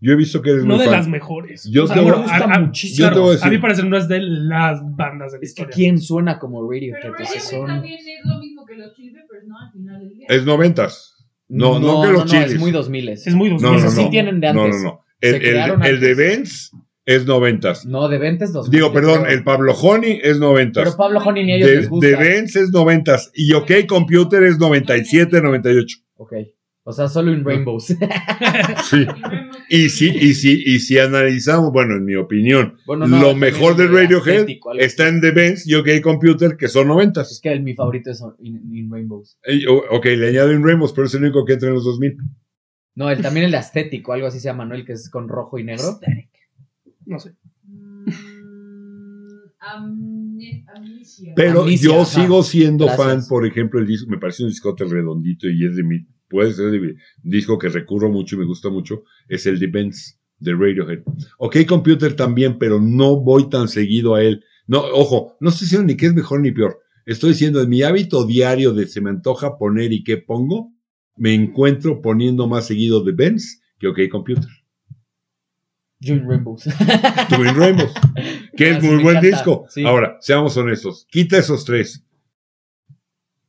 Speaker 1: Yo he visto que eres
Speaker 3: No
Speaker 1: muy
Speaker 3: de
Speaker 1: fan.
Speaker 3: las mejores.
Speaker 1: Yo
Speaker 3: Ah,
Speaker 1: te-
Speaker 3: bueno,
Speaker 1: gusta
Speaker 3: a- a-
Speaker 1: yo te voy a decir.
Speaker 3: A mí parece no es de las bandas de la
Speaker 2: Es que
Speaker 3: historia.
Speaker 2: quién suena como Radiohead,
Speaker 4: Pero
Speaker 2: o sea,
Speaker 4: Radiohead
Speaker 2: son...
Speaker 4: también es lo mismo que los Chili Peppers, ¿no? Al final del día.
Speaker 1: Es noventas. No, no que los
Speaker 2: es
Speaker 1: Chilis.
Speaker 2: muy 2000 es.
Speaker 3: Es muy
Speaker 1: No, no,
Speaker 3: 2000.
Speaker 1: no.
Speaker 2: sí tienen de
Speaker 1: No, no,
Speaker 2: antes.
Speaker 1: no. El,
Speaker 2: Se
Speaker 1: el-
Speaker 2: crearon
Speaker 1: el de
Speaker 2: antes.
Speaker 1: Benz es noventas.
Speaker 2: No, de 20 es 2000.
Speaker 1: Digo,
Speaker 2: yo
Speaker 1: perdón,
Speaker 2: creo.
Speaker 1: el Pablo Honey es
Speaker 2: Pero
Speaker 1: noventas.
Speaker 2: Pablo Honey ni a ellos
Speaker 1: De,
Speaker 2: les gusta.
Speaker 1: de Benz es noventas. Y OK Computer es 97, 98.
Speaker 2: Ok. O sea, solo en Rainbows.
Speaker 1: Sí. Y sí, y sí, y si analizamos, bueno, en mi opinión,
Speaker 2: bueno, no,
Speaker 1: Lo
Speaker 2: también
Speaker 1: mejor
Speaker 2: es
Speaker 1: del
Speaker 2: muy
Speaker 1: Radiohead
Speaker 2: ascético, algo
Speaker 1: está en The Benz y OK Computer, que son
Speaker 2: así.
Speaker 1: noventas.
Speaker 2: Es que el- mi favorito es In, In Rainbows.
Speaker 1: Y, o- Ok, le añaden Ramos, pero es el único que entra en los 2000.
Speaker 2: No, el, también el de Astético, algo así se llama, ¿no? El que es con rojo y negro.
Speaker 3: No sé.
Speaker 4: Mm, amne- amnesia.
Speaker 1: Pero
Speaker 2: Amnesia,
Speaker 1: yo
Speaker 2: ajá.
Speaker 1: sigo siendo
Speaker 2: Gracias.
Speaker 1: fan, por ejemplo, el disco, me parece un discote redondito y es de mi, puede ser de mi disco que recurro mucho y me gusta mucho, es el Depends de Radiohead. Ok, Computer también, pero no voy tan seguido a él. No, ojo, no estoy diciendo ni qué es mejor ni peor. Estoy diciendo en mi hábito diario de se me antoja poner y qué pongo, me encuentro poniendo más seguido The Benz que OK Computer.
Speaker 2: Yo In Rainbows.
Speaker 1: Twin Rainbows, que
Speaker 2: Ah,
Speaker 1: es
Speaker 2: sí,
Speaker 1: muy
Speaker 2: me
Speaker 1: buen
Speaker 2: encanta,
Speaker 1: disco.
Speaker 2: sí.
Speaker 1: Ahora, seamos honestos, quita esos tres.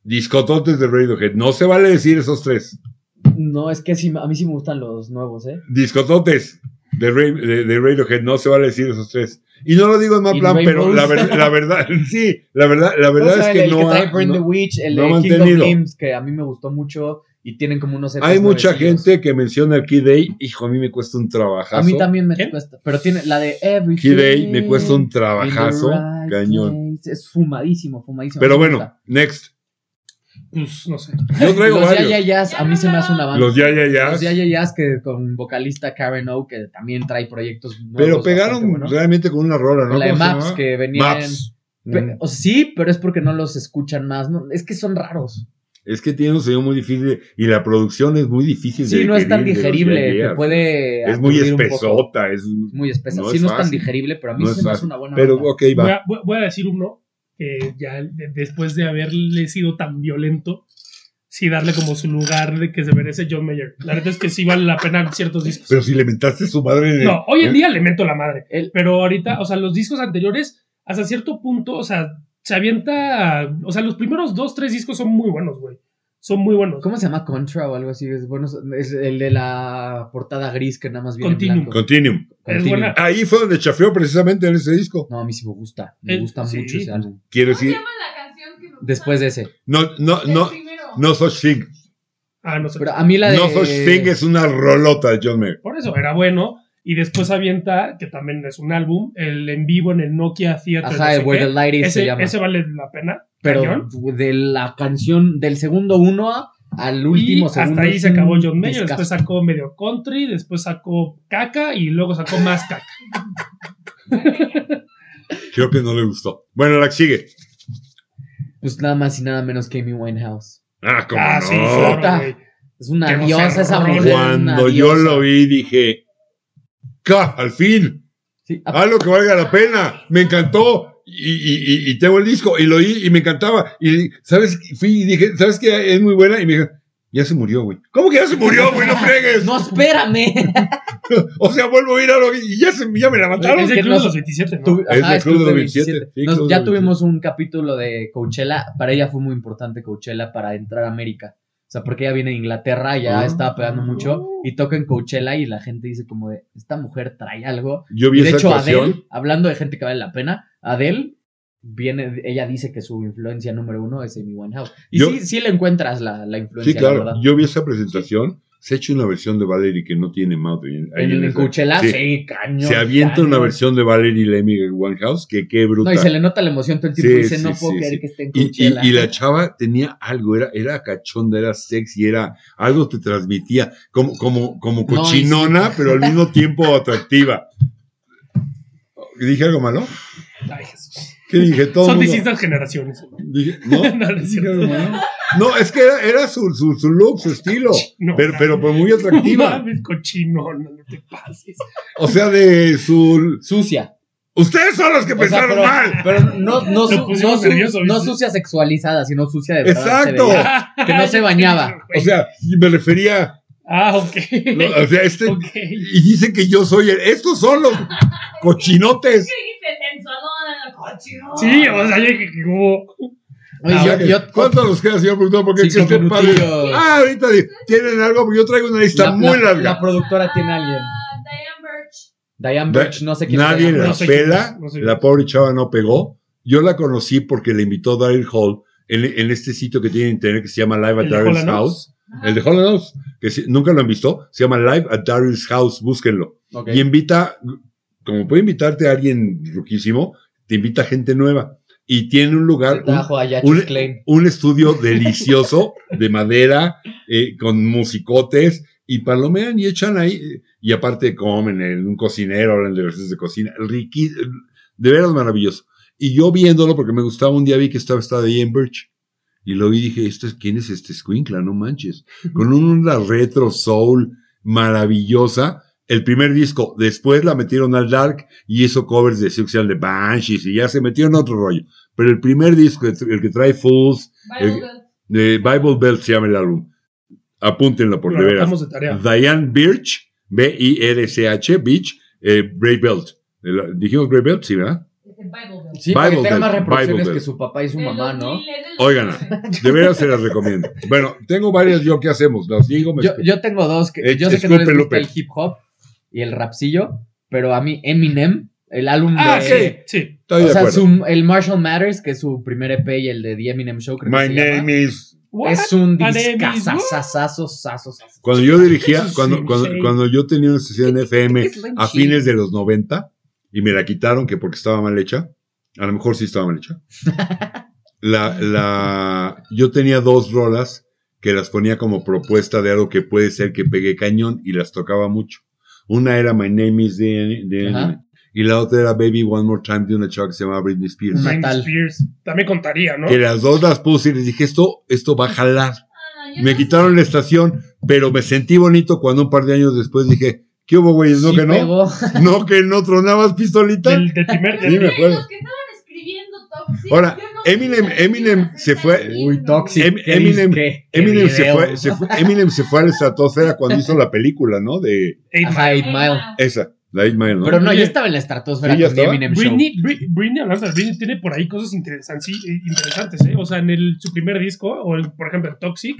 Speaker 1: Discototes de Radiohead, no se vale decir esos tres.
Speaker 2: no, es que sí, a mí sí me gustan los nuevos, ¿eh?
Speaker 1: Discototes de, Ra- de- de Radiohead, no se vale decir esos tres. Y no lo digo en mal
Speaker 2: Y
Speaker 1: plan, pero
Speaker 2: Rainbows.
Speaker 1: la, ver- la verdad, sí, la verdad, la verdad
Speaker 2: O sea,
Speaker 1: es que
Speaker 2: el
Speaker 1: no,
Speaker 2: que trae
Speaker 1: ha-
Speaker 2: Burn
Speaker 1: no-
Speaker 2: the Witch, el
Speaker 1: no
Speaker 2: de
Speaker 1: han
Speaker 2: Kingdom
Speaker 1: tenido.
Speaker 2: Games, que a mí me gustó mucho y tienen como unos
Speaker 1: hay
Speaker 2: EPs
Speaker 1: mucha
Speaker 2: nuevecillos.
Speaker 1: gente que menciona el Key Day, hijo, a mí me cuesta un trabajazo.
Speaker 2: A mí también me
Speaker 3: ¿Quién?
Speaker 2: cuesta, pero tiene la de Everything.
Speaker 1: Key Day me cuesta un
Speaker 2: in the
Speaker 1: trabajazo,
Speaker 2: right
Speaker 1: cañón.
Speaker 2: place. Es fumadísimo, fumadísimo.
Speaker 1: Pero
Speaker 2: me
Speaker 1: bueno,
Speaker 2: gusta.
Speaker 1: next.
Speaker 3: Pues no sé.
Speaker 1: Yo traigo
Speaker 2: los
Speaker 1: varios.
Speaker 2: Ya Ya Ya's, a mí se me hace una banda.
Speaker 1: Los ya ya ya.
Speaker 2: Los Ya Ya Ya's que con vocalista Karen O, que también trae proyectos nuevos.
Speaker 1: Pero
Speaker 2: bastante
Speaker 1: pegaron
Speaker 2: buenos.
Speaker 1: realmente con una rola, ¿no?
Speaker 2: Con la de
Speaker 1: ¿Cómo se
Speaker 2: Maps,
Speaker 1: llamaba?
Speaker 2: que venían.
Speaker 1: Maps. Mm.
Speaker 2: Pe- o sea, sí, pero es porque no los escuchan más. ¿no? Es que son raros.
Speaker 1: Es que tiene un sonido muy difícil y la producción es muy difícil de
Speaker 2: Sí, no es tan
Speaker 1: digerir, de
Speaker 2: digerible.
Speaker 1: digerir.
Speaker 2: te puede
Speaker 1: Es muy
Speaker 2: aturdir un poco.
Speaker 1: espesota, es
Speaker 2: Es muy espesa.
Speaker 1: No
Speaker 2: sí,
Speaker 1: es
Speaker 2: no es tan
Speaker 1: fácil.
Speaker 2: digerible, pero a mí
Speaker 1: No
Speaker 2: se
Speaker 1: es
Speaker 2: me hace
Speaker 1: fácil.
Speaker 2: una buena
Speaker 1: pero
Speaker 2: banda.
Speaker 1: ok,
Speaker 3: Voy
Speaker 1: va.
Speaker 3: a, voy- voy a decir uno que ya de- después de haberle sido tan violento, sí darle como su lugar de que se merece John Mayer. La verdad es que sí vale la pena ciertos discos.
Speaker 1: Pero si le mentaste a su madre en el-
Speaker 3: No, hoy en
Speaker 1: en-
Speaker 3: día le meto la madre.
Speaker 2: El-
Speaker 3: Pero ahorita, o sea, los discos anteriores, hasta cierto punto, o sea, se avienta. O sea, los primeros dos, tres discos son muy buenos, güey. Son muy buenos.
Speaker 2: ¿Cómo se llama Contra o algo así? Es, bueno, es el de la portada gris que nada más viene en
Speaker 3: Continuum.
Speaker 2: blanco.
Speaker 1: Continuum.
Speaker 3: Es
Speaker 2: Continuum.
Speaker 3: buena.
Speaker 1: Ahí fue donde chafeó precisamente en ese disco.
Speaker 2: No, a mí sí me gusta. Me
Speaker 3: Eh,
Speaker 2: gusta
Speaker 3: sí.
Speaker 2: mucho ese álbum.
Speaker 1: Quiero
Speaker 4: ¿Cómo se
Speaker 1: decir,
Speaker 4: llama la canción que nos
Speaker 2: Después de ese.
Speaker 1: no, no,
Speaker 4: El
Speaker 1: no,
Speaker 4: primero.
Speaker 1: no such thing.
Speaker 3: Ah, no sé.
Speaker 2: Pero a mí la de.
Speaker 1: No such thing es una rolota de John Mayer.
Speaker 3: Por eso era bueno. Y después avienta, que también es un álbum, el en vivo en el Nokia Theater. no
Speaker 2: Ajá,
Speaker 3: sé
Speaker 2: el Where
Speaker 3: qué.
Speaker 2: the Light Is
Speaker 3: ese,
Speaker 2: se llama.
Speaker 3: ese vale la pena.
Speaker 2: pero
Speaker 3: cañón.
Speaker 2: de la canción del segundo uno a- al último
Speaker 3: y
Speaker 2: segundo.
Speaker 3: hasta ahí
Speaker 2: es
Speaker 3: se acabó
Speaker 2: un
Speaker 3: John Mayer.
Speaker 2: discazo.
Speaker 3: Después sacó medio country, después sacó caca y luego sacó más caca.
Speaker 1: Creo que no le gustó. Bueno, la que sigue.
Speaker 2: Pues nada más y nada menos que Amy Winehouse.
Speaker 1: Ah, como
Speaker 3: ah,
Speaker 1: no.
Speaker 3: sí, claro,
Speaker 2: Puta.
Speaker 3: güey.
Speaker 2: Es una
Speaker 3: Qué
Speaker 2: diosa esa
Speaker 3: vocerrón.
Speaker 2: mujer. una
Speaker 1: Cuando yo
Speaker 2: diosa.
Speaker 1: lo vi dije, ¡ca! Al fin.
Speaker 2: Sí, ah, a-
Speaker 1: algo que valga la pena. Me encantó. Y, y- y- y tengo el disco y lo oí y me encantaba. Y sabes, fui y dije, ¿sabes qué? Es muy buena. Y me dijeron, ya se murió, güey. ¿Cómo que ya se murió, güey? No fregues.
Speaker 2: No, espérame.
Speaker 1: O sea, vuelvo a ir a lo que. Y ya, se, ya me la mataron.
Speaker 3: Es
Speaker 2: que
Speaker 3: el club
Speaker 2: no-
Speaker 3: de los 27, ¿no?
Speaker 2: Tuve-
Speaker 1: Es del
Speaker 2: es
Speaker 1: Club de los
Speaker 2: del
Speaker 1: 27. Sí,
Speaker 2: Nos-
Speaker 1: Club de
Speaker 2: ya
Speaker 1: los
Speaker 2: tuvimos un capítulo de Coachella. Para ella fue muy importante Coachella para entrar a América. O sea, porque ella viene de Inglaterra, ya
Speaker 1: Ah.
Speaker 2: estaba pegando mucho. Y toca en Coachella y la gente dice como de, esta mujer trae algo.
Speaker 1: Yo vi
Speaker 2: Y de
Speaker 1: esa
Speaker 2: hecho,
Speaker 1: actuación.
Speaker 2: Adele, hablando de gente que vale la pena, Adele viene, ella dice que su influencia número uno es Amy Winehouse. Y
Speaker 1: Yo-
Speaker 2: sí, sí le encuentras la, la influencia,
Speaker 1: sí,
Speaker 2: la
Speaker 1: claro.
Speaker 2: verdad.
Speaker 1: Yo vi esa presentación. Se ha hecho una versión de Valerie que no tiene Mountain.
Speaker 2: en el Coachella, sí, cañón.
Speaker 1: Se avienta
Speaker 2: cañón.
Speaker 1: una versión de Valerie Lemmy Winehouse que qué bruta.
Speaker 2: No, y se le nota la emoción todo el tiempo.
Speaker 1: Sí,
Speaker 2: y dice,
Speaker 1: sí,
Speaker 2: no puedo
Speaker 1: sí,
Speaker 2: creer
Speaker 1: sí.
Speaker 2: que esté en
Speaker 1: Y, y-
Speaker 2: Coachella.
Speaker 1: y la chava tenía algo, era, era cachonda, era sexy, era algo te transmitía como, como, como
Speaker 2: No, y sí.
Speaker 1: cochinona, pero al mismo tiempo atractiva. ¿Dije algo malo?
Speaker 3: Ay, Jesús.
Speaker 1: ¿Qué dije? Todo
Speaker 3: Son
Speaker 1: mundo-
Speaker 3: distintas generaciones.
Speaker 1: dije- ¿no?
Speaker 3: No, no es
Speaker 1: ¿Dije
Speaker 3: cierto.
Speaker 1: algo malo? No, es que era, era su, su, su look, su estilo,
Speaker 3: No,
Speaker 1: pero,
Speaker 3: no.
Speaker 1: pero pues muy atractiva.
Speaker 3: Mames, cochinona, no te pases.
Speaker 1: O sea, de su...
Speaker 2: Sucia.
Speaker 1: Ustedes son los que
Speaker 2: O sea,
Speaker 1: pensaron
Speaker 2: pero-
Speaker 1: mal.
Speaker 2: Pero no, no, su-
Speaker 3: Nos pusimos
Speaker 2: no su-
Speaker 3: nerviosos,
Speaker 2: no
Speaker 3: ¿viste?
Speaker 2: sucia sexualizada, sino sucia de verdad. se
Speaker 1: Exacto.
Speaker 2: veía. Que no se bañaba.
Speaker 1: O sea, me refería
Speaker 3: Ah, ok.
Speaker 1: No, o sea, este,
Speaker 3: Ok.
Speaker 1: y dicen que yo soy el. Estos son los cochinotes.
Speaker 4: ¿Qué dijiste? Sensualón en la cochino.
Speaker 3: Sí, o sea, yo dije que hubo.
Speaker 2: Oye,
Speaker 1: Ah,
Speaker 2: yo, yo-
Speaker 1: ¿Cuántos los queda, señor productor? Porque es que
Speaker 2: Cinco
Speaker 1: este padre.
Speaker 2: minutillos.
Speaker 1: Ah, ahorita di- tienen algo, porque yo traigo una lista
Speaker 2: la-
Speaker 1: muy
Speaker 2: la-
Speaker 1: larga.
Speaker 2: La productora tiene a alguien.
Speaker 4: Ah, Diane Birch.
Speaker 2: Diane
Speaker 1: Da-
Speaker 2: Birch, no sé quién es
Speaker 1: Nadie
Speaker 2: Diane
Speaker 1: la
Speaker 3: No
Speaker 2: Birch.
Speaker 3: sé quién
Speaker 1: pela,
Speaker 3: es, no sé quién
Speaker 1: la
Speaker 3: es.
Speaker 1: pobre chava no pegó. Yo la conocí porque le invitó Daryl Hall en, en este sitio que tiene en internet que se llama Live at
Speaker 3: ¿El de
Speaker 1: Daryl's
Speaker 3: Hall and
Speaker 1: House. El de Hall and House, que si- nunca lo han visto, se llama Live at Daryl's House, búsquenlo.
Speaker 2: Ok.
Speaker 1: Y invita, como puede invitarte a alguien ruquísimo, te invita gente nueva. Y tiene un lugar,
Speaker 3: Ah,
Speaker 1: un-
Speaker 2: Trajo a Yachis
Speaker 1: un,
Speaker 2: Klein.
Speaker 1: un estudio delicioso de madera, eh, con musicotes, y palomean y echan ahí, eh, y aparte comen en un cocinero, hablan de recetas de cocina, riqui, de veras maravilloso. Y yo viéndolo, porque me gustaba, un día vi que estaba esta de Ian Birch, y lo vi y dije, ¿Esto es, ¿quién es este escuincla? No manches. Con una retro soul maravillosa, el primer disco, después la metieron al Dark y hizo covers de Six and the Banshees y ya se metió en otro rollo. Pero el primer disco, el el que trae Fools,
Speaker 4: Bible
Speaker 1: Eh,
Speaker 4: Belt.
Speaker 1: de Bible Belt se llama el álbum. Apúntenlo por
Speaker 3: Lo
Speaker 1: de veras.
Speaker 3: anotamos de tarea.
Speaker 1: Diane Birch, B-I-R-C-H, Birch, eh, Brave Belt. El- Dijimos Brave Belt, sí, ¿verdad?
Speaker 4: Este Bible Belt.
Speaker 2: Sí, porque
Speaker 1: Bible
Speaker 2: tenga
Speaker 1: Belt,
Speaker 2: más
Speaker 1: Bible
Speaker 2: reproducciones
Speaker 1: Belt.
Speaker 2: que su papá y su
Speaker 4: Del
Speaker 2: mamá, ¿no?
Speaker 4: 2000, es del
Speaker 1: Oigan.
Speaker 4: 2000.
Speaker 1: De veras se las recomiendo. Bueno, tengo varias yo que hacemos. Las digo, me
Speaker 2: Yo,
Speaker 1: escu-
Speaker 2: yo tengo dos que
Speaker 1: Eh,
Speaker 2: yo sé que no les
Speaker 1: escupe,
Speaker 2: gusta
Speaker 1: Lupe.
Speaker 2: el hip hop y el rapsillo, pero a mí Eminem, el álbum
Speaker 3: Ah,
Speaker 2: de
Speaker 3: sí, sí.
Speaker 1: Estoy
Speaker 2: o
Speaker 1: de
Speaker 2: sea,
Speaker 1: acuerdo.
Speaker 2: su- el Marshall Matters, que es su primer EP y el de The Eminem Show, creo
Speaker 1: My
Speaker 2: que se llama,
Speaker 1: name is.
Speaker 3: What?
Speaker 2: es un
Speaker 3: My name is-
Speaker 2: discazazazazo, sazo, sazo.
Speaker 1: Cuando yo dirigía,
Speaker 3: Sí,
Speaker 1: cuando,
Speaker 3: sí.
Speaker 1: cuando, cuando yo tenía una sesión FM
Speaker 2: Es la
Speaker 1: a
Speaker 2: chingada.
Speaker 1: fines de los 90 y me la quitaron que porque estaba mal hecha. A lo mejor sí estaba mal hecha. La, la, yo tenía dos rolas que las ponía como propuesta de algo que puede ser que pegué cañón y las tocaba mucho. Una era My Name is the, the
Speaker 2: Ajá.
Speaker 1: Enemy, y la otra era Baby One More Time de una chava que se llamaba Britney Spears.
Speaker 2: Ajá.
Speaker 3: Britney
Speaker 2: Fatal.
Speaker 3: Spears. También contaría, ¿no?
Speaker 1: Que las dos las puse y les dije, esto, esto va a jalar.
Speaker 4: Ah, yo
Speaker 1: Me
Speaker 4: no-
Speaker 1: quitaron la estación, pero me sentí bonito cuando un par de años después dije, ¿qué hubo, güey? ¿No
Speaker 2: Sí
Speaker 1: que no?
Speaker 2: pegó.
Speaker 1: ¿No que no tronabas pistolita?
Speaker 3: Del, del primer.
Speaker 1: Sí, me
Speaker 3: del-
Speaker 1: acuerdo.
Speaker 4: Los que estaban escribiendo Toxic.
Speaker 1: Ahora,
Speaker 4: yo no
Speaker 1: Eminem-
Speaker 4: sabía
Speaker 1: Eminem
Speaker 4: que
Speaker 1: se
Speaker 4: iba a
Speaker 1: fue-
Speaker 4: ser tan
Speaker 2: Uy,
Speaker 4: lindo,
Speaker 2: Toxic.
Speaker 1: Em-
Speaker 2: qué
Speaker 1: Eminem-
Speaker 2: disque, qué
Speaker 1: Eminem se
Speaker 2: video.
Speaker 1: fue, se fue- Eminem se fue a la estratosfera cuando hizo la película, ¿no? De
Speaker 3: Eight
Speaker 2: Ajá, Eight
Speaker 4: güey.
Speaker 2: Mile.
Speaker 1: esa, la Eight Mile, ¿no?
Speaker 2: Pero no,
Speaker 3: Oye,
Speaker 2: yo estaba en la estratosfera
Speaker 1: ¿sí ya
Speaker 2: con The
Speaker 1: estaba?
Speaker 2: Eminem Show.
Speaker 3: Britney, Bri- Britney, hablando de Britney, tiene por ahí cosas interesan- sí, eh, interesantes, ¿eh? O sea, en el, su primer disco, o el, por ejemplo, el Toxic,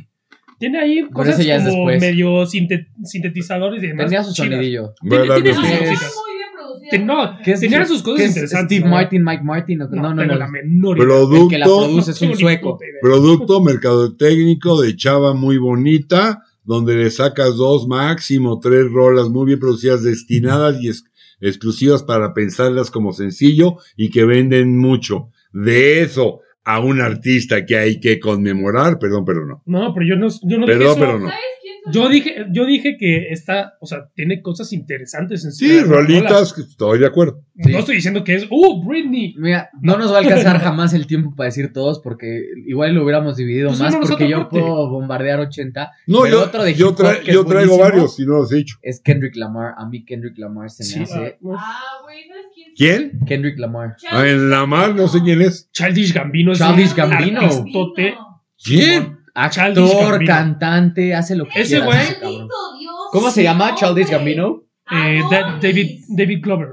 Speaker 3: tiene ahí cosas
Speaker 2: ese ya es
Speaker 3: como
Speaker 2: después.
Speaker 3: medio sinte- sintetizadores y demás.
Speaker 2: Tenía su
Speaker 3: chidas.
Speaker 2: sonidillo.
Speaker 1: Bueno,
Speaker 3: tiene- tiene
Speaker 1: la-
Speaker 2: Sí,
Speaker 4: Ah, estaba
Speaker 2: es-
Speaker 4: muy bien producida.
Speaker 3: Te- no,
Speaker 2: ¿Qué es-
Speaker 3: Tenía
Speaker 2: qué-
Speaker 3: sus cosas
Speaker 2: qué es
Speaker 3: interesantes,
Speaker 2: Steve
Speaker 3: ¿no?
Speaker 2: Martin, Mike Martin. No, no, no.
Speaker 3: tengo
Speaker 2: no.
Speaker 3: la menor idea.
Speaker 2: El que la
Speaker 1: producto,
Speaker 2: produce es un
Speaker 3: Tengo ni
Speaker 2: sueco.
Speaker 3: puta idea.
Speaker 1: producto mercadotécnico de chava muy bonita, donde le sacas dos, máximo tres rolas muy bien producidas, destinadas y ex- exclusivas para pensarlas como sencillo y que venden mucho. De eso a un artista que hay que conmemorar, perdón, pero no.
Speaker 3: No, pero yo no, yo no dije
Speaker 1: Perdón,
Speaker 3: eso.
Speaker 1: pero no.
Speaker 4: ¿Sabes quién son?
Speaker 3: Yo dije, yo dije que está, o sea, tiene cosas interesantes en su
Speaker 1: Sí,
Speaker 3: rola.
Speaker 1: rolitas, que estoy de acuerdo.
Speaker 3: No estoy diciendo que es, ¡uh, Britney!
Speaker 2: Mira, no nos va a alcanzar jamás el tiempo para decir todos porque igual lo hubiéramos dividido
Speaker 3: Pues
Speaker 2: más
Speaker 3: vámonos a
Speaker 2: porque
Speaker 3: otro
Speaker 2: yo
Speaker 3: corte.
Speaker 2: puedo bombardear 80.
Speaker 1: No,
Speaker 2: Pero
Speaker 1: yo,
Speaker 2: otro de
Speaker 1: yo,
Speaker 2: hip hop
Speaker 1: tra-
Speaker 2: que es
Speaker 1: yo traigo
Speaker 2: buenísimo.
Speaker 1: varios, si no los he dicho.
Speaker 2: Es Kendrick Lamar. A mí Kendrick Lamar se
Speaker 3: Sí,
Speaker 2: me hace.
Speaker 3: ah, no.
Speaker 4: Ah, güey, ¿sabes quién?
Speaker 1: ¿Quién?
Speaker 2: Kendrick Lamar.
Speaker 1: Ah, en la mar, no sé quién es.
Speaker 3: Childish Gambino es
Speaker 2: Childish
Speaker 3: un
Speaker 2: Gambino.
Speaker 3: artistote. eh,
Speaker 1: ¿Quién?
Speaker 3: Childish
Speaker 2: Actor,
Speaker 3: Gambino.
Speaker 2: cantante, hace lo que
Speaker 3: Ese
Speaker 2: quiera.
Speaker 3: güey-
Speaker 2: ese cabrón. ¿Cómo se llama? Childish
Speaker 4: Charles
Speaker 2: Gambino.
Speaker 4: Ah,
Speaker 3: Eh, da- David, David Glover.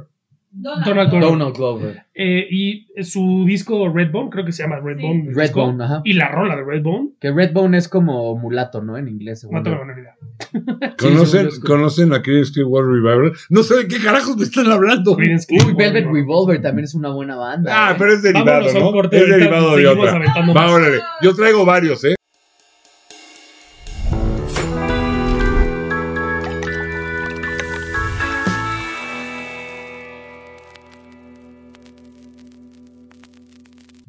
Speaker 3: Donald Glover.
Speaker 2: Donald Glover.
Speaker 3: Eh, y su disco Redbone, creo que se llama Redbone. el disco.
Speaker 2: Redbone, ajá.
Speaker 3: Y la rola de Redbone,
Speaker 2: Que Redbone es como mulato, ¿no? En inglés. según
Speaker 3: no tengo
Speaker 2: yo.
Speaker 3: la menor idea.
Speaker 1: ¿Conocen,
Speaker 2: según yo es-
Speaker 1: ¿Conocen a Creedence Clearwater Revival? No sé de qué carajos me están hablando.
Speaker 3: Creedence
Speaker 2: Uy,
Speaker 3: Clearwater,
Speaker 2: Velvet
Speaker 3: ¿no?
Speaker 2: Revolver también es una buena banda.
Speaker 1: Ah,
Speaker 2: ¿eh?
Speaker 1: pero es derivado,
Speaker 3: Vámonos a un
Speaker 1: ¿no?
Speaker 3: corte,
Speaker 1: Es
Speaker 3: ahorita
Speaker 1: derivado de
Speaker 3: seguimos
Speaker 1: otra.
Speaker 3: aventando
Speaker 1: Va,
Speaker 3: más.
Speaker 1: órale. Yo traigo varios, ¿eh?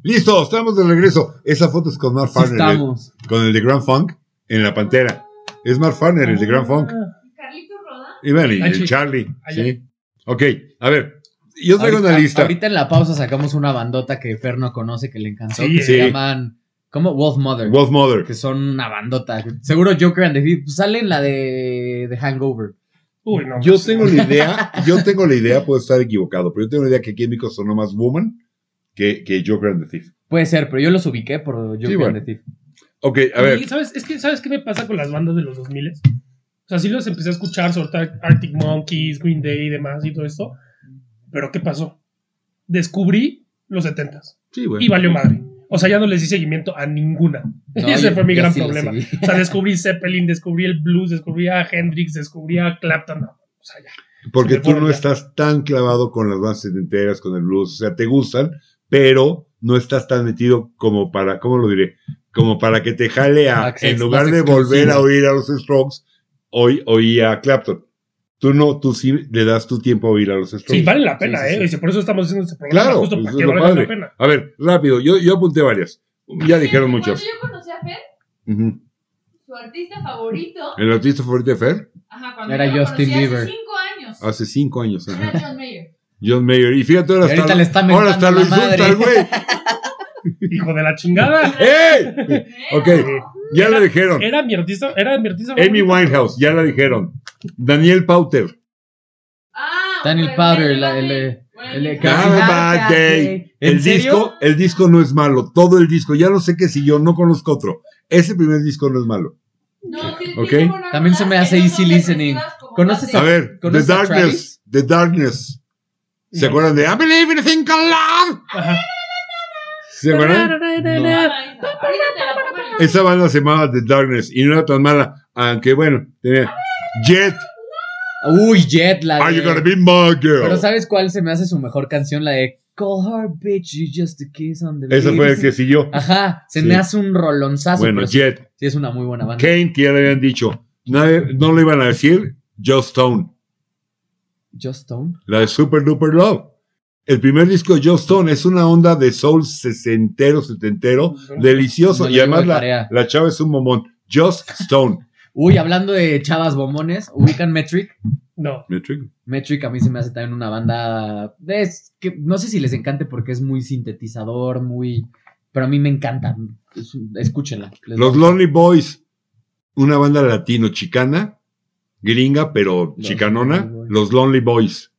Speaker 1: Listo, estamos de regreso. Esa foto es con Mark
Speaker 2: Sí
Speaker 1: Farner, el-
Speaker 2: estamos.
Speaker 1: con el de Grand Funk en la pantera. Es Mark Farner, el de Grand Funk.
Speaker 4: Carlitos Roda.
Speaker 1: Y bueno, y
Speaker 3: Ah,
Speaker 1: el
Speaker 3: sí.
Speaker 1: Charlie.
Speaker 3: Allá.
Speaker 1: Sí. Ok, a ver. Yo traigo una
Speaker 2: Ahorita-
Speaker 1: lista.
Speaker 2: Ahorita en la pausa sacamos una bandota que Fer no conoce, que le encantó,
Speaker 3: Sí,
Speaker 2: que se
Speaker 1: sí.
Speaker 2: llaman. ¿Cómo? Wolf Mother.
Speaker 1: Wolf Mother.
Speaker 2: Que son una bandota. Seguro Joker and the Thief. pues, Sale en la de, de Hangover.
Speaker 3: Uy, no.
Speaker 1: Yo tengo la idea, yo tengo la idea, puedo estar equivocado, pero yo tengo la idea que Químico sonó más Woman que, que Joker and the Thief.
Speaker 2: Puede ser, pero yo los ubiqué por Joker
Speaker 1: bueno.
Speaker 2: and the Thief.
Speaker 1: Ok, a
Speaker 3: Y,
Speaker 1: ver,
Speaker 3: ¿sabes? Es que, ¿Sabes qué me pasa con las bandas de los 2000? O sea, sí los empecé a escuchar, soltar Arctic Monkeys, Green Day y demás y todo esto. Pero ¿qué pasó? Descubrí los 70s
Speaker 1: Sí, güey.
Speaker 3: y valió madre. O sea, ya no les di seguimiento a ninguna.
Speaker 2: No,
Speaker 3: Ese
Speaker 2: yo-
Speaker 3: fue mi
Speaker 2: yo
Speaker 3: gran
Speaker 2: sí lo
Speaker 3: problema.
Speaker 2: seguí.
Speaker 3: O sea, descubrí Zeppelin, descubrí el blues, descubrí a Hendrix, descubrí a Clapton. no, o sea, ya.
Speaker 1: Porque
Speaker 3: Se me
Speaker 1: tú
Speaker 3: fue
Speaker 1: no
Speaker 3: ya.
Speaker 1: estás tan clavado con las bandas setenteras, con el blues, o sea, te gustan, pero no estás tan metido como para, ¿cómo lo diré? Como para que te jale a,
Speaker 2: Ah, que
Speaker 1: en
Speaker 2: es
Speaker 1: lugar
Speaker 2: más
Speaker 1: de volver a
Speaker 2: exclusivo.
Speaker 1: oír a los Strokes, hoy oía a Clapton. Tú no, tú sí le das tu tiempo a oír a los Strokes.
Speaker 3: Sí, vale la pena,
Speaker 2: sí, pues, sí.
Speaker 3: ¿eh? Y si por eso estamos haciendo este programa,
Speaker 1: Claro,
Speaker 3: justo
Speaker 1: eso
Speaker 3: para
Speaker 1: es
Speaker 3: que
Speaker 1: lo
Speaker 3: valga
Speaker 1: padre.
Speaker 3: la pena.
Speaker 1: A ver, rápido, yo, yo apunté varias. Ya dijeron
Speaker 4: Cuando
Speaker 1: muchas.
Speaker 4: yo conocí a Fer,
Speaker 1: Ujú.
Speaker 4: su artista favorito,
Speaker 1: El artista favorito de Fer,
Speaker 4: ajá, cuando
Speaker 2: Era
Speaker 4: yo lo
Speaker 2: Justin
Speaker 4: conocí
Speaker 2: Bieber.
Speaker 4: hace cinco años,
Speaker 1: hace cinco años. ajá.
Speaker 4: era John Mayer.
Speaker 1: John Mayer. Y fíjate, ahora
Speaker 2: Y ahorita
Speaker 1: hasta,
Speaker 2: le está
Speaker 1: ahora hasta lo
Speaker 2: mentando la
Speaker 1: insulta el güey.
Speaker 3: Hijo de la chingada.
Speaker 1: ¡Ey! Ok, ya la dijeron.
Speaker 3: Era mi artista, era mi artista.
Speaker 1: Amy
Speaker 3: favorito.
Speaker 1: Winehouse, ya la dijeron. Daniel Pauter.
Speaker 4: Ah,
Speaker 2: Daniel
Speaker 4: bueno,
Speaker 2: Powder,
Speaker 4: Lenny
Speaker 2: la- el,
Speaker 4: Kravitz.
Speaker 2: el-
Speaker 4: Bueno,
Speaker 2: el-
Speaker 4: Lenny
Speaker 1: Kravitz. Have
Speaker 4: Kravitz.
Speaker 1: a bad day. El disco, el disco no es malo, todo el disco. Ya lo sé que si yo no conozco otro. Ese primer disco no es malo.
Speaker 4: No, sí, sí,
Speaker 1: Ok.
Speaker 4: tengo unas
Speaker 2: También se me
Speaker 4: rolas
Speaker 2: hace
Speaker 4: que no
Speaker 2: easy
Speaker 4: son
Speaker 2: listening.
Speaker 4: depresivas como
Speaker 2: ¿Conoces
Speaker 1: A
Speaker 4: Bad Day.
Speaker 1: ver, The
Speaker 2: ¿Conoces a
Speaker 1: Darkness, The Darkness. ¿Se acuerdan de I Believe in a Thing Called Love?
Speaker 3: Ajá.
Speaker 1: ¿Se acuerdan?
Speaker 2: No.
Speaker 4: Ahorita te la pongo en el-
Speaker 1: Esa banda se llamaba The Darkness y no era tan mala, aunque bueno, tenía Jet,
Speaker 2: Uy, Jet, la
Speaker 1: Are You Gonna
Speaker 2: de...
Speaker 1: Be My
Speaker 2: Pero
Speaker 1: Girl.
Speaker 2: ¿sabes cuál se me hace su mejor canción? La de Call Her Bitch, You Just a Kiss on the
Speaker 1: Esa fue
Speaker 2: Lips.
Speaker 1: el que siguió.
Speaker 2: Ajá, se
Speaker 1: Sí.
Speaker 2: me hace un rolonzazo.
Speaker 1: Bueno,
Speaker 2: pero sí,
Speaker 1: Jet,
Speaker 2: sí es una muy buena banda.
Speaker 1: Kane, que ya le habían dicho. Nadie- no le iban a decir Joe Stone.
Speaker 2: Just Stone.
Speaker 1: la de Super Duper Love. El primer disco de Joe Stone es una onda de soul sesentero, setentero, delicioso.
Speaker 2: Me lo
Speaker 1: y además
Speaker 2: llevo de
Speaker 1: la,
Speaker 2: tarea.
Speaker 1: la chava es un momón. Just Stone.
Speaker 2: Uy, hablando de chavas bombones, ubican Metric.
Speaker 3: No.
Speaker 1: Metric.
Speaker 2: Metric a mí se me hace también una banda. Es que no sé si les encante porque es muy sintetizador, muy. Pero a mí me encanta. Es- escúchenla. Les-
Speaker 1: Los Lonely Boys, una banda latino-chicana, gringa, pero
Speaker 2: Los
Speaker 1: chicanona.
Speaker 2: Lonely Boys.
Speaker 1: Los Lonely Boys.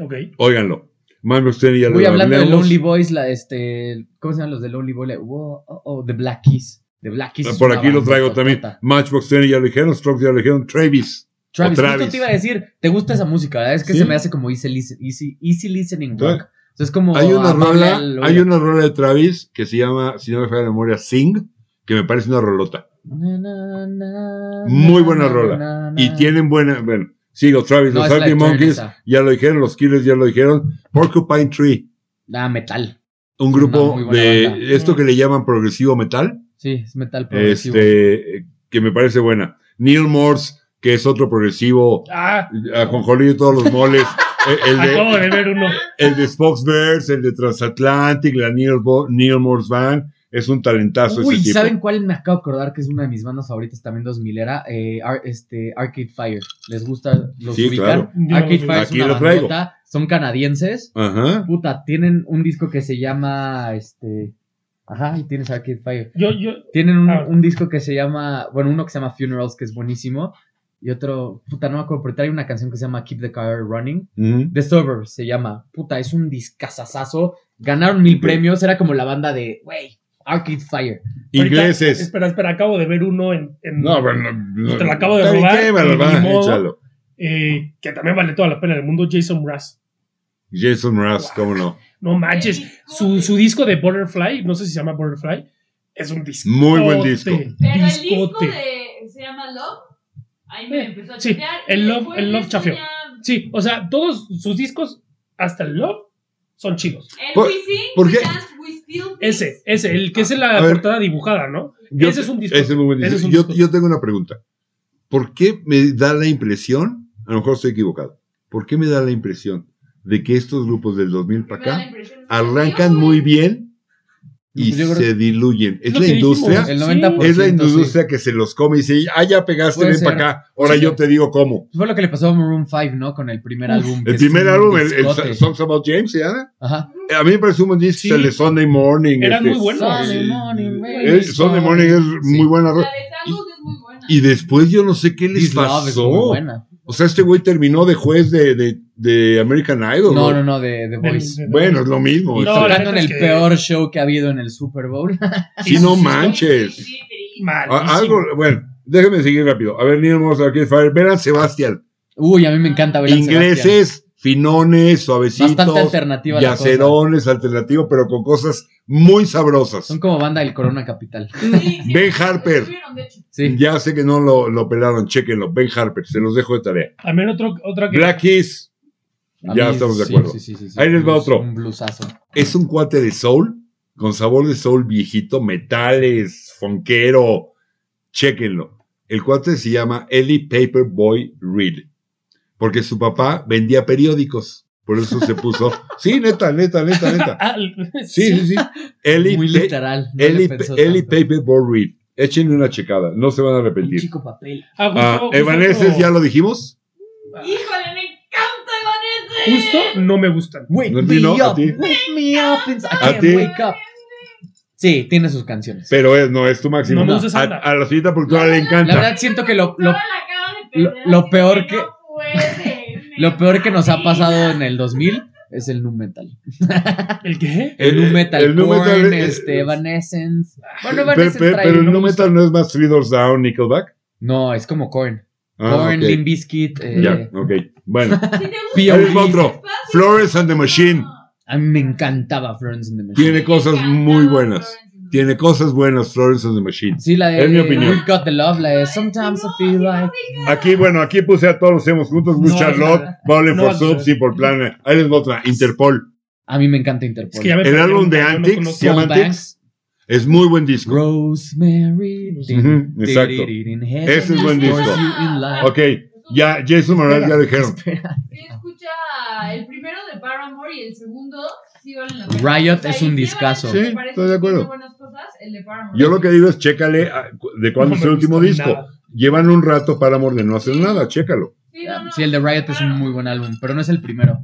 Speaker 3: Ok.
Speaker 1: Óiganlo. Mami, usted ya lo
Speaker 2: Uy, hablando de
Speaker 1: hablamos.
Speaker 2: Lonely Boys, la, este, ¿cómo se llaman los de Lonely Boys? La- wow, oh, oh, The Black Keys. The Black Keys. es
Speaker 1: Por
Speaker 2: una
Speaker 1: aquí lo
Speaker 2: banda
Speaker 1: traigo
Speaker 2: totota.
Speaker 1: también. Matchbox 20 ya lo dijeron, Strokes ya lo dijeron, Travis.
Speaker 2: Travis,
Speaker 1: O
Speaker 2: justo
Speaker 1: Travis.
Speaker 2: te iba a decir, te gusta esa música, ¿verdad? Es que
Speaker 1: Sí.
Speaker 2: se me hace como easy, lis- easy, easy listening
Speaker 1: Sí.
Speaker 2: rock. O sea, es como.
Speaker 1: hay una
Speaker 2: amable
Speaker 1: rola,
Speaker 2: al oído.
Speaker 1: hay una rola de Travis que se llama, si no me falla la memoria, Sing, que me parece una rolota.
Speaker 2: Ah. Na, na, na,
Speaker 1: Muy buena
Speaker 2: na, na,
Speaker 1: rola.
Speaker 2: na,
Speaker 1: Y
Speaker 2: na.
Speaker 1: tienen buena. Bueno, sí, los Travis,
Speaker 2: No,
Speaker 1: los
Speaker 2: es ah. Like
Speaker 1: Arctic
Speaker 2: Turner
Speaker 1: Monkeys,
Speaker 2: esa.
Speaker 1: ya lo dijeron, los Killers ya lo dijeron. Porcupine Tree,
Speaker 2: Ah, metal.
Speaker 1: un
Speaker 2: Una
Speaker 1: grupo
Speaker 2: muy buena
Speaker 1: de
Speaker 2: banda.
Speaker 1: esto que le llaman progresivo metal,
Speaker 2: Sí, es metal progresivo.
Speaker 1: este eh, que me parece buena. Neil Morse, que es otro progresivo,
Speaker 3: Ah,
Speaker 1: a Jonjolí y todos los moles. e-, el-
Speaker 2: Ah,
Speaker 1: el,
Speaker 3: acabo
Speaker 1: de,
Speaker 3: de ver uno.
Speaker 1: el de Spokesverse, el de Transatlantic, la Neil, Bo- Neil Morse Band, es un talentazo
Speaker 2: Uy,
Speaker 1: ese tipo.
Speaker 2: ¿saben cuál me acabo de acordar que es una de mis bandas favoritas también 2000 era? Eh, Ar- este, Arcade Fire. ¿Les gusta? ¿Los
Speaker 1: Sí,
Speaker 2: ubican?
Speaker 3: claro.
Speaker 2: Arcade Fire
Speaker 1: Aquí
Speaker 2: es una
Speaker 1: lo traigo.
Speaker 2: bandota, son canadienses.
Speaker 1: Ajá.
Speaker 2: Puta, tienen un disco que se llama, este... Ajá, y tienes Arcade Fire.
Speaker 3: Yo, yo,
Speaker 2: Tienen un,
Speaker 3: Ah.
Speaker 2: un disco que se llama, bueno, uno que se llama Funerals, que es buenísimo. Y otro, puta, no me acuerdo, pero trae una canción que se llama Keep the Car Running.
Speaker 1: Ujú.
Speaker 2: The Server se llama. Puta, es un discazazazo. Ganaron mil premios. Era como la banda de, güey, Arcade Fire.
Speaker 3: ahorita-
Speaker 1: Ingleses.
Speaker 3: espera, espera, acabo de ver uno en. en-
Speaker 1: No, bueno. no-
Speaker 3: Te lo acabo de
Speaker 1: Está bien,
Speaker 3: robar,
Speaker 1: quémalo,
Speaker 3: y
Speaker 1: va,
Speaker 3: ni modo.
Speaker 1: échalo.
Speaker 3: eh, que también vale toda la pena del mundo, Jason Mraz.
Speaker 1: Jason Mraz, cómo no.
Speaker 3: No manches. Su, su disco de Butterfly, no sé si se llama Butterfly, es un disco.
Speaker 1: Muy buen disco.
Speaker 4: Pero el disco
Speaker 3: Discote.
Speaker 4: de. Se llama Love. Ahí me
Speaker 3: Eh,
Speaker 4: empezó a
Speaker 3: sí,
Speaker 4: chatear.
Speaker 3: el
Speaker 4: y
Speaker 3: Love-
Speaker 4: después
Speaker 3: el Love
Speaker 4: eso
Speaker 3: chafeó.
Speaker 4: ya-
Speaker 3: Sí, o sea, todos sus discos, hasta el Love, son chidos.
Speaker 4: El
Speaker 1: Por-
Speaker 4: We Sing,
Speaker 1: ¿por
Speaker 4: We
Speaker 1: qué?
Speaker 4: Dance, We Still Dance.
Speaker 3: Ese, ese, el que es en la
Speaker 1: A ver.
Speaker 3: portada dibujada, ¿no?
Speaker 1: Yo-
Speaker 3: ese es un disco.
Speaker 1: ese es muy buen
Speaker 3: Ese
Speaker 1: disco.
Speaker 3: es un
Speaker 1: yo,
Speaker 3: disco.
Speaker 1: yo tengo una pregunta. ¿Por qué me da la impresión, a lo mejor estoy equivocado, ¿por qué me da la impresión de que estos grupos del 2000
Speaker 4: Me da
Speaker 1: para
Speaker 4: la
Speaker 1: acá
Speaker 4: impresión.
Speaker 1: arrancan muy bien y
Speaker 2: Pues yo creo-
Speaker 1: se diluyen? Es
Speaker 3: lo
Speaker 1: la
Speaker 3: que dijimos,
Speaker 1: industria.
Speaker 2: El
Speaker 3: Sí.
Speaker 2: 90%.
Speaker 1: Es la
Speaker 2: sí.
Speaker 1: industria que se los come y dice, ah, ya pegaste,
Speaker 2: Puede
Speaker 1: ven
Speaker 2: ser.
Speaker 1: para acá, ahora
Speaker 2: Sí,
Speaker 1: yo
Speaker 2: sí.
Speaker 1: te digo cómo.
Speaker 2: Fue lo que le pasó a Maroon 5, ¿no? Con el primer álbum. que
Speaker 1: El
Speaker 2: es
Speaker 1: primer
Speaker 2: un
Speaker 1: álbum, el, el
Speaker 2: discote.
Speaker 1: Songs About James, ¿se llama?
Speaker 2: Ajá.
Speaker 1: A mí me parece un buen disco,
Speaker 3: Sí.
Speaker 1: el de Sunday Morning.
Speaker 3: Eran
Speaker 1: este,
Speaker 3: muy buenos.
Speaker 2: Sunday Morning, baby,
Speaker 1: Eh, Sunday Morning es
Speaker 2: Sí.
Speaker 1: muy buena.
Speaker 4: La
Speaker 1: ro-
Speaker 4: de Tango es muy buena.
Speaker 1: Y después yo no sé qué les
Speaker 2: This Love es
Speaker 1: pasó.
Speaker 2: muy buena.
Speaker 1: O sea, este güey terminó de juez de, de, de American Idol.
Speaker 2: No, no, no, de The Voice.
Speaker 1: Bueno, es lo mismo.
Speaker 2: Y
Speaker 3: No,
Speaker 1: o sea,
Speaker 3: la
Speaker 2: tocando en
Speaker 3: neta es
Speaker 2: el
Speaker 3: que-
Speaker 2: peor show que ha habido en el Super Bowl.
Speaker 1: sí, no manches.
Speaker 4: Sí, sí, sí.
Speaker 1: A- algo, bueno, Déjenme seguir rápido. A ver, Neil Morse Arcade Fire. Verán Sebastián.
Speaker 2: Uy, a mí me encanta ver a Sebastián.
Speaker 1: Ingleses, finones, suavecitos.
Speaker 2: Bastante alternativa la cosa.
Speaker 1: Yacerones, alternativos, pero con cosas muy sabrosas.
Speaker 2: Son como banda del Corona Capital.
Speaker 4: Sí, sí,
Speaker 1: Ben Harper.
Speaker 4: estuvieron, de hecho.
Speaker 2: Sí.
Speaker 1: Ya sé que no lo, lo pelaron, chequenlo. Ben Harper, se los dejo de tarea.
Speaker 3: También otro, otra que.
Speaker 1: Black Keys,
Speaker 2: A
Speaker 1: Ya
Speaker 2: mí,
Speaker 1: estamos de
Speaker 2: sí,
Speaker 1: acuerdo.
Speaker 2: sí, sí, sí, sí.
Speaker 1: Ahí les va
Speaker 2: Un-
Speaker 1: otro.
Speaker 2: Un blusazo.
Speaker 1: es un cuate de soul, con sabor de soul viejito, metales, fonquero. Chequenlo. El cuate se llama Ellie Paperboy Reed, porque su papá vendía periódicos. Por eso se puso. sí, neta, neta, neta, neta.
Speaker 3: Ah,
Speaker 1: Sí, sí, sí. Ellie,
Speaker 2: Muy
Speaker 1: Pa-
Speaker 2: literal. no le
Speaker 1: Ellie,
Speaker 2: pensó
Speaker 1: Ellie
Speaker 2: tanto.
Speaker 1: Paperboy Reed. Échenle una checada, no se van a
Speaker 2: Un
Speaker 1: arrepentir.
Speaker 2: chico papel.
Speaker 3: Ah, justo-
Speaker 1: Ah,
Speaker 3: justo
Speaker 1: Evanescence,
Speaker 3: otro-
Speaker 1: ya lo dijimos.
Speaker 4: Híjole, me encanta Evanescence.
Speaker 3: Justo no me gustan.
Speaker 2: Wake
Speaker 1: ¿No a ti,
Speaker 2: me
Speaker 1: no? ¿A
Speaker 2: up,
Speaker 1: ti?
Speaker 2: wake me up. and- I can't
Speaker 1: ti?
Speaker 2: wake up. Sí, tiene sus canciones.
Speaker 1: Pero es, no es tu máximo.
Speaker 3: No me
Speaker 1: No.
Speaker 3: uses
Speaker 1: a,
Speaker 3: onda.
Speaker 1: a la señorita productora le encanta.
Speaker 2: La verdad siento que lo, lo,
Speaker 4: Ahora la acabo de
Speaker 2: lo-
Speaker 4: perder,
Speaker 2: lo
Speaker 4: así
Speaker 2: peor que-
Speaker 4: no puede, me
Speaker 2: lo peor que nos ha
Speaker 4: fascina.
Speaker 2: pasado en el 2000 es el nu metal.
Speaker 3: ¿El qué?
Speaker 2: El nu metal,
Speaker 1: Eh, el nu
Speaker 2: Korn,
Speaker 1: metal, eh,
Speaker 2: este, Evanescence. Bueno,
Speaker 1: Pe- pe-
Speaker 2: Evanescence
Speaker 1: pero,
Speaker 2: trae
Speaker 1: el
Speaker 2: ¿no?
Speaker 1: nu metal no es más Three Doors Down, Nickelback.
Speaker 2: No, es como Korn.
Speaker 1: Ah,
Speaker 2: Korn,
Speaker 1: ok.
Speaker 2: Limp Bizkit, eh,
Speaker 1: Ya, ok. Bueno,
Speaker 4: Si te gusta,
Speaker 1: ahí les
Speaker 2: P.O.D..
Speaker 1: va otro.
Speaker 4: fácil.
Speaker 1: Florence and the Machine.
Speaker 2: A mí me encantaba Florence and the Machine.
Speaker 1: Tiene cosas muy buenas. Tiene cosas buenas Florence and the Machine.
Speaker 2: Sí, la de
Speaker 1: Es mi opinión.
Speaker 2: We Got the Love, la de Sometimes I Feel Like.
Speaker 1: Aquí, bueno, aquí puse a todos los hemos juntos. Good
Speaker 3: No,
Speaker 1: Charlotte,
Speaker 3: no.
Speaker 1: Vale
Speaker 3: No,
Speaker 1: for
Speaker 3: no.
Speaker 1: Subs y por Planet. Ahí les va otra. Interpol.
Speaker 2: A mí me encanta Interpol.
Speaker 3: Es que ya me
Speaker 1: El
Speaker 3: perdí,
Speaker 1: álbum de
Speaker 3: yo no
Speaker 1: Antics,
Speaker 3: conozco.
Speaker 1: se llama-
Speaker 2: Paul Banks,
Speaker 1: Es muy buen disco.
Speaker 2: Rosemary.
Speaker 1: Ujú, exacto. Ese es buen disco. Ok, ya, Jason Morales ya dijeron.
Speaker 4: Si escucha el primero de Paramore y el segundo, sí vale la pena.
Speaker 2: Riot
Speaker 4: O sea,
Speaker 2: es un
Speaker 4: y
Speaker 2: discazo.
Speaker 4: Evanescence
Speaker 1: Sí,
Speaker 4: me parece
Speaker 1: estoy de
Speaker 4: que tiene
Speaker 1: acuerdo.
Speaker 4: buenas cosas, el de Paramore.
Speaker 1: Yo lo que digo es, chécale a- de cuándo
Speaker 3: No
Speaker 1: es
Speaker 3: me
Speaker 1: el último
Speaker 3: gusta
Speaker 1: disco.
Speaker 3: nada.
Speaker 1: Llevan un rato para amor de no hacer nada, chécalo.
Speaker 4: Sí, no, no,
Speaker 2: Sí, el de Riot es un
Speaker 4: claro.
Speaker 2: muy buen álbum, pero no es el primero.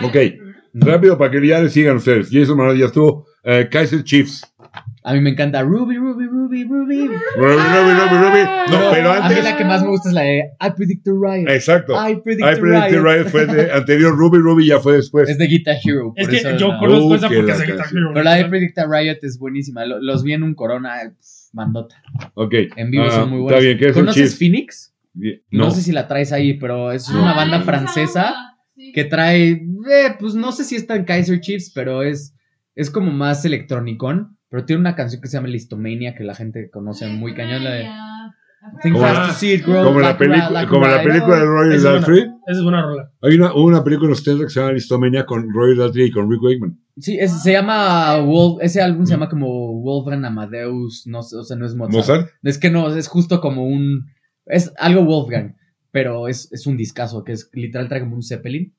Speaker 4: Riot.
Speaker 1: Ok. Rápido para que ya le sigan ustedes. Jason Morales ya estuvo. Eh, Kaiser Chiefs.
Speaker 2: A mí me encanta Ruby, Ruby, Ruby, Ruby.
Speaker 1: Ruby, Ruby, Ruby, Ruby. No, pero
Speaker 2: A mí la
Speaker 1: antes.
Speaker 2: que más me gusta es la de I Predict the Riot.
Speaker 1: Exacto.
Speaker 2: I Predict
Speaker 1: I
Speaker 2: the
Speaker 1: Predict the
Speaker 2: Riot.
Speaker 1: Riot fue de- anterior, Ruby Ruby ya fue después.
Speaker 2: Es de Guitar Hero.
Speaker 3: Es
Speaker 2: por
Speaker 3: que
Speaker 2: eso
Speaker 3: yo
Speaker 2: la-
Speaker 3: conozco
Speaker 1: Uh,
Speaker 3: esa
Speaker 1: que
Speaker 3: porque
Speaker 1: la
Speaker 3: es de Guitar
Speaker 1: canción.
Speaker 3: Hero.
Speaker 2: Pero la de Predict the Riot es buenísima. Lo- Los vi en un Corona. eh, pf, Mandota.
Speaker 1: Ok.
Speaker 2: En vivo
Speaker 1: Ah,
Speaker 2: son muy
Speaker 1: Está
Speaker 2: buenos.
Speaker 1: bien, ¿qué es el
Speaker 2: ¿Conoces
Speaker 1: Chiefs?
Speaker 2: Phoenix?
Speaker 1: Bien.
Speaker 2: No.
Speaker 1: No.
Speaker 2: sé si la traes ahí, pero es
Speaker 1: No.
Speaker 2: una
Speaker 4: Ah,
Speaker 2: banda
Speaker 4: esa
Speaker 2: francesa
Speaker 4: onda, sí.
Speaker 2: que trae, eh, pues no sé si está en Kaiser Chiefs, pero es, es como más electronicón. Pero tiene una canción que se llama Listomania que la gente conoce muy cañón. La de Think
Speaker 1: Como
Speaker 2: fast
Speaker 1: la-
Speaker 2: to see it grow.
Speaker 1: Como la,
Speaker 2: back ra-
Speaker 1: película,
Speaker 2: like
Speaker 1: como la
Speaker 2: right
Speaker 1: película de
Speaker 2: on.
Speaker 1: Roy
Speaker 3: Es buena.
Speaker 1: Daltrey.
Speaker 3: Esa es buena rola.
Speaker 1: Hay una, hubo una película en los 30 que se llama Listomania con Roy Daltrey y con Rick Wakeman.
Speaker 2: Sí, es- se
Speaker 1: Ah,
Speaker 2: llama Wolf, ese álbum se llama como Wolfgang Amadeus, no sé, o sea, no es Mozart.
Speaker 1: Mm. Mozart.
Speaker 2: Es que no, es justo como un, es algo Wolfgang, pero es, es un discazo que es literal trae como un Zeppelin.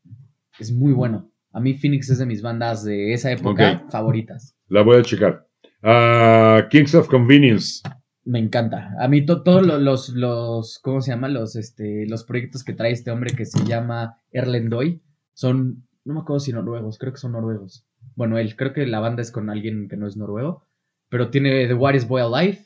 Speaker 2: Es muy bueno. A mí Phoenix es de mis bandas de esa época favoritas.
Speaker 1: La voy a checar. Ah, Kings of Convenience.
Speaker 2: Me encanta. A mí to- todos lo- los, los, ¿cómo se llama? Los, este, los proyectos que trae este hombre que se llama Erlendoy son, no me acuerdo si noruegos, creo que son noruegos. Bueno, él, creo que la banda es con alguien que no es noruego, pero tiene The What is Boy Alive,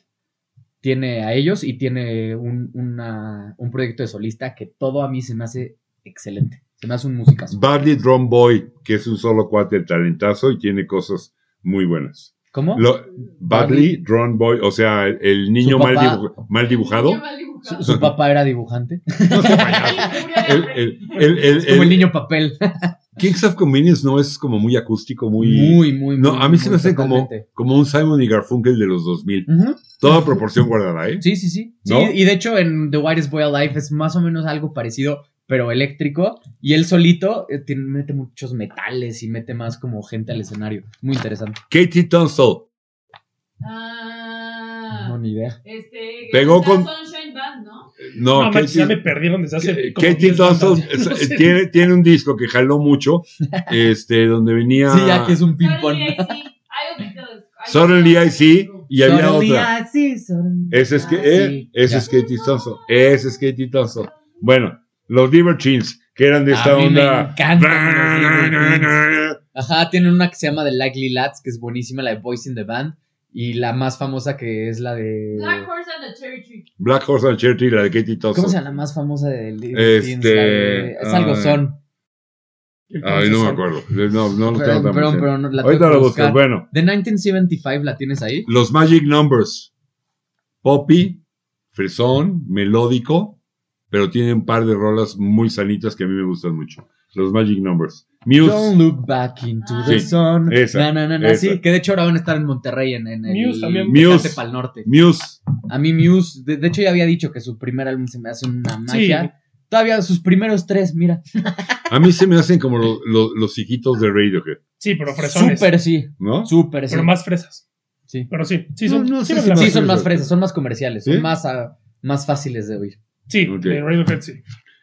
Speaker 2: tiene a ellos y tiene un, una- un proyecto de solista que todo a mí se me hace excelente. Se me hace un musicazo.
Speaker 1: Barley Drum Boy, que es un solo cuate talentazo y tiene cosas muy buenas.
Speaker 2: ¿Cómo?
Speaker 1: Lo, Badly, Drone Boy, o sea, el, el niño mal,
Speaker 2: papá.
Speaker 1: dibuj- mal dibujado.
Speaker 4: Qué mal dibujado.
Speaker 2: Su papá era dibujante.
Speaker 1: No sea payaso. El, el- el- el-
Speaker 2: Es como el
Speaker 1: el-
Speaker 2: niño papel.
Speaker 1: Kings of Convenience no es como muy acústico, muy.
Speaker 2: Muy, muy,
Speaker 1: no,
Speaker 2: muy,
Speaker 1: a mí se
Speaker 2: muy
Speaker 1: me hace como,
Speaker 2: totalmente.
Speaker 1: como un Simon y Garfunkel de los 2000.
Speaker 2: Ujú.
Speaker 1: Toda proporción guardada, ¿eh?
Speaker 2: Sí, sí, sí. Sí,
Speaker 1: ¿No?
Speaker 2: y de hecho en The Whitest Boy Alive es más o menos algo parecido, pero eléctrico. Y él solito eh, tiene- mete muchos metales y mete más como gente al escenario. Muy interesante.
Speaker 1: Katie Tunstall
Speaker 4: Ah,
Speaker 2: No, ni idea.
Speaker 4: este,
Speaker 1: Pegó
Speaker 4: está
Speaker 1: con-
Speaker 4: Sunshine Band, ¿no?
Speaker 1: No,
Speaker 3: No, manches, ya me
Speaker 1: Katie, eh,
Speaker 3: perdieron desde hace. como
Speaker 1: Katie
Speaker 3: 10 bandas.
Speaker 1: Tunstall
Speaker 3: No
Speaker 1: es- eh,
Speaker 3: sé.
Speaker 1: tiene, tiene un disco que jaló mucho, este, donde venía
Speaker 2: Sí, ya que es un ping-pong.
Speaker 4: Suddenly I
Speaker 1: Suddenly I
Speaker 4: See. I don't know.
Speaker 1: See y había
Speaker 2: Suddenly
Speaker 1: otra.
Speaker 2: I see, suddenly
Speaker 1: Ese es, que,
Speaker 2: I
Speaker 1: eh,
Speaker 2: see.
Speaker 1: ese
Speaker 2: Ya.
Speaker 1: es Katie Tunstall. Ese es Katie Tunstall. Bueno, los Libertines, que eran de esta
Speaker 2: A mí me
Speaker 1: onda.
Speaker 2: encantan los Ajá, tienen una que se llama The Likely Lads, que es buenísima, la de Boys in the Band. Y la más famosa que es la de...
Speaker 4: Black Horse and the Cherry Tree.
Speaker 1: Black Horse and Cherry, la de Katie
Speaker 2: ¿Cómo se
Speaker 1: Thompson.
Speaker 2: llama la más famosa de Libertines? La de-
Speaker 1: Este,
Speaker 2: Es algo
Speaker 1: ay.
Speaker 2: son.
Speaker 1: Ay, Ah, no me acuerdo. Eh, No, no lo tengo
Speaker 2: Pero,
Speaker 1: tan
Speaker 2: pero,
Speaker 1: presente.
Speaker 2: pero no, la
Speaker 1: Ahorita
Speaker 2: tengo que
Speaker 1: lo
Speaker 2: buscar.
Speaker 1: busco. Bueno,
Speaker 2: De 1975 la tienes ahí.
Speaker 1: los Magic Numbers. Poppy, fresón, melódico, pero tiene un par de rolas muy sanitas que a mí me gustan mucho. Los Magic Numbers. Muse.
Speaker 2: Don't look back into the
Speaker 1: Sí,
Speaker 2: sun.
Speaker 1: esa,
Speaker 2: Na, na, na, na.
Speaker 1: esa.
Speaker 2: Sí, que de hecho ahora van a estar en Monterrey, en, en el
Speaker 3: Muse también.
Speaker 1: Muse.
Speaker 2: Para el norte.
Speaker 1: Muse.
Speaker 2: A mí Muse, de, de hecho ya había dicho que su primer álbum se me hace una
Speaker 3: Sí.
Speaker 2: magia. Todavía sus primeros tres, mira.
Speaker 1: A mí se me hacen como lo- lo- los hijitos de Radiohead,
Speaker 3: Sí, pero fresones.
Speaker 2: Súper sí,
Speaker 1: ¿no?
Speaker 2: súper sí.
Speaker 3: pero más fresas.
Speaker 2: Sí.
Speaker 3: Pero sí, sí son,
Speaker 1: No, no sé
Speaker 3: sí me
Speaker 1: si
Speaker 3: la-
Speaker 2: Sí,
Speaker 1: más
Speaker 2: son más
Speaker 1: fresas.
Speaker 2: fresas, son más comerciales,
Speaker 1: ¿Sí?
Speaker 2: son más, ah, más fáciles de oír.
Speaker 3: sí,
Speaker 1: Ok.
Speaker 3: de Radiohead sí.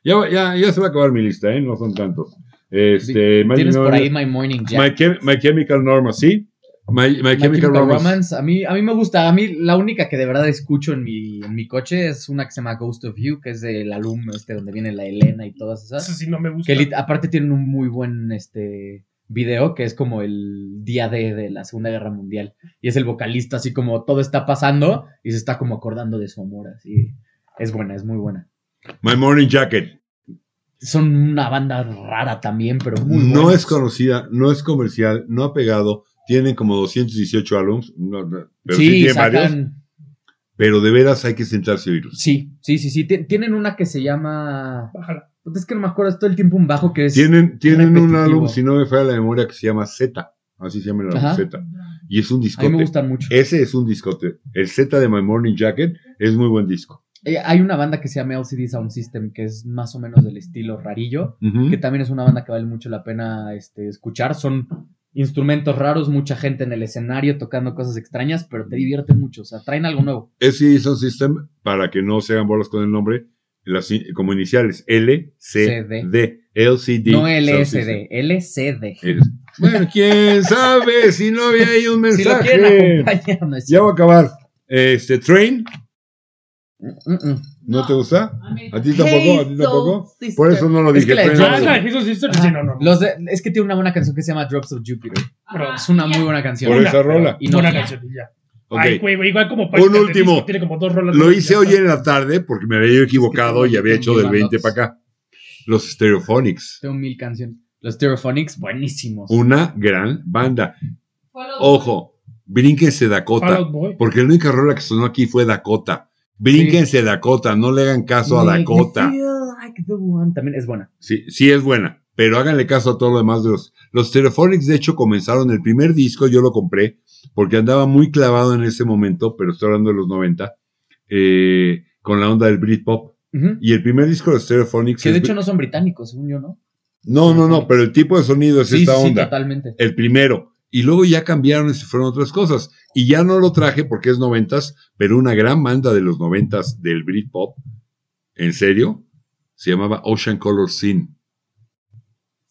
Speaker 1: Ya, va- ya, ya se va a acabar mi lista, ¿eh? No son tantos. Este, Magic
Speaker 2: Tienes por
Speaker 1: Numbers,
Speaker 2: ahí My Morning Jack.
Speaker 1: My, Chem- My Chemical Norma, ¿sí? My, My
Speaker 2: My
Speaker 1: Chemical
Speaker 2: Chemical
Speaker 1: Romance.
Speaker 2: Romance, A mí, a mí me gusta. A mí la única que de verdad escucho en mi, en mi coche es una que se llama Ghost of You, que es del álbum este donde viene la Elena y todas
Speaker 3: Eso
Speaker 2: esas.
Speaker 3: sí no me gusta.
Speaker 2: Que lit- aparte tienen un muy buen este video que es como el día D de la Segunda Guerra Mundial. Y es el vocalista así como todo está pasando y se está como acordando de su amor. Así es buena, es muy buena.
Speaker 1: My Morning Jacket.
Speaker 2: Son una banda rara también, pero muy
Speaker 1: no
Speaker 2: buena.
Speaker 1: es conocida, no es comercial, no ha pegado. Tienen como 218 álbums. no, no, pero sí,
Speaker 2: Sí,
Speaker 1: tienen varios.
Speaker 2: sacan,
Speaker 1: Pero de veras hay que sentarse a oírlos.
Speaker 2: sí, sí, sí, sí. Tien- Tienen una que se llama
Speaker 3: Bájala.
Speaker 2: Puta, Pues Es que no me acuerdo, es todo el tiempo un bajo que es.
Speaker 1: Tienen, tienen un
Speaker 2: repetitivo.
Speaker 1: álbum, si no me falla la memoria, que se llama Z. Así se llama el álbum
Speaker 2: Ajá.
Speaker 1: Z. Y es un
Speaker 2: A mí me
Speaker 1: discote.
Speaker 2: gustan mucho.
Speaker 1: Ese es un discote. El Z de My Morning Jacket es muy buen disco.
Speaker 2: Eh, hay una banda que se llama LCD Sound System, que es más o menos del estilo rarillo,
Speaker 1: Ujú.
Speaker 2: que también es una banda que vale mucho la pena este, escuchar. Son instrumentos raros, mucha gente en el escenario tocando cosas extrañas, pero te divierte mucho. O sea, traen algo nuevo.
Speaker 1: Ese es un System, para que no se hagan bolas con el nombre, las in- como iniciales, LCD, LCD.
Speaker 2: no
Speaker 1: Sound System.
Speaker 2: LSD, LCD.
Speaker 1: Es- Bueno, quién sabe si no había ahí un
Speaker 2: Si lo
Speaker 1: mensaje.
Speaker 2: quieren acompañar, no es
Speaker 1: ya voy a
Speaker 2: cierto.
Speaker 1: acabar. Este, Train,
Speaker 2: Mm, mm.
Speaker 1: ¿no,
Speaker 4: No.
Speaker 1: te gusta?
Speaker 4: América.
Speaker 1: ¿A ti tampoco? ¿A ti tampoco? Por eso no lo
Speaker 2: Es
Speaker 1: dije.
Speaker 2: que la de
Speaker 1: Train,
Speaker 2: Train-
Speaker 1: no
Speaker 3: Ah,
Speaker 1: lo
Speaker 3: la de
Speaker 1: dije.
Speaker 3: Hazel Sisters,
Speaker 2: Ajá.
Speaker 3: sí, no, no. no.
Speaker 2: Los de- es que tiene una buena canción que se llama Drops of Jupiter.
Speaker 3: Pero
Speaker 2: Es una muy buena canción.
Speaker 1: Por esa rola.
Speaker 2: Y no-
Speaker 3: Buena canción, y ya.
Speaker 1: Ok.
Speaker 3: Ay, güey, güey, igual como Páginas
Speaker 1: Un
Speaker 3: de
Speaker 1: último.
Speaker 3: Disco, tiene como dos rolas.
Speaker 1: Lo
Speaker 3: de-
Speaker 1: hice hoy en la tarde porque me había yo equivocado
Speaker 2: Es que
Speaker 1: y había hecho del
Speaker 2: llevan
Speaker 1: 20 para
Speaker 2: datos.
Speaker 1: acá. Los Stereophonics,
Speaker 2: Tengo mil canciones. Los Stereophonics, buenísimos.
Speaker 1: una gran banda.
Speaker 4: Fue lo-
Speaker 1: Ojo, brínquense
Speaker 3: Fall
Speaker 1: Dakota,
Speaker 3: Out Boy.
Speaker 1: porque la única rola que sonó aquí fue Dakota. Brínquense Dakota, no le hagan caso a
Speaker 2: Make me
Speaker 1: Dakota.
Speaker 2: feel like the one. También es buena.
Speaker 1: Sí, sí es buena, pero háganle caso a todo lo demás de los. Los Stereophonics, de hecho, comenzaron el primer disco, yo lo compré, porque andaba muy clavado en ese momento, pero estoy hablando de los 90, eh, con la onda del Britpop.
Speaker 2: Ujú.
Speaker 1: Y el primer disco de los Stereophonics.
Speaker 2: Que de
Speaker 1: es-
Speaker 2: hecho no son británicos, según yo, ¿no?
Speaker 1: no, no, no, pero el tipo de sonido es
Speaker 2: Sí,
Speaker 1: esta
Speaker 2: sí, sí,
Speaker 1: Pues onda.
Speaker 2: totalmente.
Speaker 1: el primero. Y luego ya cambiaron y se fueron otras cosas. Y ya no lo traje porque es noventas, pero una gran banda de los noventas del Britpop, en serio, se llamaba Ocean Color Scene.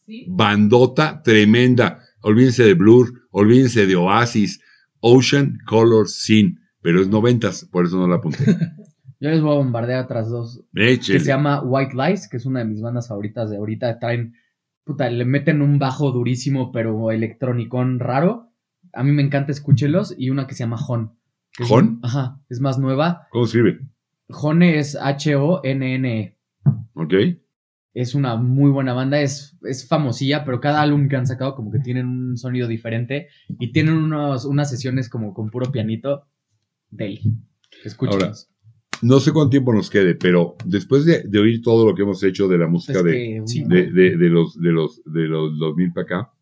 Speaker 4: Sí.
Speaker 1: bandota tremenda. Olvídense de Blur, olvídense de Oasis, Ocean Color Scene, pero es noventas, por eso no la apunté. Eh,
Speaker 2: Yo les voy a bombardear otras dos. Que
Speaker 1: Échele.
Speaker 2: se llama White Lies, que es una de mis bandas favoritas de ahorita. Traen, puta, le meten un bajo durísimo, pero electronicón raro. A mí me encanta, escúchelos. Y una que se llama Hon. que es-
Speaker 1: ¿Hon?
Speaker 2: Ajá, es más nueva.
Speaker 1: ¿Cómo escribe?
Speaker 2: Hone es H-O-N-N-E.
Speaker 1: ¿Ok?
Speaker 2: es una muy buena banda, es, es famosilla, pero cada álbum que han sacado como que tienen un sonido diferente y tienen unos, unas sesiones como con puro pianito del. Escúchalos.
Speaker 1: No sé cuánto tiempo nos quede, pero después de, de oír todo lo que hemos hecho de la música
Speaker 2: Es
Speaker 1: de,
Speaker 2: que,
Speaker 3: sí,
Speaker 2: uno-
Speaker 1: de, de- de los, de, los, de los 2000 para acá,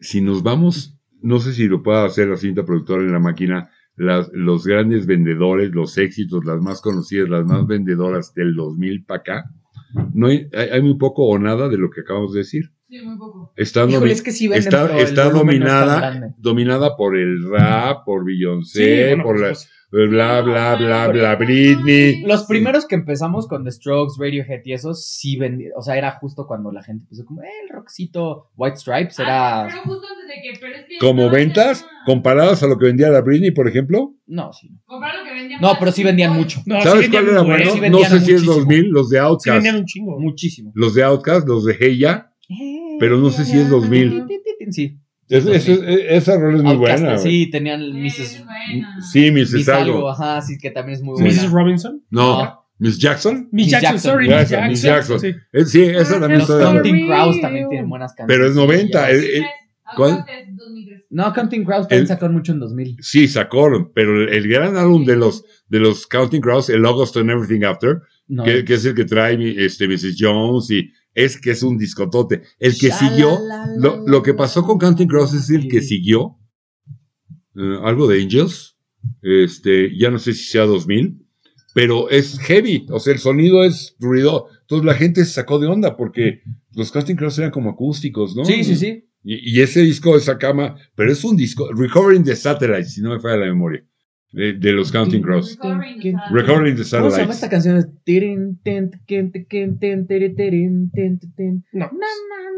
Speaker 1: si nos vamos, no sé si lo pueda hacer la cinta productora en la máquina, las- los grandes vendedores, los éxitos, las más conocidas, las más vendedoras del 2000 para acá, no hay, hay- hay muy poco o nada de lo que acabamos de decir.
Speaker 4: Sí, muy poco.
Speaker 1: Está,
Speaker 2: Híjole,
Speaker 1: domi-
Speaker 2: es que sí venden,
Speaker 1: está-
Speaker 2: pero el
Speaker 1: está
Speaker 2: volumen no es tan
Speaker 1: dominada,
Speaker 2: grande.
Speaker 1: dominada por el rap, por
Speaker 3: Sí,
Speaker 1: Beyoncé,
Speaker 3: bueno,
Speaker 1: por la,
Speaker 3: pues, pues,
Speaker 1: bla, bla, bla, bla, Britney.
Speaker 2: Los primeros que empezamos con The Strokes, Radiohead y eso, sí vendían. O sea, era justo cuando la gente empezó como, eh, el rockcito, White Stripes,
Speaker 4: Ah,
Speaker 2: era.
Speaker 4: pero justo antes de que- pero es que
Speaker 1: Como
Speaker 4: estaba
Speaker 1: ventas,
Speaker 4: ya-
Speaker 1: comparadas a lo que vendía la Britney, por ejemplo,
Speaker 2: No, sí.
Speaker 4: Comprar lo que vendían
Speaker 2: No,
Speaker 4: más
Speaker 2: pero sí vendían
Speaker 4: hoy.
Speaker 2: mucho.
Speaker 3: No, sí
Speaker 1: ¿Sabes
Speaker 3: vendían
Speaker 1: cuál
Speaker 3: un
Speaker 1: era
Speaker 3: buen-
Speaker 1: bueno?
Speaker 2: sí
Speaker 1: no
Speaker 2: vendían
Speaker 1: sé si es
Speaker 2: muchísimo.
Speaker 1: 2000, los de
Speaker 3: Sí
Speaker 1: Outcast.
Speaker 3: vendían un chingo.
Speaker 2: Muchísimo.
Speaker 1: los de Outcast, los de Heya. Pero no sé si es 2000.
Speaker 2: Sí.
Speaker 1: Es- es- es- esa rol es muy
Speaker 2: Outcast,
Speaker 1: buena. güey.
Speaker 2: sí, tenían
Speaker 4: Sí,
Speaker 2: Mrs.
Speaker 4: es buena.
Speaker 1: Sí, Miss
Speaker 2: Miss
Speaker 1: es algo.
Speaker 2: algo, ajá, sí, que también es muy
Speaker 1: Sí.
Speaker 2: buena.
Speaker 3: Mrs. Robinson.
Speaker 1: No,
Speaker 2: No.
Speaker 1: Miss Jackson.
Speaker 3: Miss
Speaker 2: Miss
Speaker 3: Jackson,
Speaker 2: Jackson.
Speaker 3: sorry, Miss
Speaker 1: Jackson, Miss
Speaker 3: Jackson.
Speaker 1: Jackson.
Speaker 3: Sí.
Speaker 1: Eh, sí, esa también
Speaker 2: Ah, Los
Speaker 1: está de
Speaker 2: Counting
Speaker 1: acuerdo.
Speaker 2: Crows también tienen buenas canciones.
Speaker 1: Pero es 90, es-
Speaker 4: Sí,
Speaker 1: eh,
Speaker 4: es-
Speaker 1: ¿cuál?
Speaker 4: Outcast es 2003.
Speaker 2: No, Counting Crows también
Speaker 1: El-
Speaker 2: sacó mucho en 2000.
Speaker 1: Sí, sacó, pero el, el gran álbum de los, de los Counting Crows, el August and Everything After,
Speaker 2: No.
Speaker 1: que, que es el que trae mi- este, Mrs. Jones y es que es un discotote. El que siguió, lo, lo que pasó con Counting Crows es el que siguió, eh, algo de Angels, este, ya no sé si sea 2000, pero es heavy, o sea, el sonido es ruido. Entonces la gente se sacó de onda porque los Counting Crows eran como acústicos, ¿no?
Speaker 2: Sí, sí, sí.
Speaker 1: Y, y ese disco, esa cama, pero es un disco, Recovering the Satellite, si no me falla la memoria, de, de los Counting Crows.
Speaker 4: Recovering the Satellite.
Speaker 1: Recovering the
Speaker 2: ¿Cómo se llama
Speaker 1: Satellite.
Speaker 2: esta canción? Tirin, tin, tiquin, tiquin, tin, tiri, tirin, tin, tin.
Speaker 3: No,
Speaker 2: Na,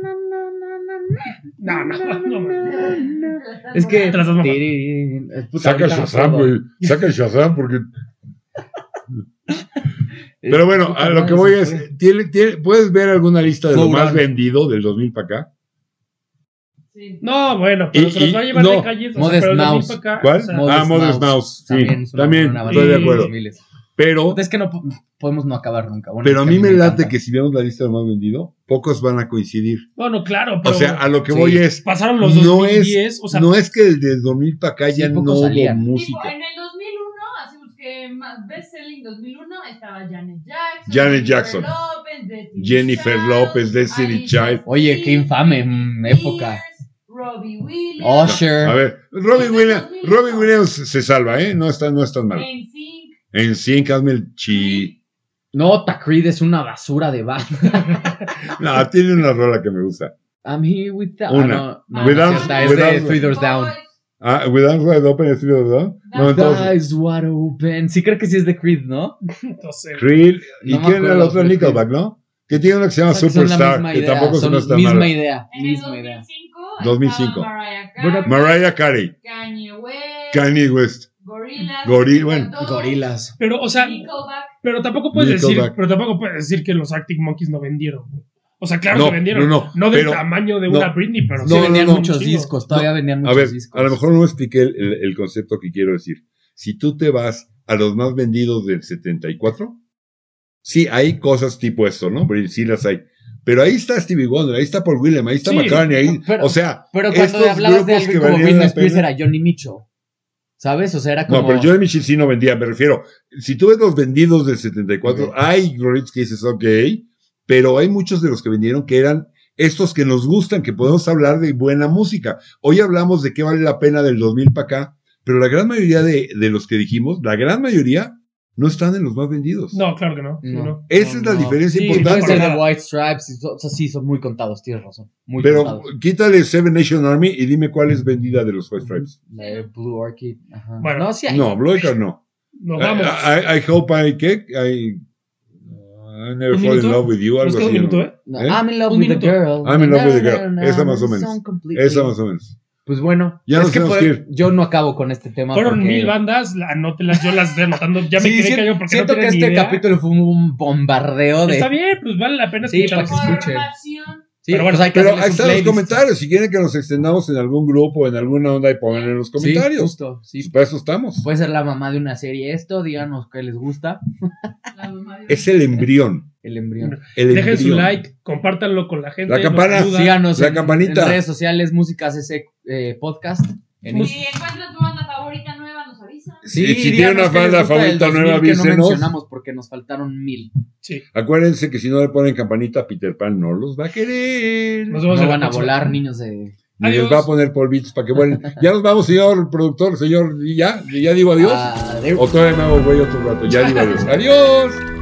Speaker 2: na, na, na, na, na,
Speaker 3: no, no. no, no.
Speaker 2: na, na. Es que.
Speaker 3: Te las vas a mamar.
Speaker 2: Tiririn, es puta,
Speaker 1: Saca el
Speaker 2: ahorita no
Speaker 1: Shazam,
Speaker 2: puedo.
Speaker 1: güey. Saca el Shazam porque
Speaker 2: Es
Speaker 1: Pero bueno,
Speaker 2: puta
Speaker 1: a lo
Speaker 2: madre,
Speaker 1: que voy
Speaker 2: se fue.
Speaker 1: es, ¿tiene- tiene- ¿puedes ver alguna lista de lo
Speaker 2: Hold
Speaker 1: más
Speaker 2: on.
Speaker 1: vendido del 2000 para acá?
Speaker 4: Sí.
Speaker 3: No, bueno, pero
Speaker 1: Y-
Speaker 3: se los va a
Speaker 1: y-
Speaker 3: llevar
Speaker 1: no.
Speaker 3: de calle.
Speaker 2: Modest
Speaker 3: pero de mí
Speaker 2: Mouse.
Speaker 3: pa' acá,
Speaker 1: ¿Cuál?
Speaker 3: o sea,
Speaker 1: ah,
Speaker 2: Modest
Speaker 1: Modest
Speaker 2: Mouse.
Speaker 1: Mouse, sí,
Speaker 2: También
Speaker 1: también,
Speaker 2: es una- una banda
Speaker 1: estoy de
Speaker 3: de los
Speaker 1: acuerdo.
Speaker 2: 2000s.
Speaker 1: Pero,
Speaker 2: Es que no po- podemos no acabar nunca. Bueno,
Speaker 1: pero a
Speaker 2: es que
Speaker 1: mí me late
Speaker 2: encanta.
Speaker 1: que si vemos la lista de lo más vendido, pocos van a coincidir.
Speaker 3: Bueno, claro,
Speaker 1: O
Speaker 3: pero
Speaker 1: sea, a lo que
Speaker 2: sí.
Speaker 1: voy es,
Speaker 3: pasaron los
Speaker 1: no
Speaker 3: 2010. o sea,
Speaker 1: no es que desde 2000 para acá ya no
Speaker 2: pocos
Speaker 1: hubo
Speaker 2: salían.
Speaker 1: música.
Speaker 4: Tipo, en el 2001, así busqué más best-selling 2001, estaba Janet Jackson.
Speaker 1: Janet Jackson.
Speaker 4: López, Destiny
Speaker 1: Jennifer
Speaker 4: Child,
Speaker 1: López, Destiny
Speaker 4: Alice
Speaker 1: Child.
Speaker 2: Oye, qué infame mm,
Speaker 4: Spears,
Speaker 2: época.
Speaker 4: Robbie Williams.
Speaker 2: Usher.
Speaker 1: A ver, Robin
Speaker 4: Sí,
Speaker 1: Williams,
Speaker 4: 2000.
Speaker 1: Robin Williams se salva, ¿eh? No está, no es tan mal.
Speaker 4: NSYNC,
Speaker 1: En 100, hazme el chi.
Speaker 2: No, Tacreed es una basura de banda.
Speaker 1: No, tiene una rola que me gusta.
Speaker 2: I'm here with the- ah,
Speaker 1: Una.
Speaker 2: no, no, no
Speaker 1: Without-
Speaker 2: es cierta, es
Speaker 1: without-
Speaker 2: de Three Doors Down.
Speaker 1: Ah, Without Wide Open, ¿es ¿verdad? No,
Speaker 4: No.
Speaker 1: entonces.
Speaker 2: Eyes wide open. Sí, creo que sí es de Creed, ¿no?
Speaker 3: no sé.
Speaker 1: Creed. ¿Y
Speaker 2: No
Speaker 1: quién
Speaker 2: me
Speaker 1: era el
Speaker 2: acuerdo,
Speaker 1: otro
Speaker 2: pero
Speaker 1: Nickelback, no? Que tiene una que se llama
Speaker 2: Son la
Speaker 1: Superstar,
Speaker 2: misma
Speaker 1: que
Speaker 2: idea,
Speaker 1: tampoco se
Speaker 2: son
Speaker 1: no está
Speaker 2: misma
Speaker 1: mal.
Speaker 2: idea.
Speaker 4: En el
Speaker 2: Misma idea.
Speaker 4: 2005,
Speaker 1: 2005.
Speaker 4: estaba Mariah
Speaker 2: Bueno,
Speaker 4: Carey,
Speaker 1: Mariah Carey,
Speaker 4: Kanye West,
Speaker 1: Kanye West,
Speaker 4: Gorillaz,
Speaker 1: Goril- bueno,
Speaker 4: Doors,
Speaker 2: Gorilas.
Speaker 3: Pero, o sea,
Speaker 4: Nickelback,
Speaker 3: pero tampoco puedes decir,
Speaker 1: Nickelback.
Speaker 3: pero tampoco puedes decir que los Arctic Monkeys no vendieron. güey. O sea, claro
Speaker 1: No,
Speaker 3: que vendieron.
Speaker 1: no, no,
Speaker 3: No, del
Speaker 1: pero-
Speaker 3: tamaño de
Speaker 1: no.
Speaker 3: una Britney, pero
Speaker 1: No,
Speaker 2: Sí,
Speaker 1: no,
Speaker 2: vendían
Speaker 1: no,
Speaker 2: muchos discos, todavía vendían
Speaker 1: A
Speaker 2: muchos
Speaker 1: ver,
Speaker 2: discos.
Speaker 1: a lo mejor no expliqué el, el- el concepto que quiero decir. Si tú te vas a los más vendidos del 74, sí, hay cosas tipo esto, ¿no? Pero sí las hay. Pero ahí está Stevie Wonder, ahí está Paul William, ahí está
Speaker 3: Sí,
Speaker 1: McCartney, ahí,
Speaker 2: pero-
Speaker 1: o sea,
Speaker 2: Pero cuando
Speaker 1: estos
Speaker 2: hablabas de
Speaker 1: grupos que
Speaker 2: alguien como
Speaker 1: valían
Speaker 2: Britney
Speaker 1: la
Speaker 2: Spears
Speaker 1: pena-
Speaker 2: era Johnny Mitchell. ¿Sabes? O sea, era como.
Speaker 1: No, pero Johnny Mitchell sí no vendía, me refiero. Si tú ves los vendidos del 74,
Speaker 2: Ok.
Speaker 1: hay Glorits que dices, ok, pero hay muchos de los que vendieron que eran estos que nos gustan, que podemos hablar de buena música. Hoy hablamos de qué vale la pena del 2000 para acá, pero la gran mayoría de, de los que dijimos, la gran mayoría, no están en los más vendidos.
Speaker 3: No, claro que no. sí,
Speaker 2: No.
Speaker 3: no.
Speaker 1: Esa
Speaker 2: no,
Speaker 1: es la
Speaker 2: no.
Speaker 1: diferencia
Speaker 3: Sí,
Speaker 2: Puedes
Speaker 1: importante.
Speaker 2: ser de
Speaker 3: nada.
Speaker 2: White Stripes. y so- o sea, sí, son muy contados, tienes razón. Muy
Speaker 1: pero
Speaker 2: contados.
Speaker 1: quítale Seven Nation Army y dime cuál es vendida de los White Stripes.
Speaker 2: La de Blue Orchid. Ajá.
Speaker 3: Bueno.
Speaker 2: no, sí hay.
Speaker 1: No, Bloiker no.
Speaker 3: Nos
Speaker 1: I,
Speaker 3: vamos.
Speaker 1: I- I hope I get- I, I never
Speaker 3: ¿Un
Speaker 1: fall in
Speaker 3: minuto?
Speaker 1: love with you,
Speaker 3: Nos
Speaker 1: algo así.
Speaker 3: queda un
Speaker 1: ¿no?
Speaker 3: minuto, ¿eh?
Speaker 2: No,
Speaker 1: ¿Eh?
Speaker 2: I'm in love
Speaker 3: Un
Speaker 2: with
Speaker 3: minuto.
Speaker 2: the girl.
Speaker 1: I'm in love with the girl.
Speaker 2: Na, na, na,
Speaker 1: Esa
Speaker 2: na,
Speaker 1: más o menos.
Speaker 2: son completely-
Speaker 1: Esa más o menos.
Speaker 2: Pues bueno,
Speaker 1: Ya
Speaker 2: es
Speaker 1: nos
Speaker 2: que
Speaker 1: tenemos
Speaker 2: fue-
Speaker 1: que ir.
Speaker 2: yo no acabo con este tema.
Speaker 3: Fueron
Speaker 2: porque-
Speaker 3: mil bandas, la- anótelas, yo las estoy anotando. Ya me
Speaker 2: Sí,
Speaker 3: quedé
Speaker 2: siento-
Speaker 3: callado porque
Speaker 2: siento
Speaker 3: no
Speaker 2: que
Speaker 3: tenía ni
Speaker 2: este
Speaker 3: idea.
Speaker 2: capítulo fue un bombardeo de.
Speaker 3: Está bien, pues vale la pena
Speaker 2: Sí,
Speaker 3: escuchar.
Speaker 2: para que escuchen.
Speaker 4: Formación,
Speaker 2: Sí,
Speaker 3: Pero bueno,
Speaker 2: pues hay que
Speaker 1: Pero
Speaker 2: hacerles
Speaker 1: ahí
Speaker 2: un
Speaker 1: están los
Speaker 2: playlist.
Speaker 1: comentarios. Si quieren que nos extendamos en algún grupo, en alguna onda, y pongan en los
Speaker 2: Sí,
Speaker 1: comentarios.
Speaker 2: justo, sí.
Speaker 1: Para eso estamos.
Speaker 2: Puede ser la mamá de una serie esto, díganos qué les gusta.
Speaker 4: la mamá de-
Speaker 1: Es el embrión.
Speaker 2: El embrión.
Speaker 1: El
Speaker 3: Dejen su
Speaker 1: embrión.
Speaker 3: like, compártanlo con la gente.
Speaker 1: La
Speaker 3: nos
Speaker 1: campana.
Speaker 3: ayuda.
Speaker 2: Síganos
Speaker 1: La
Speaker 2: en,
Speaker 1: campanita.
Speaker 2: en redes sociales, música CC eh, podcast. En Instagram.
Speaker 4: Si encuentran tu banda favorita nueva, nos avisan.
Speaker 1: Sí, si tiene una
Speaker 2: díganos qué les
Speaker 1: banda
Speaker 2: gusta del
Speaker 1: favorita
Speaker 2: 2000
Speaker 1: nueva,
Speaker 2: que no
Speaker 1: avísenos.
Speaker 2: mencionamos porque nos faltaron mil.
Speaker 3: Sí,
Speaker 1: Acuérdense que si no le ponen campanita, Peter Pan no los va a querer.
Speaker 3: nos
Speaker 1: Ni
Speaker 3: vemos
Speaker 2: No
Speaker 3: en la
Speaker 2: van a
Speaker 3: próxima.
Speaker 2: volar niños de.
Speaker 1: les
Speaker 3: Adiós.
Speaker 1: va a poner polvitos para que vuelen. Ya nos vamos, señor productor, señor. ¿y ¿Ya? ¿Ya digo adiós?
Speaker 2: Ah, de-
Speaker 1: O todavía me hago güey otro rato. Ya digo adiós. ¡Adiós!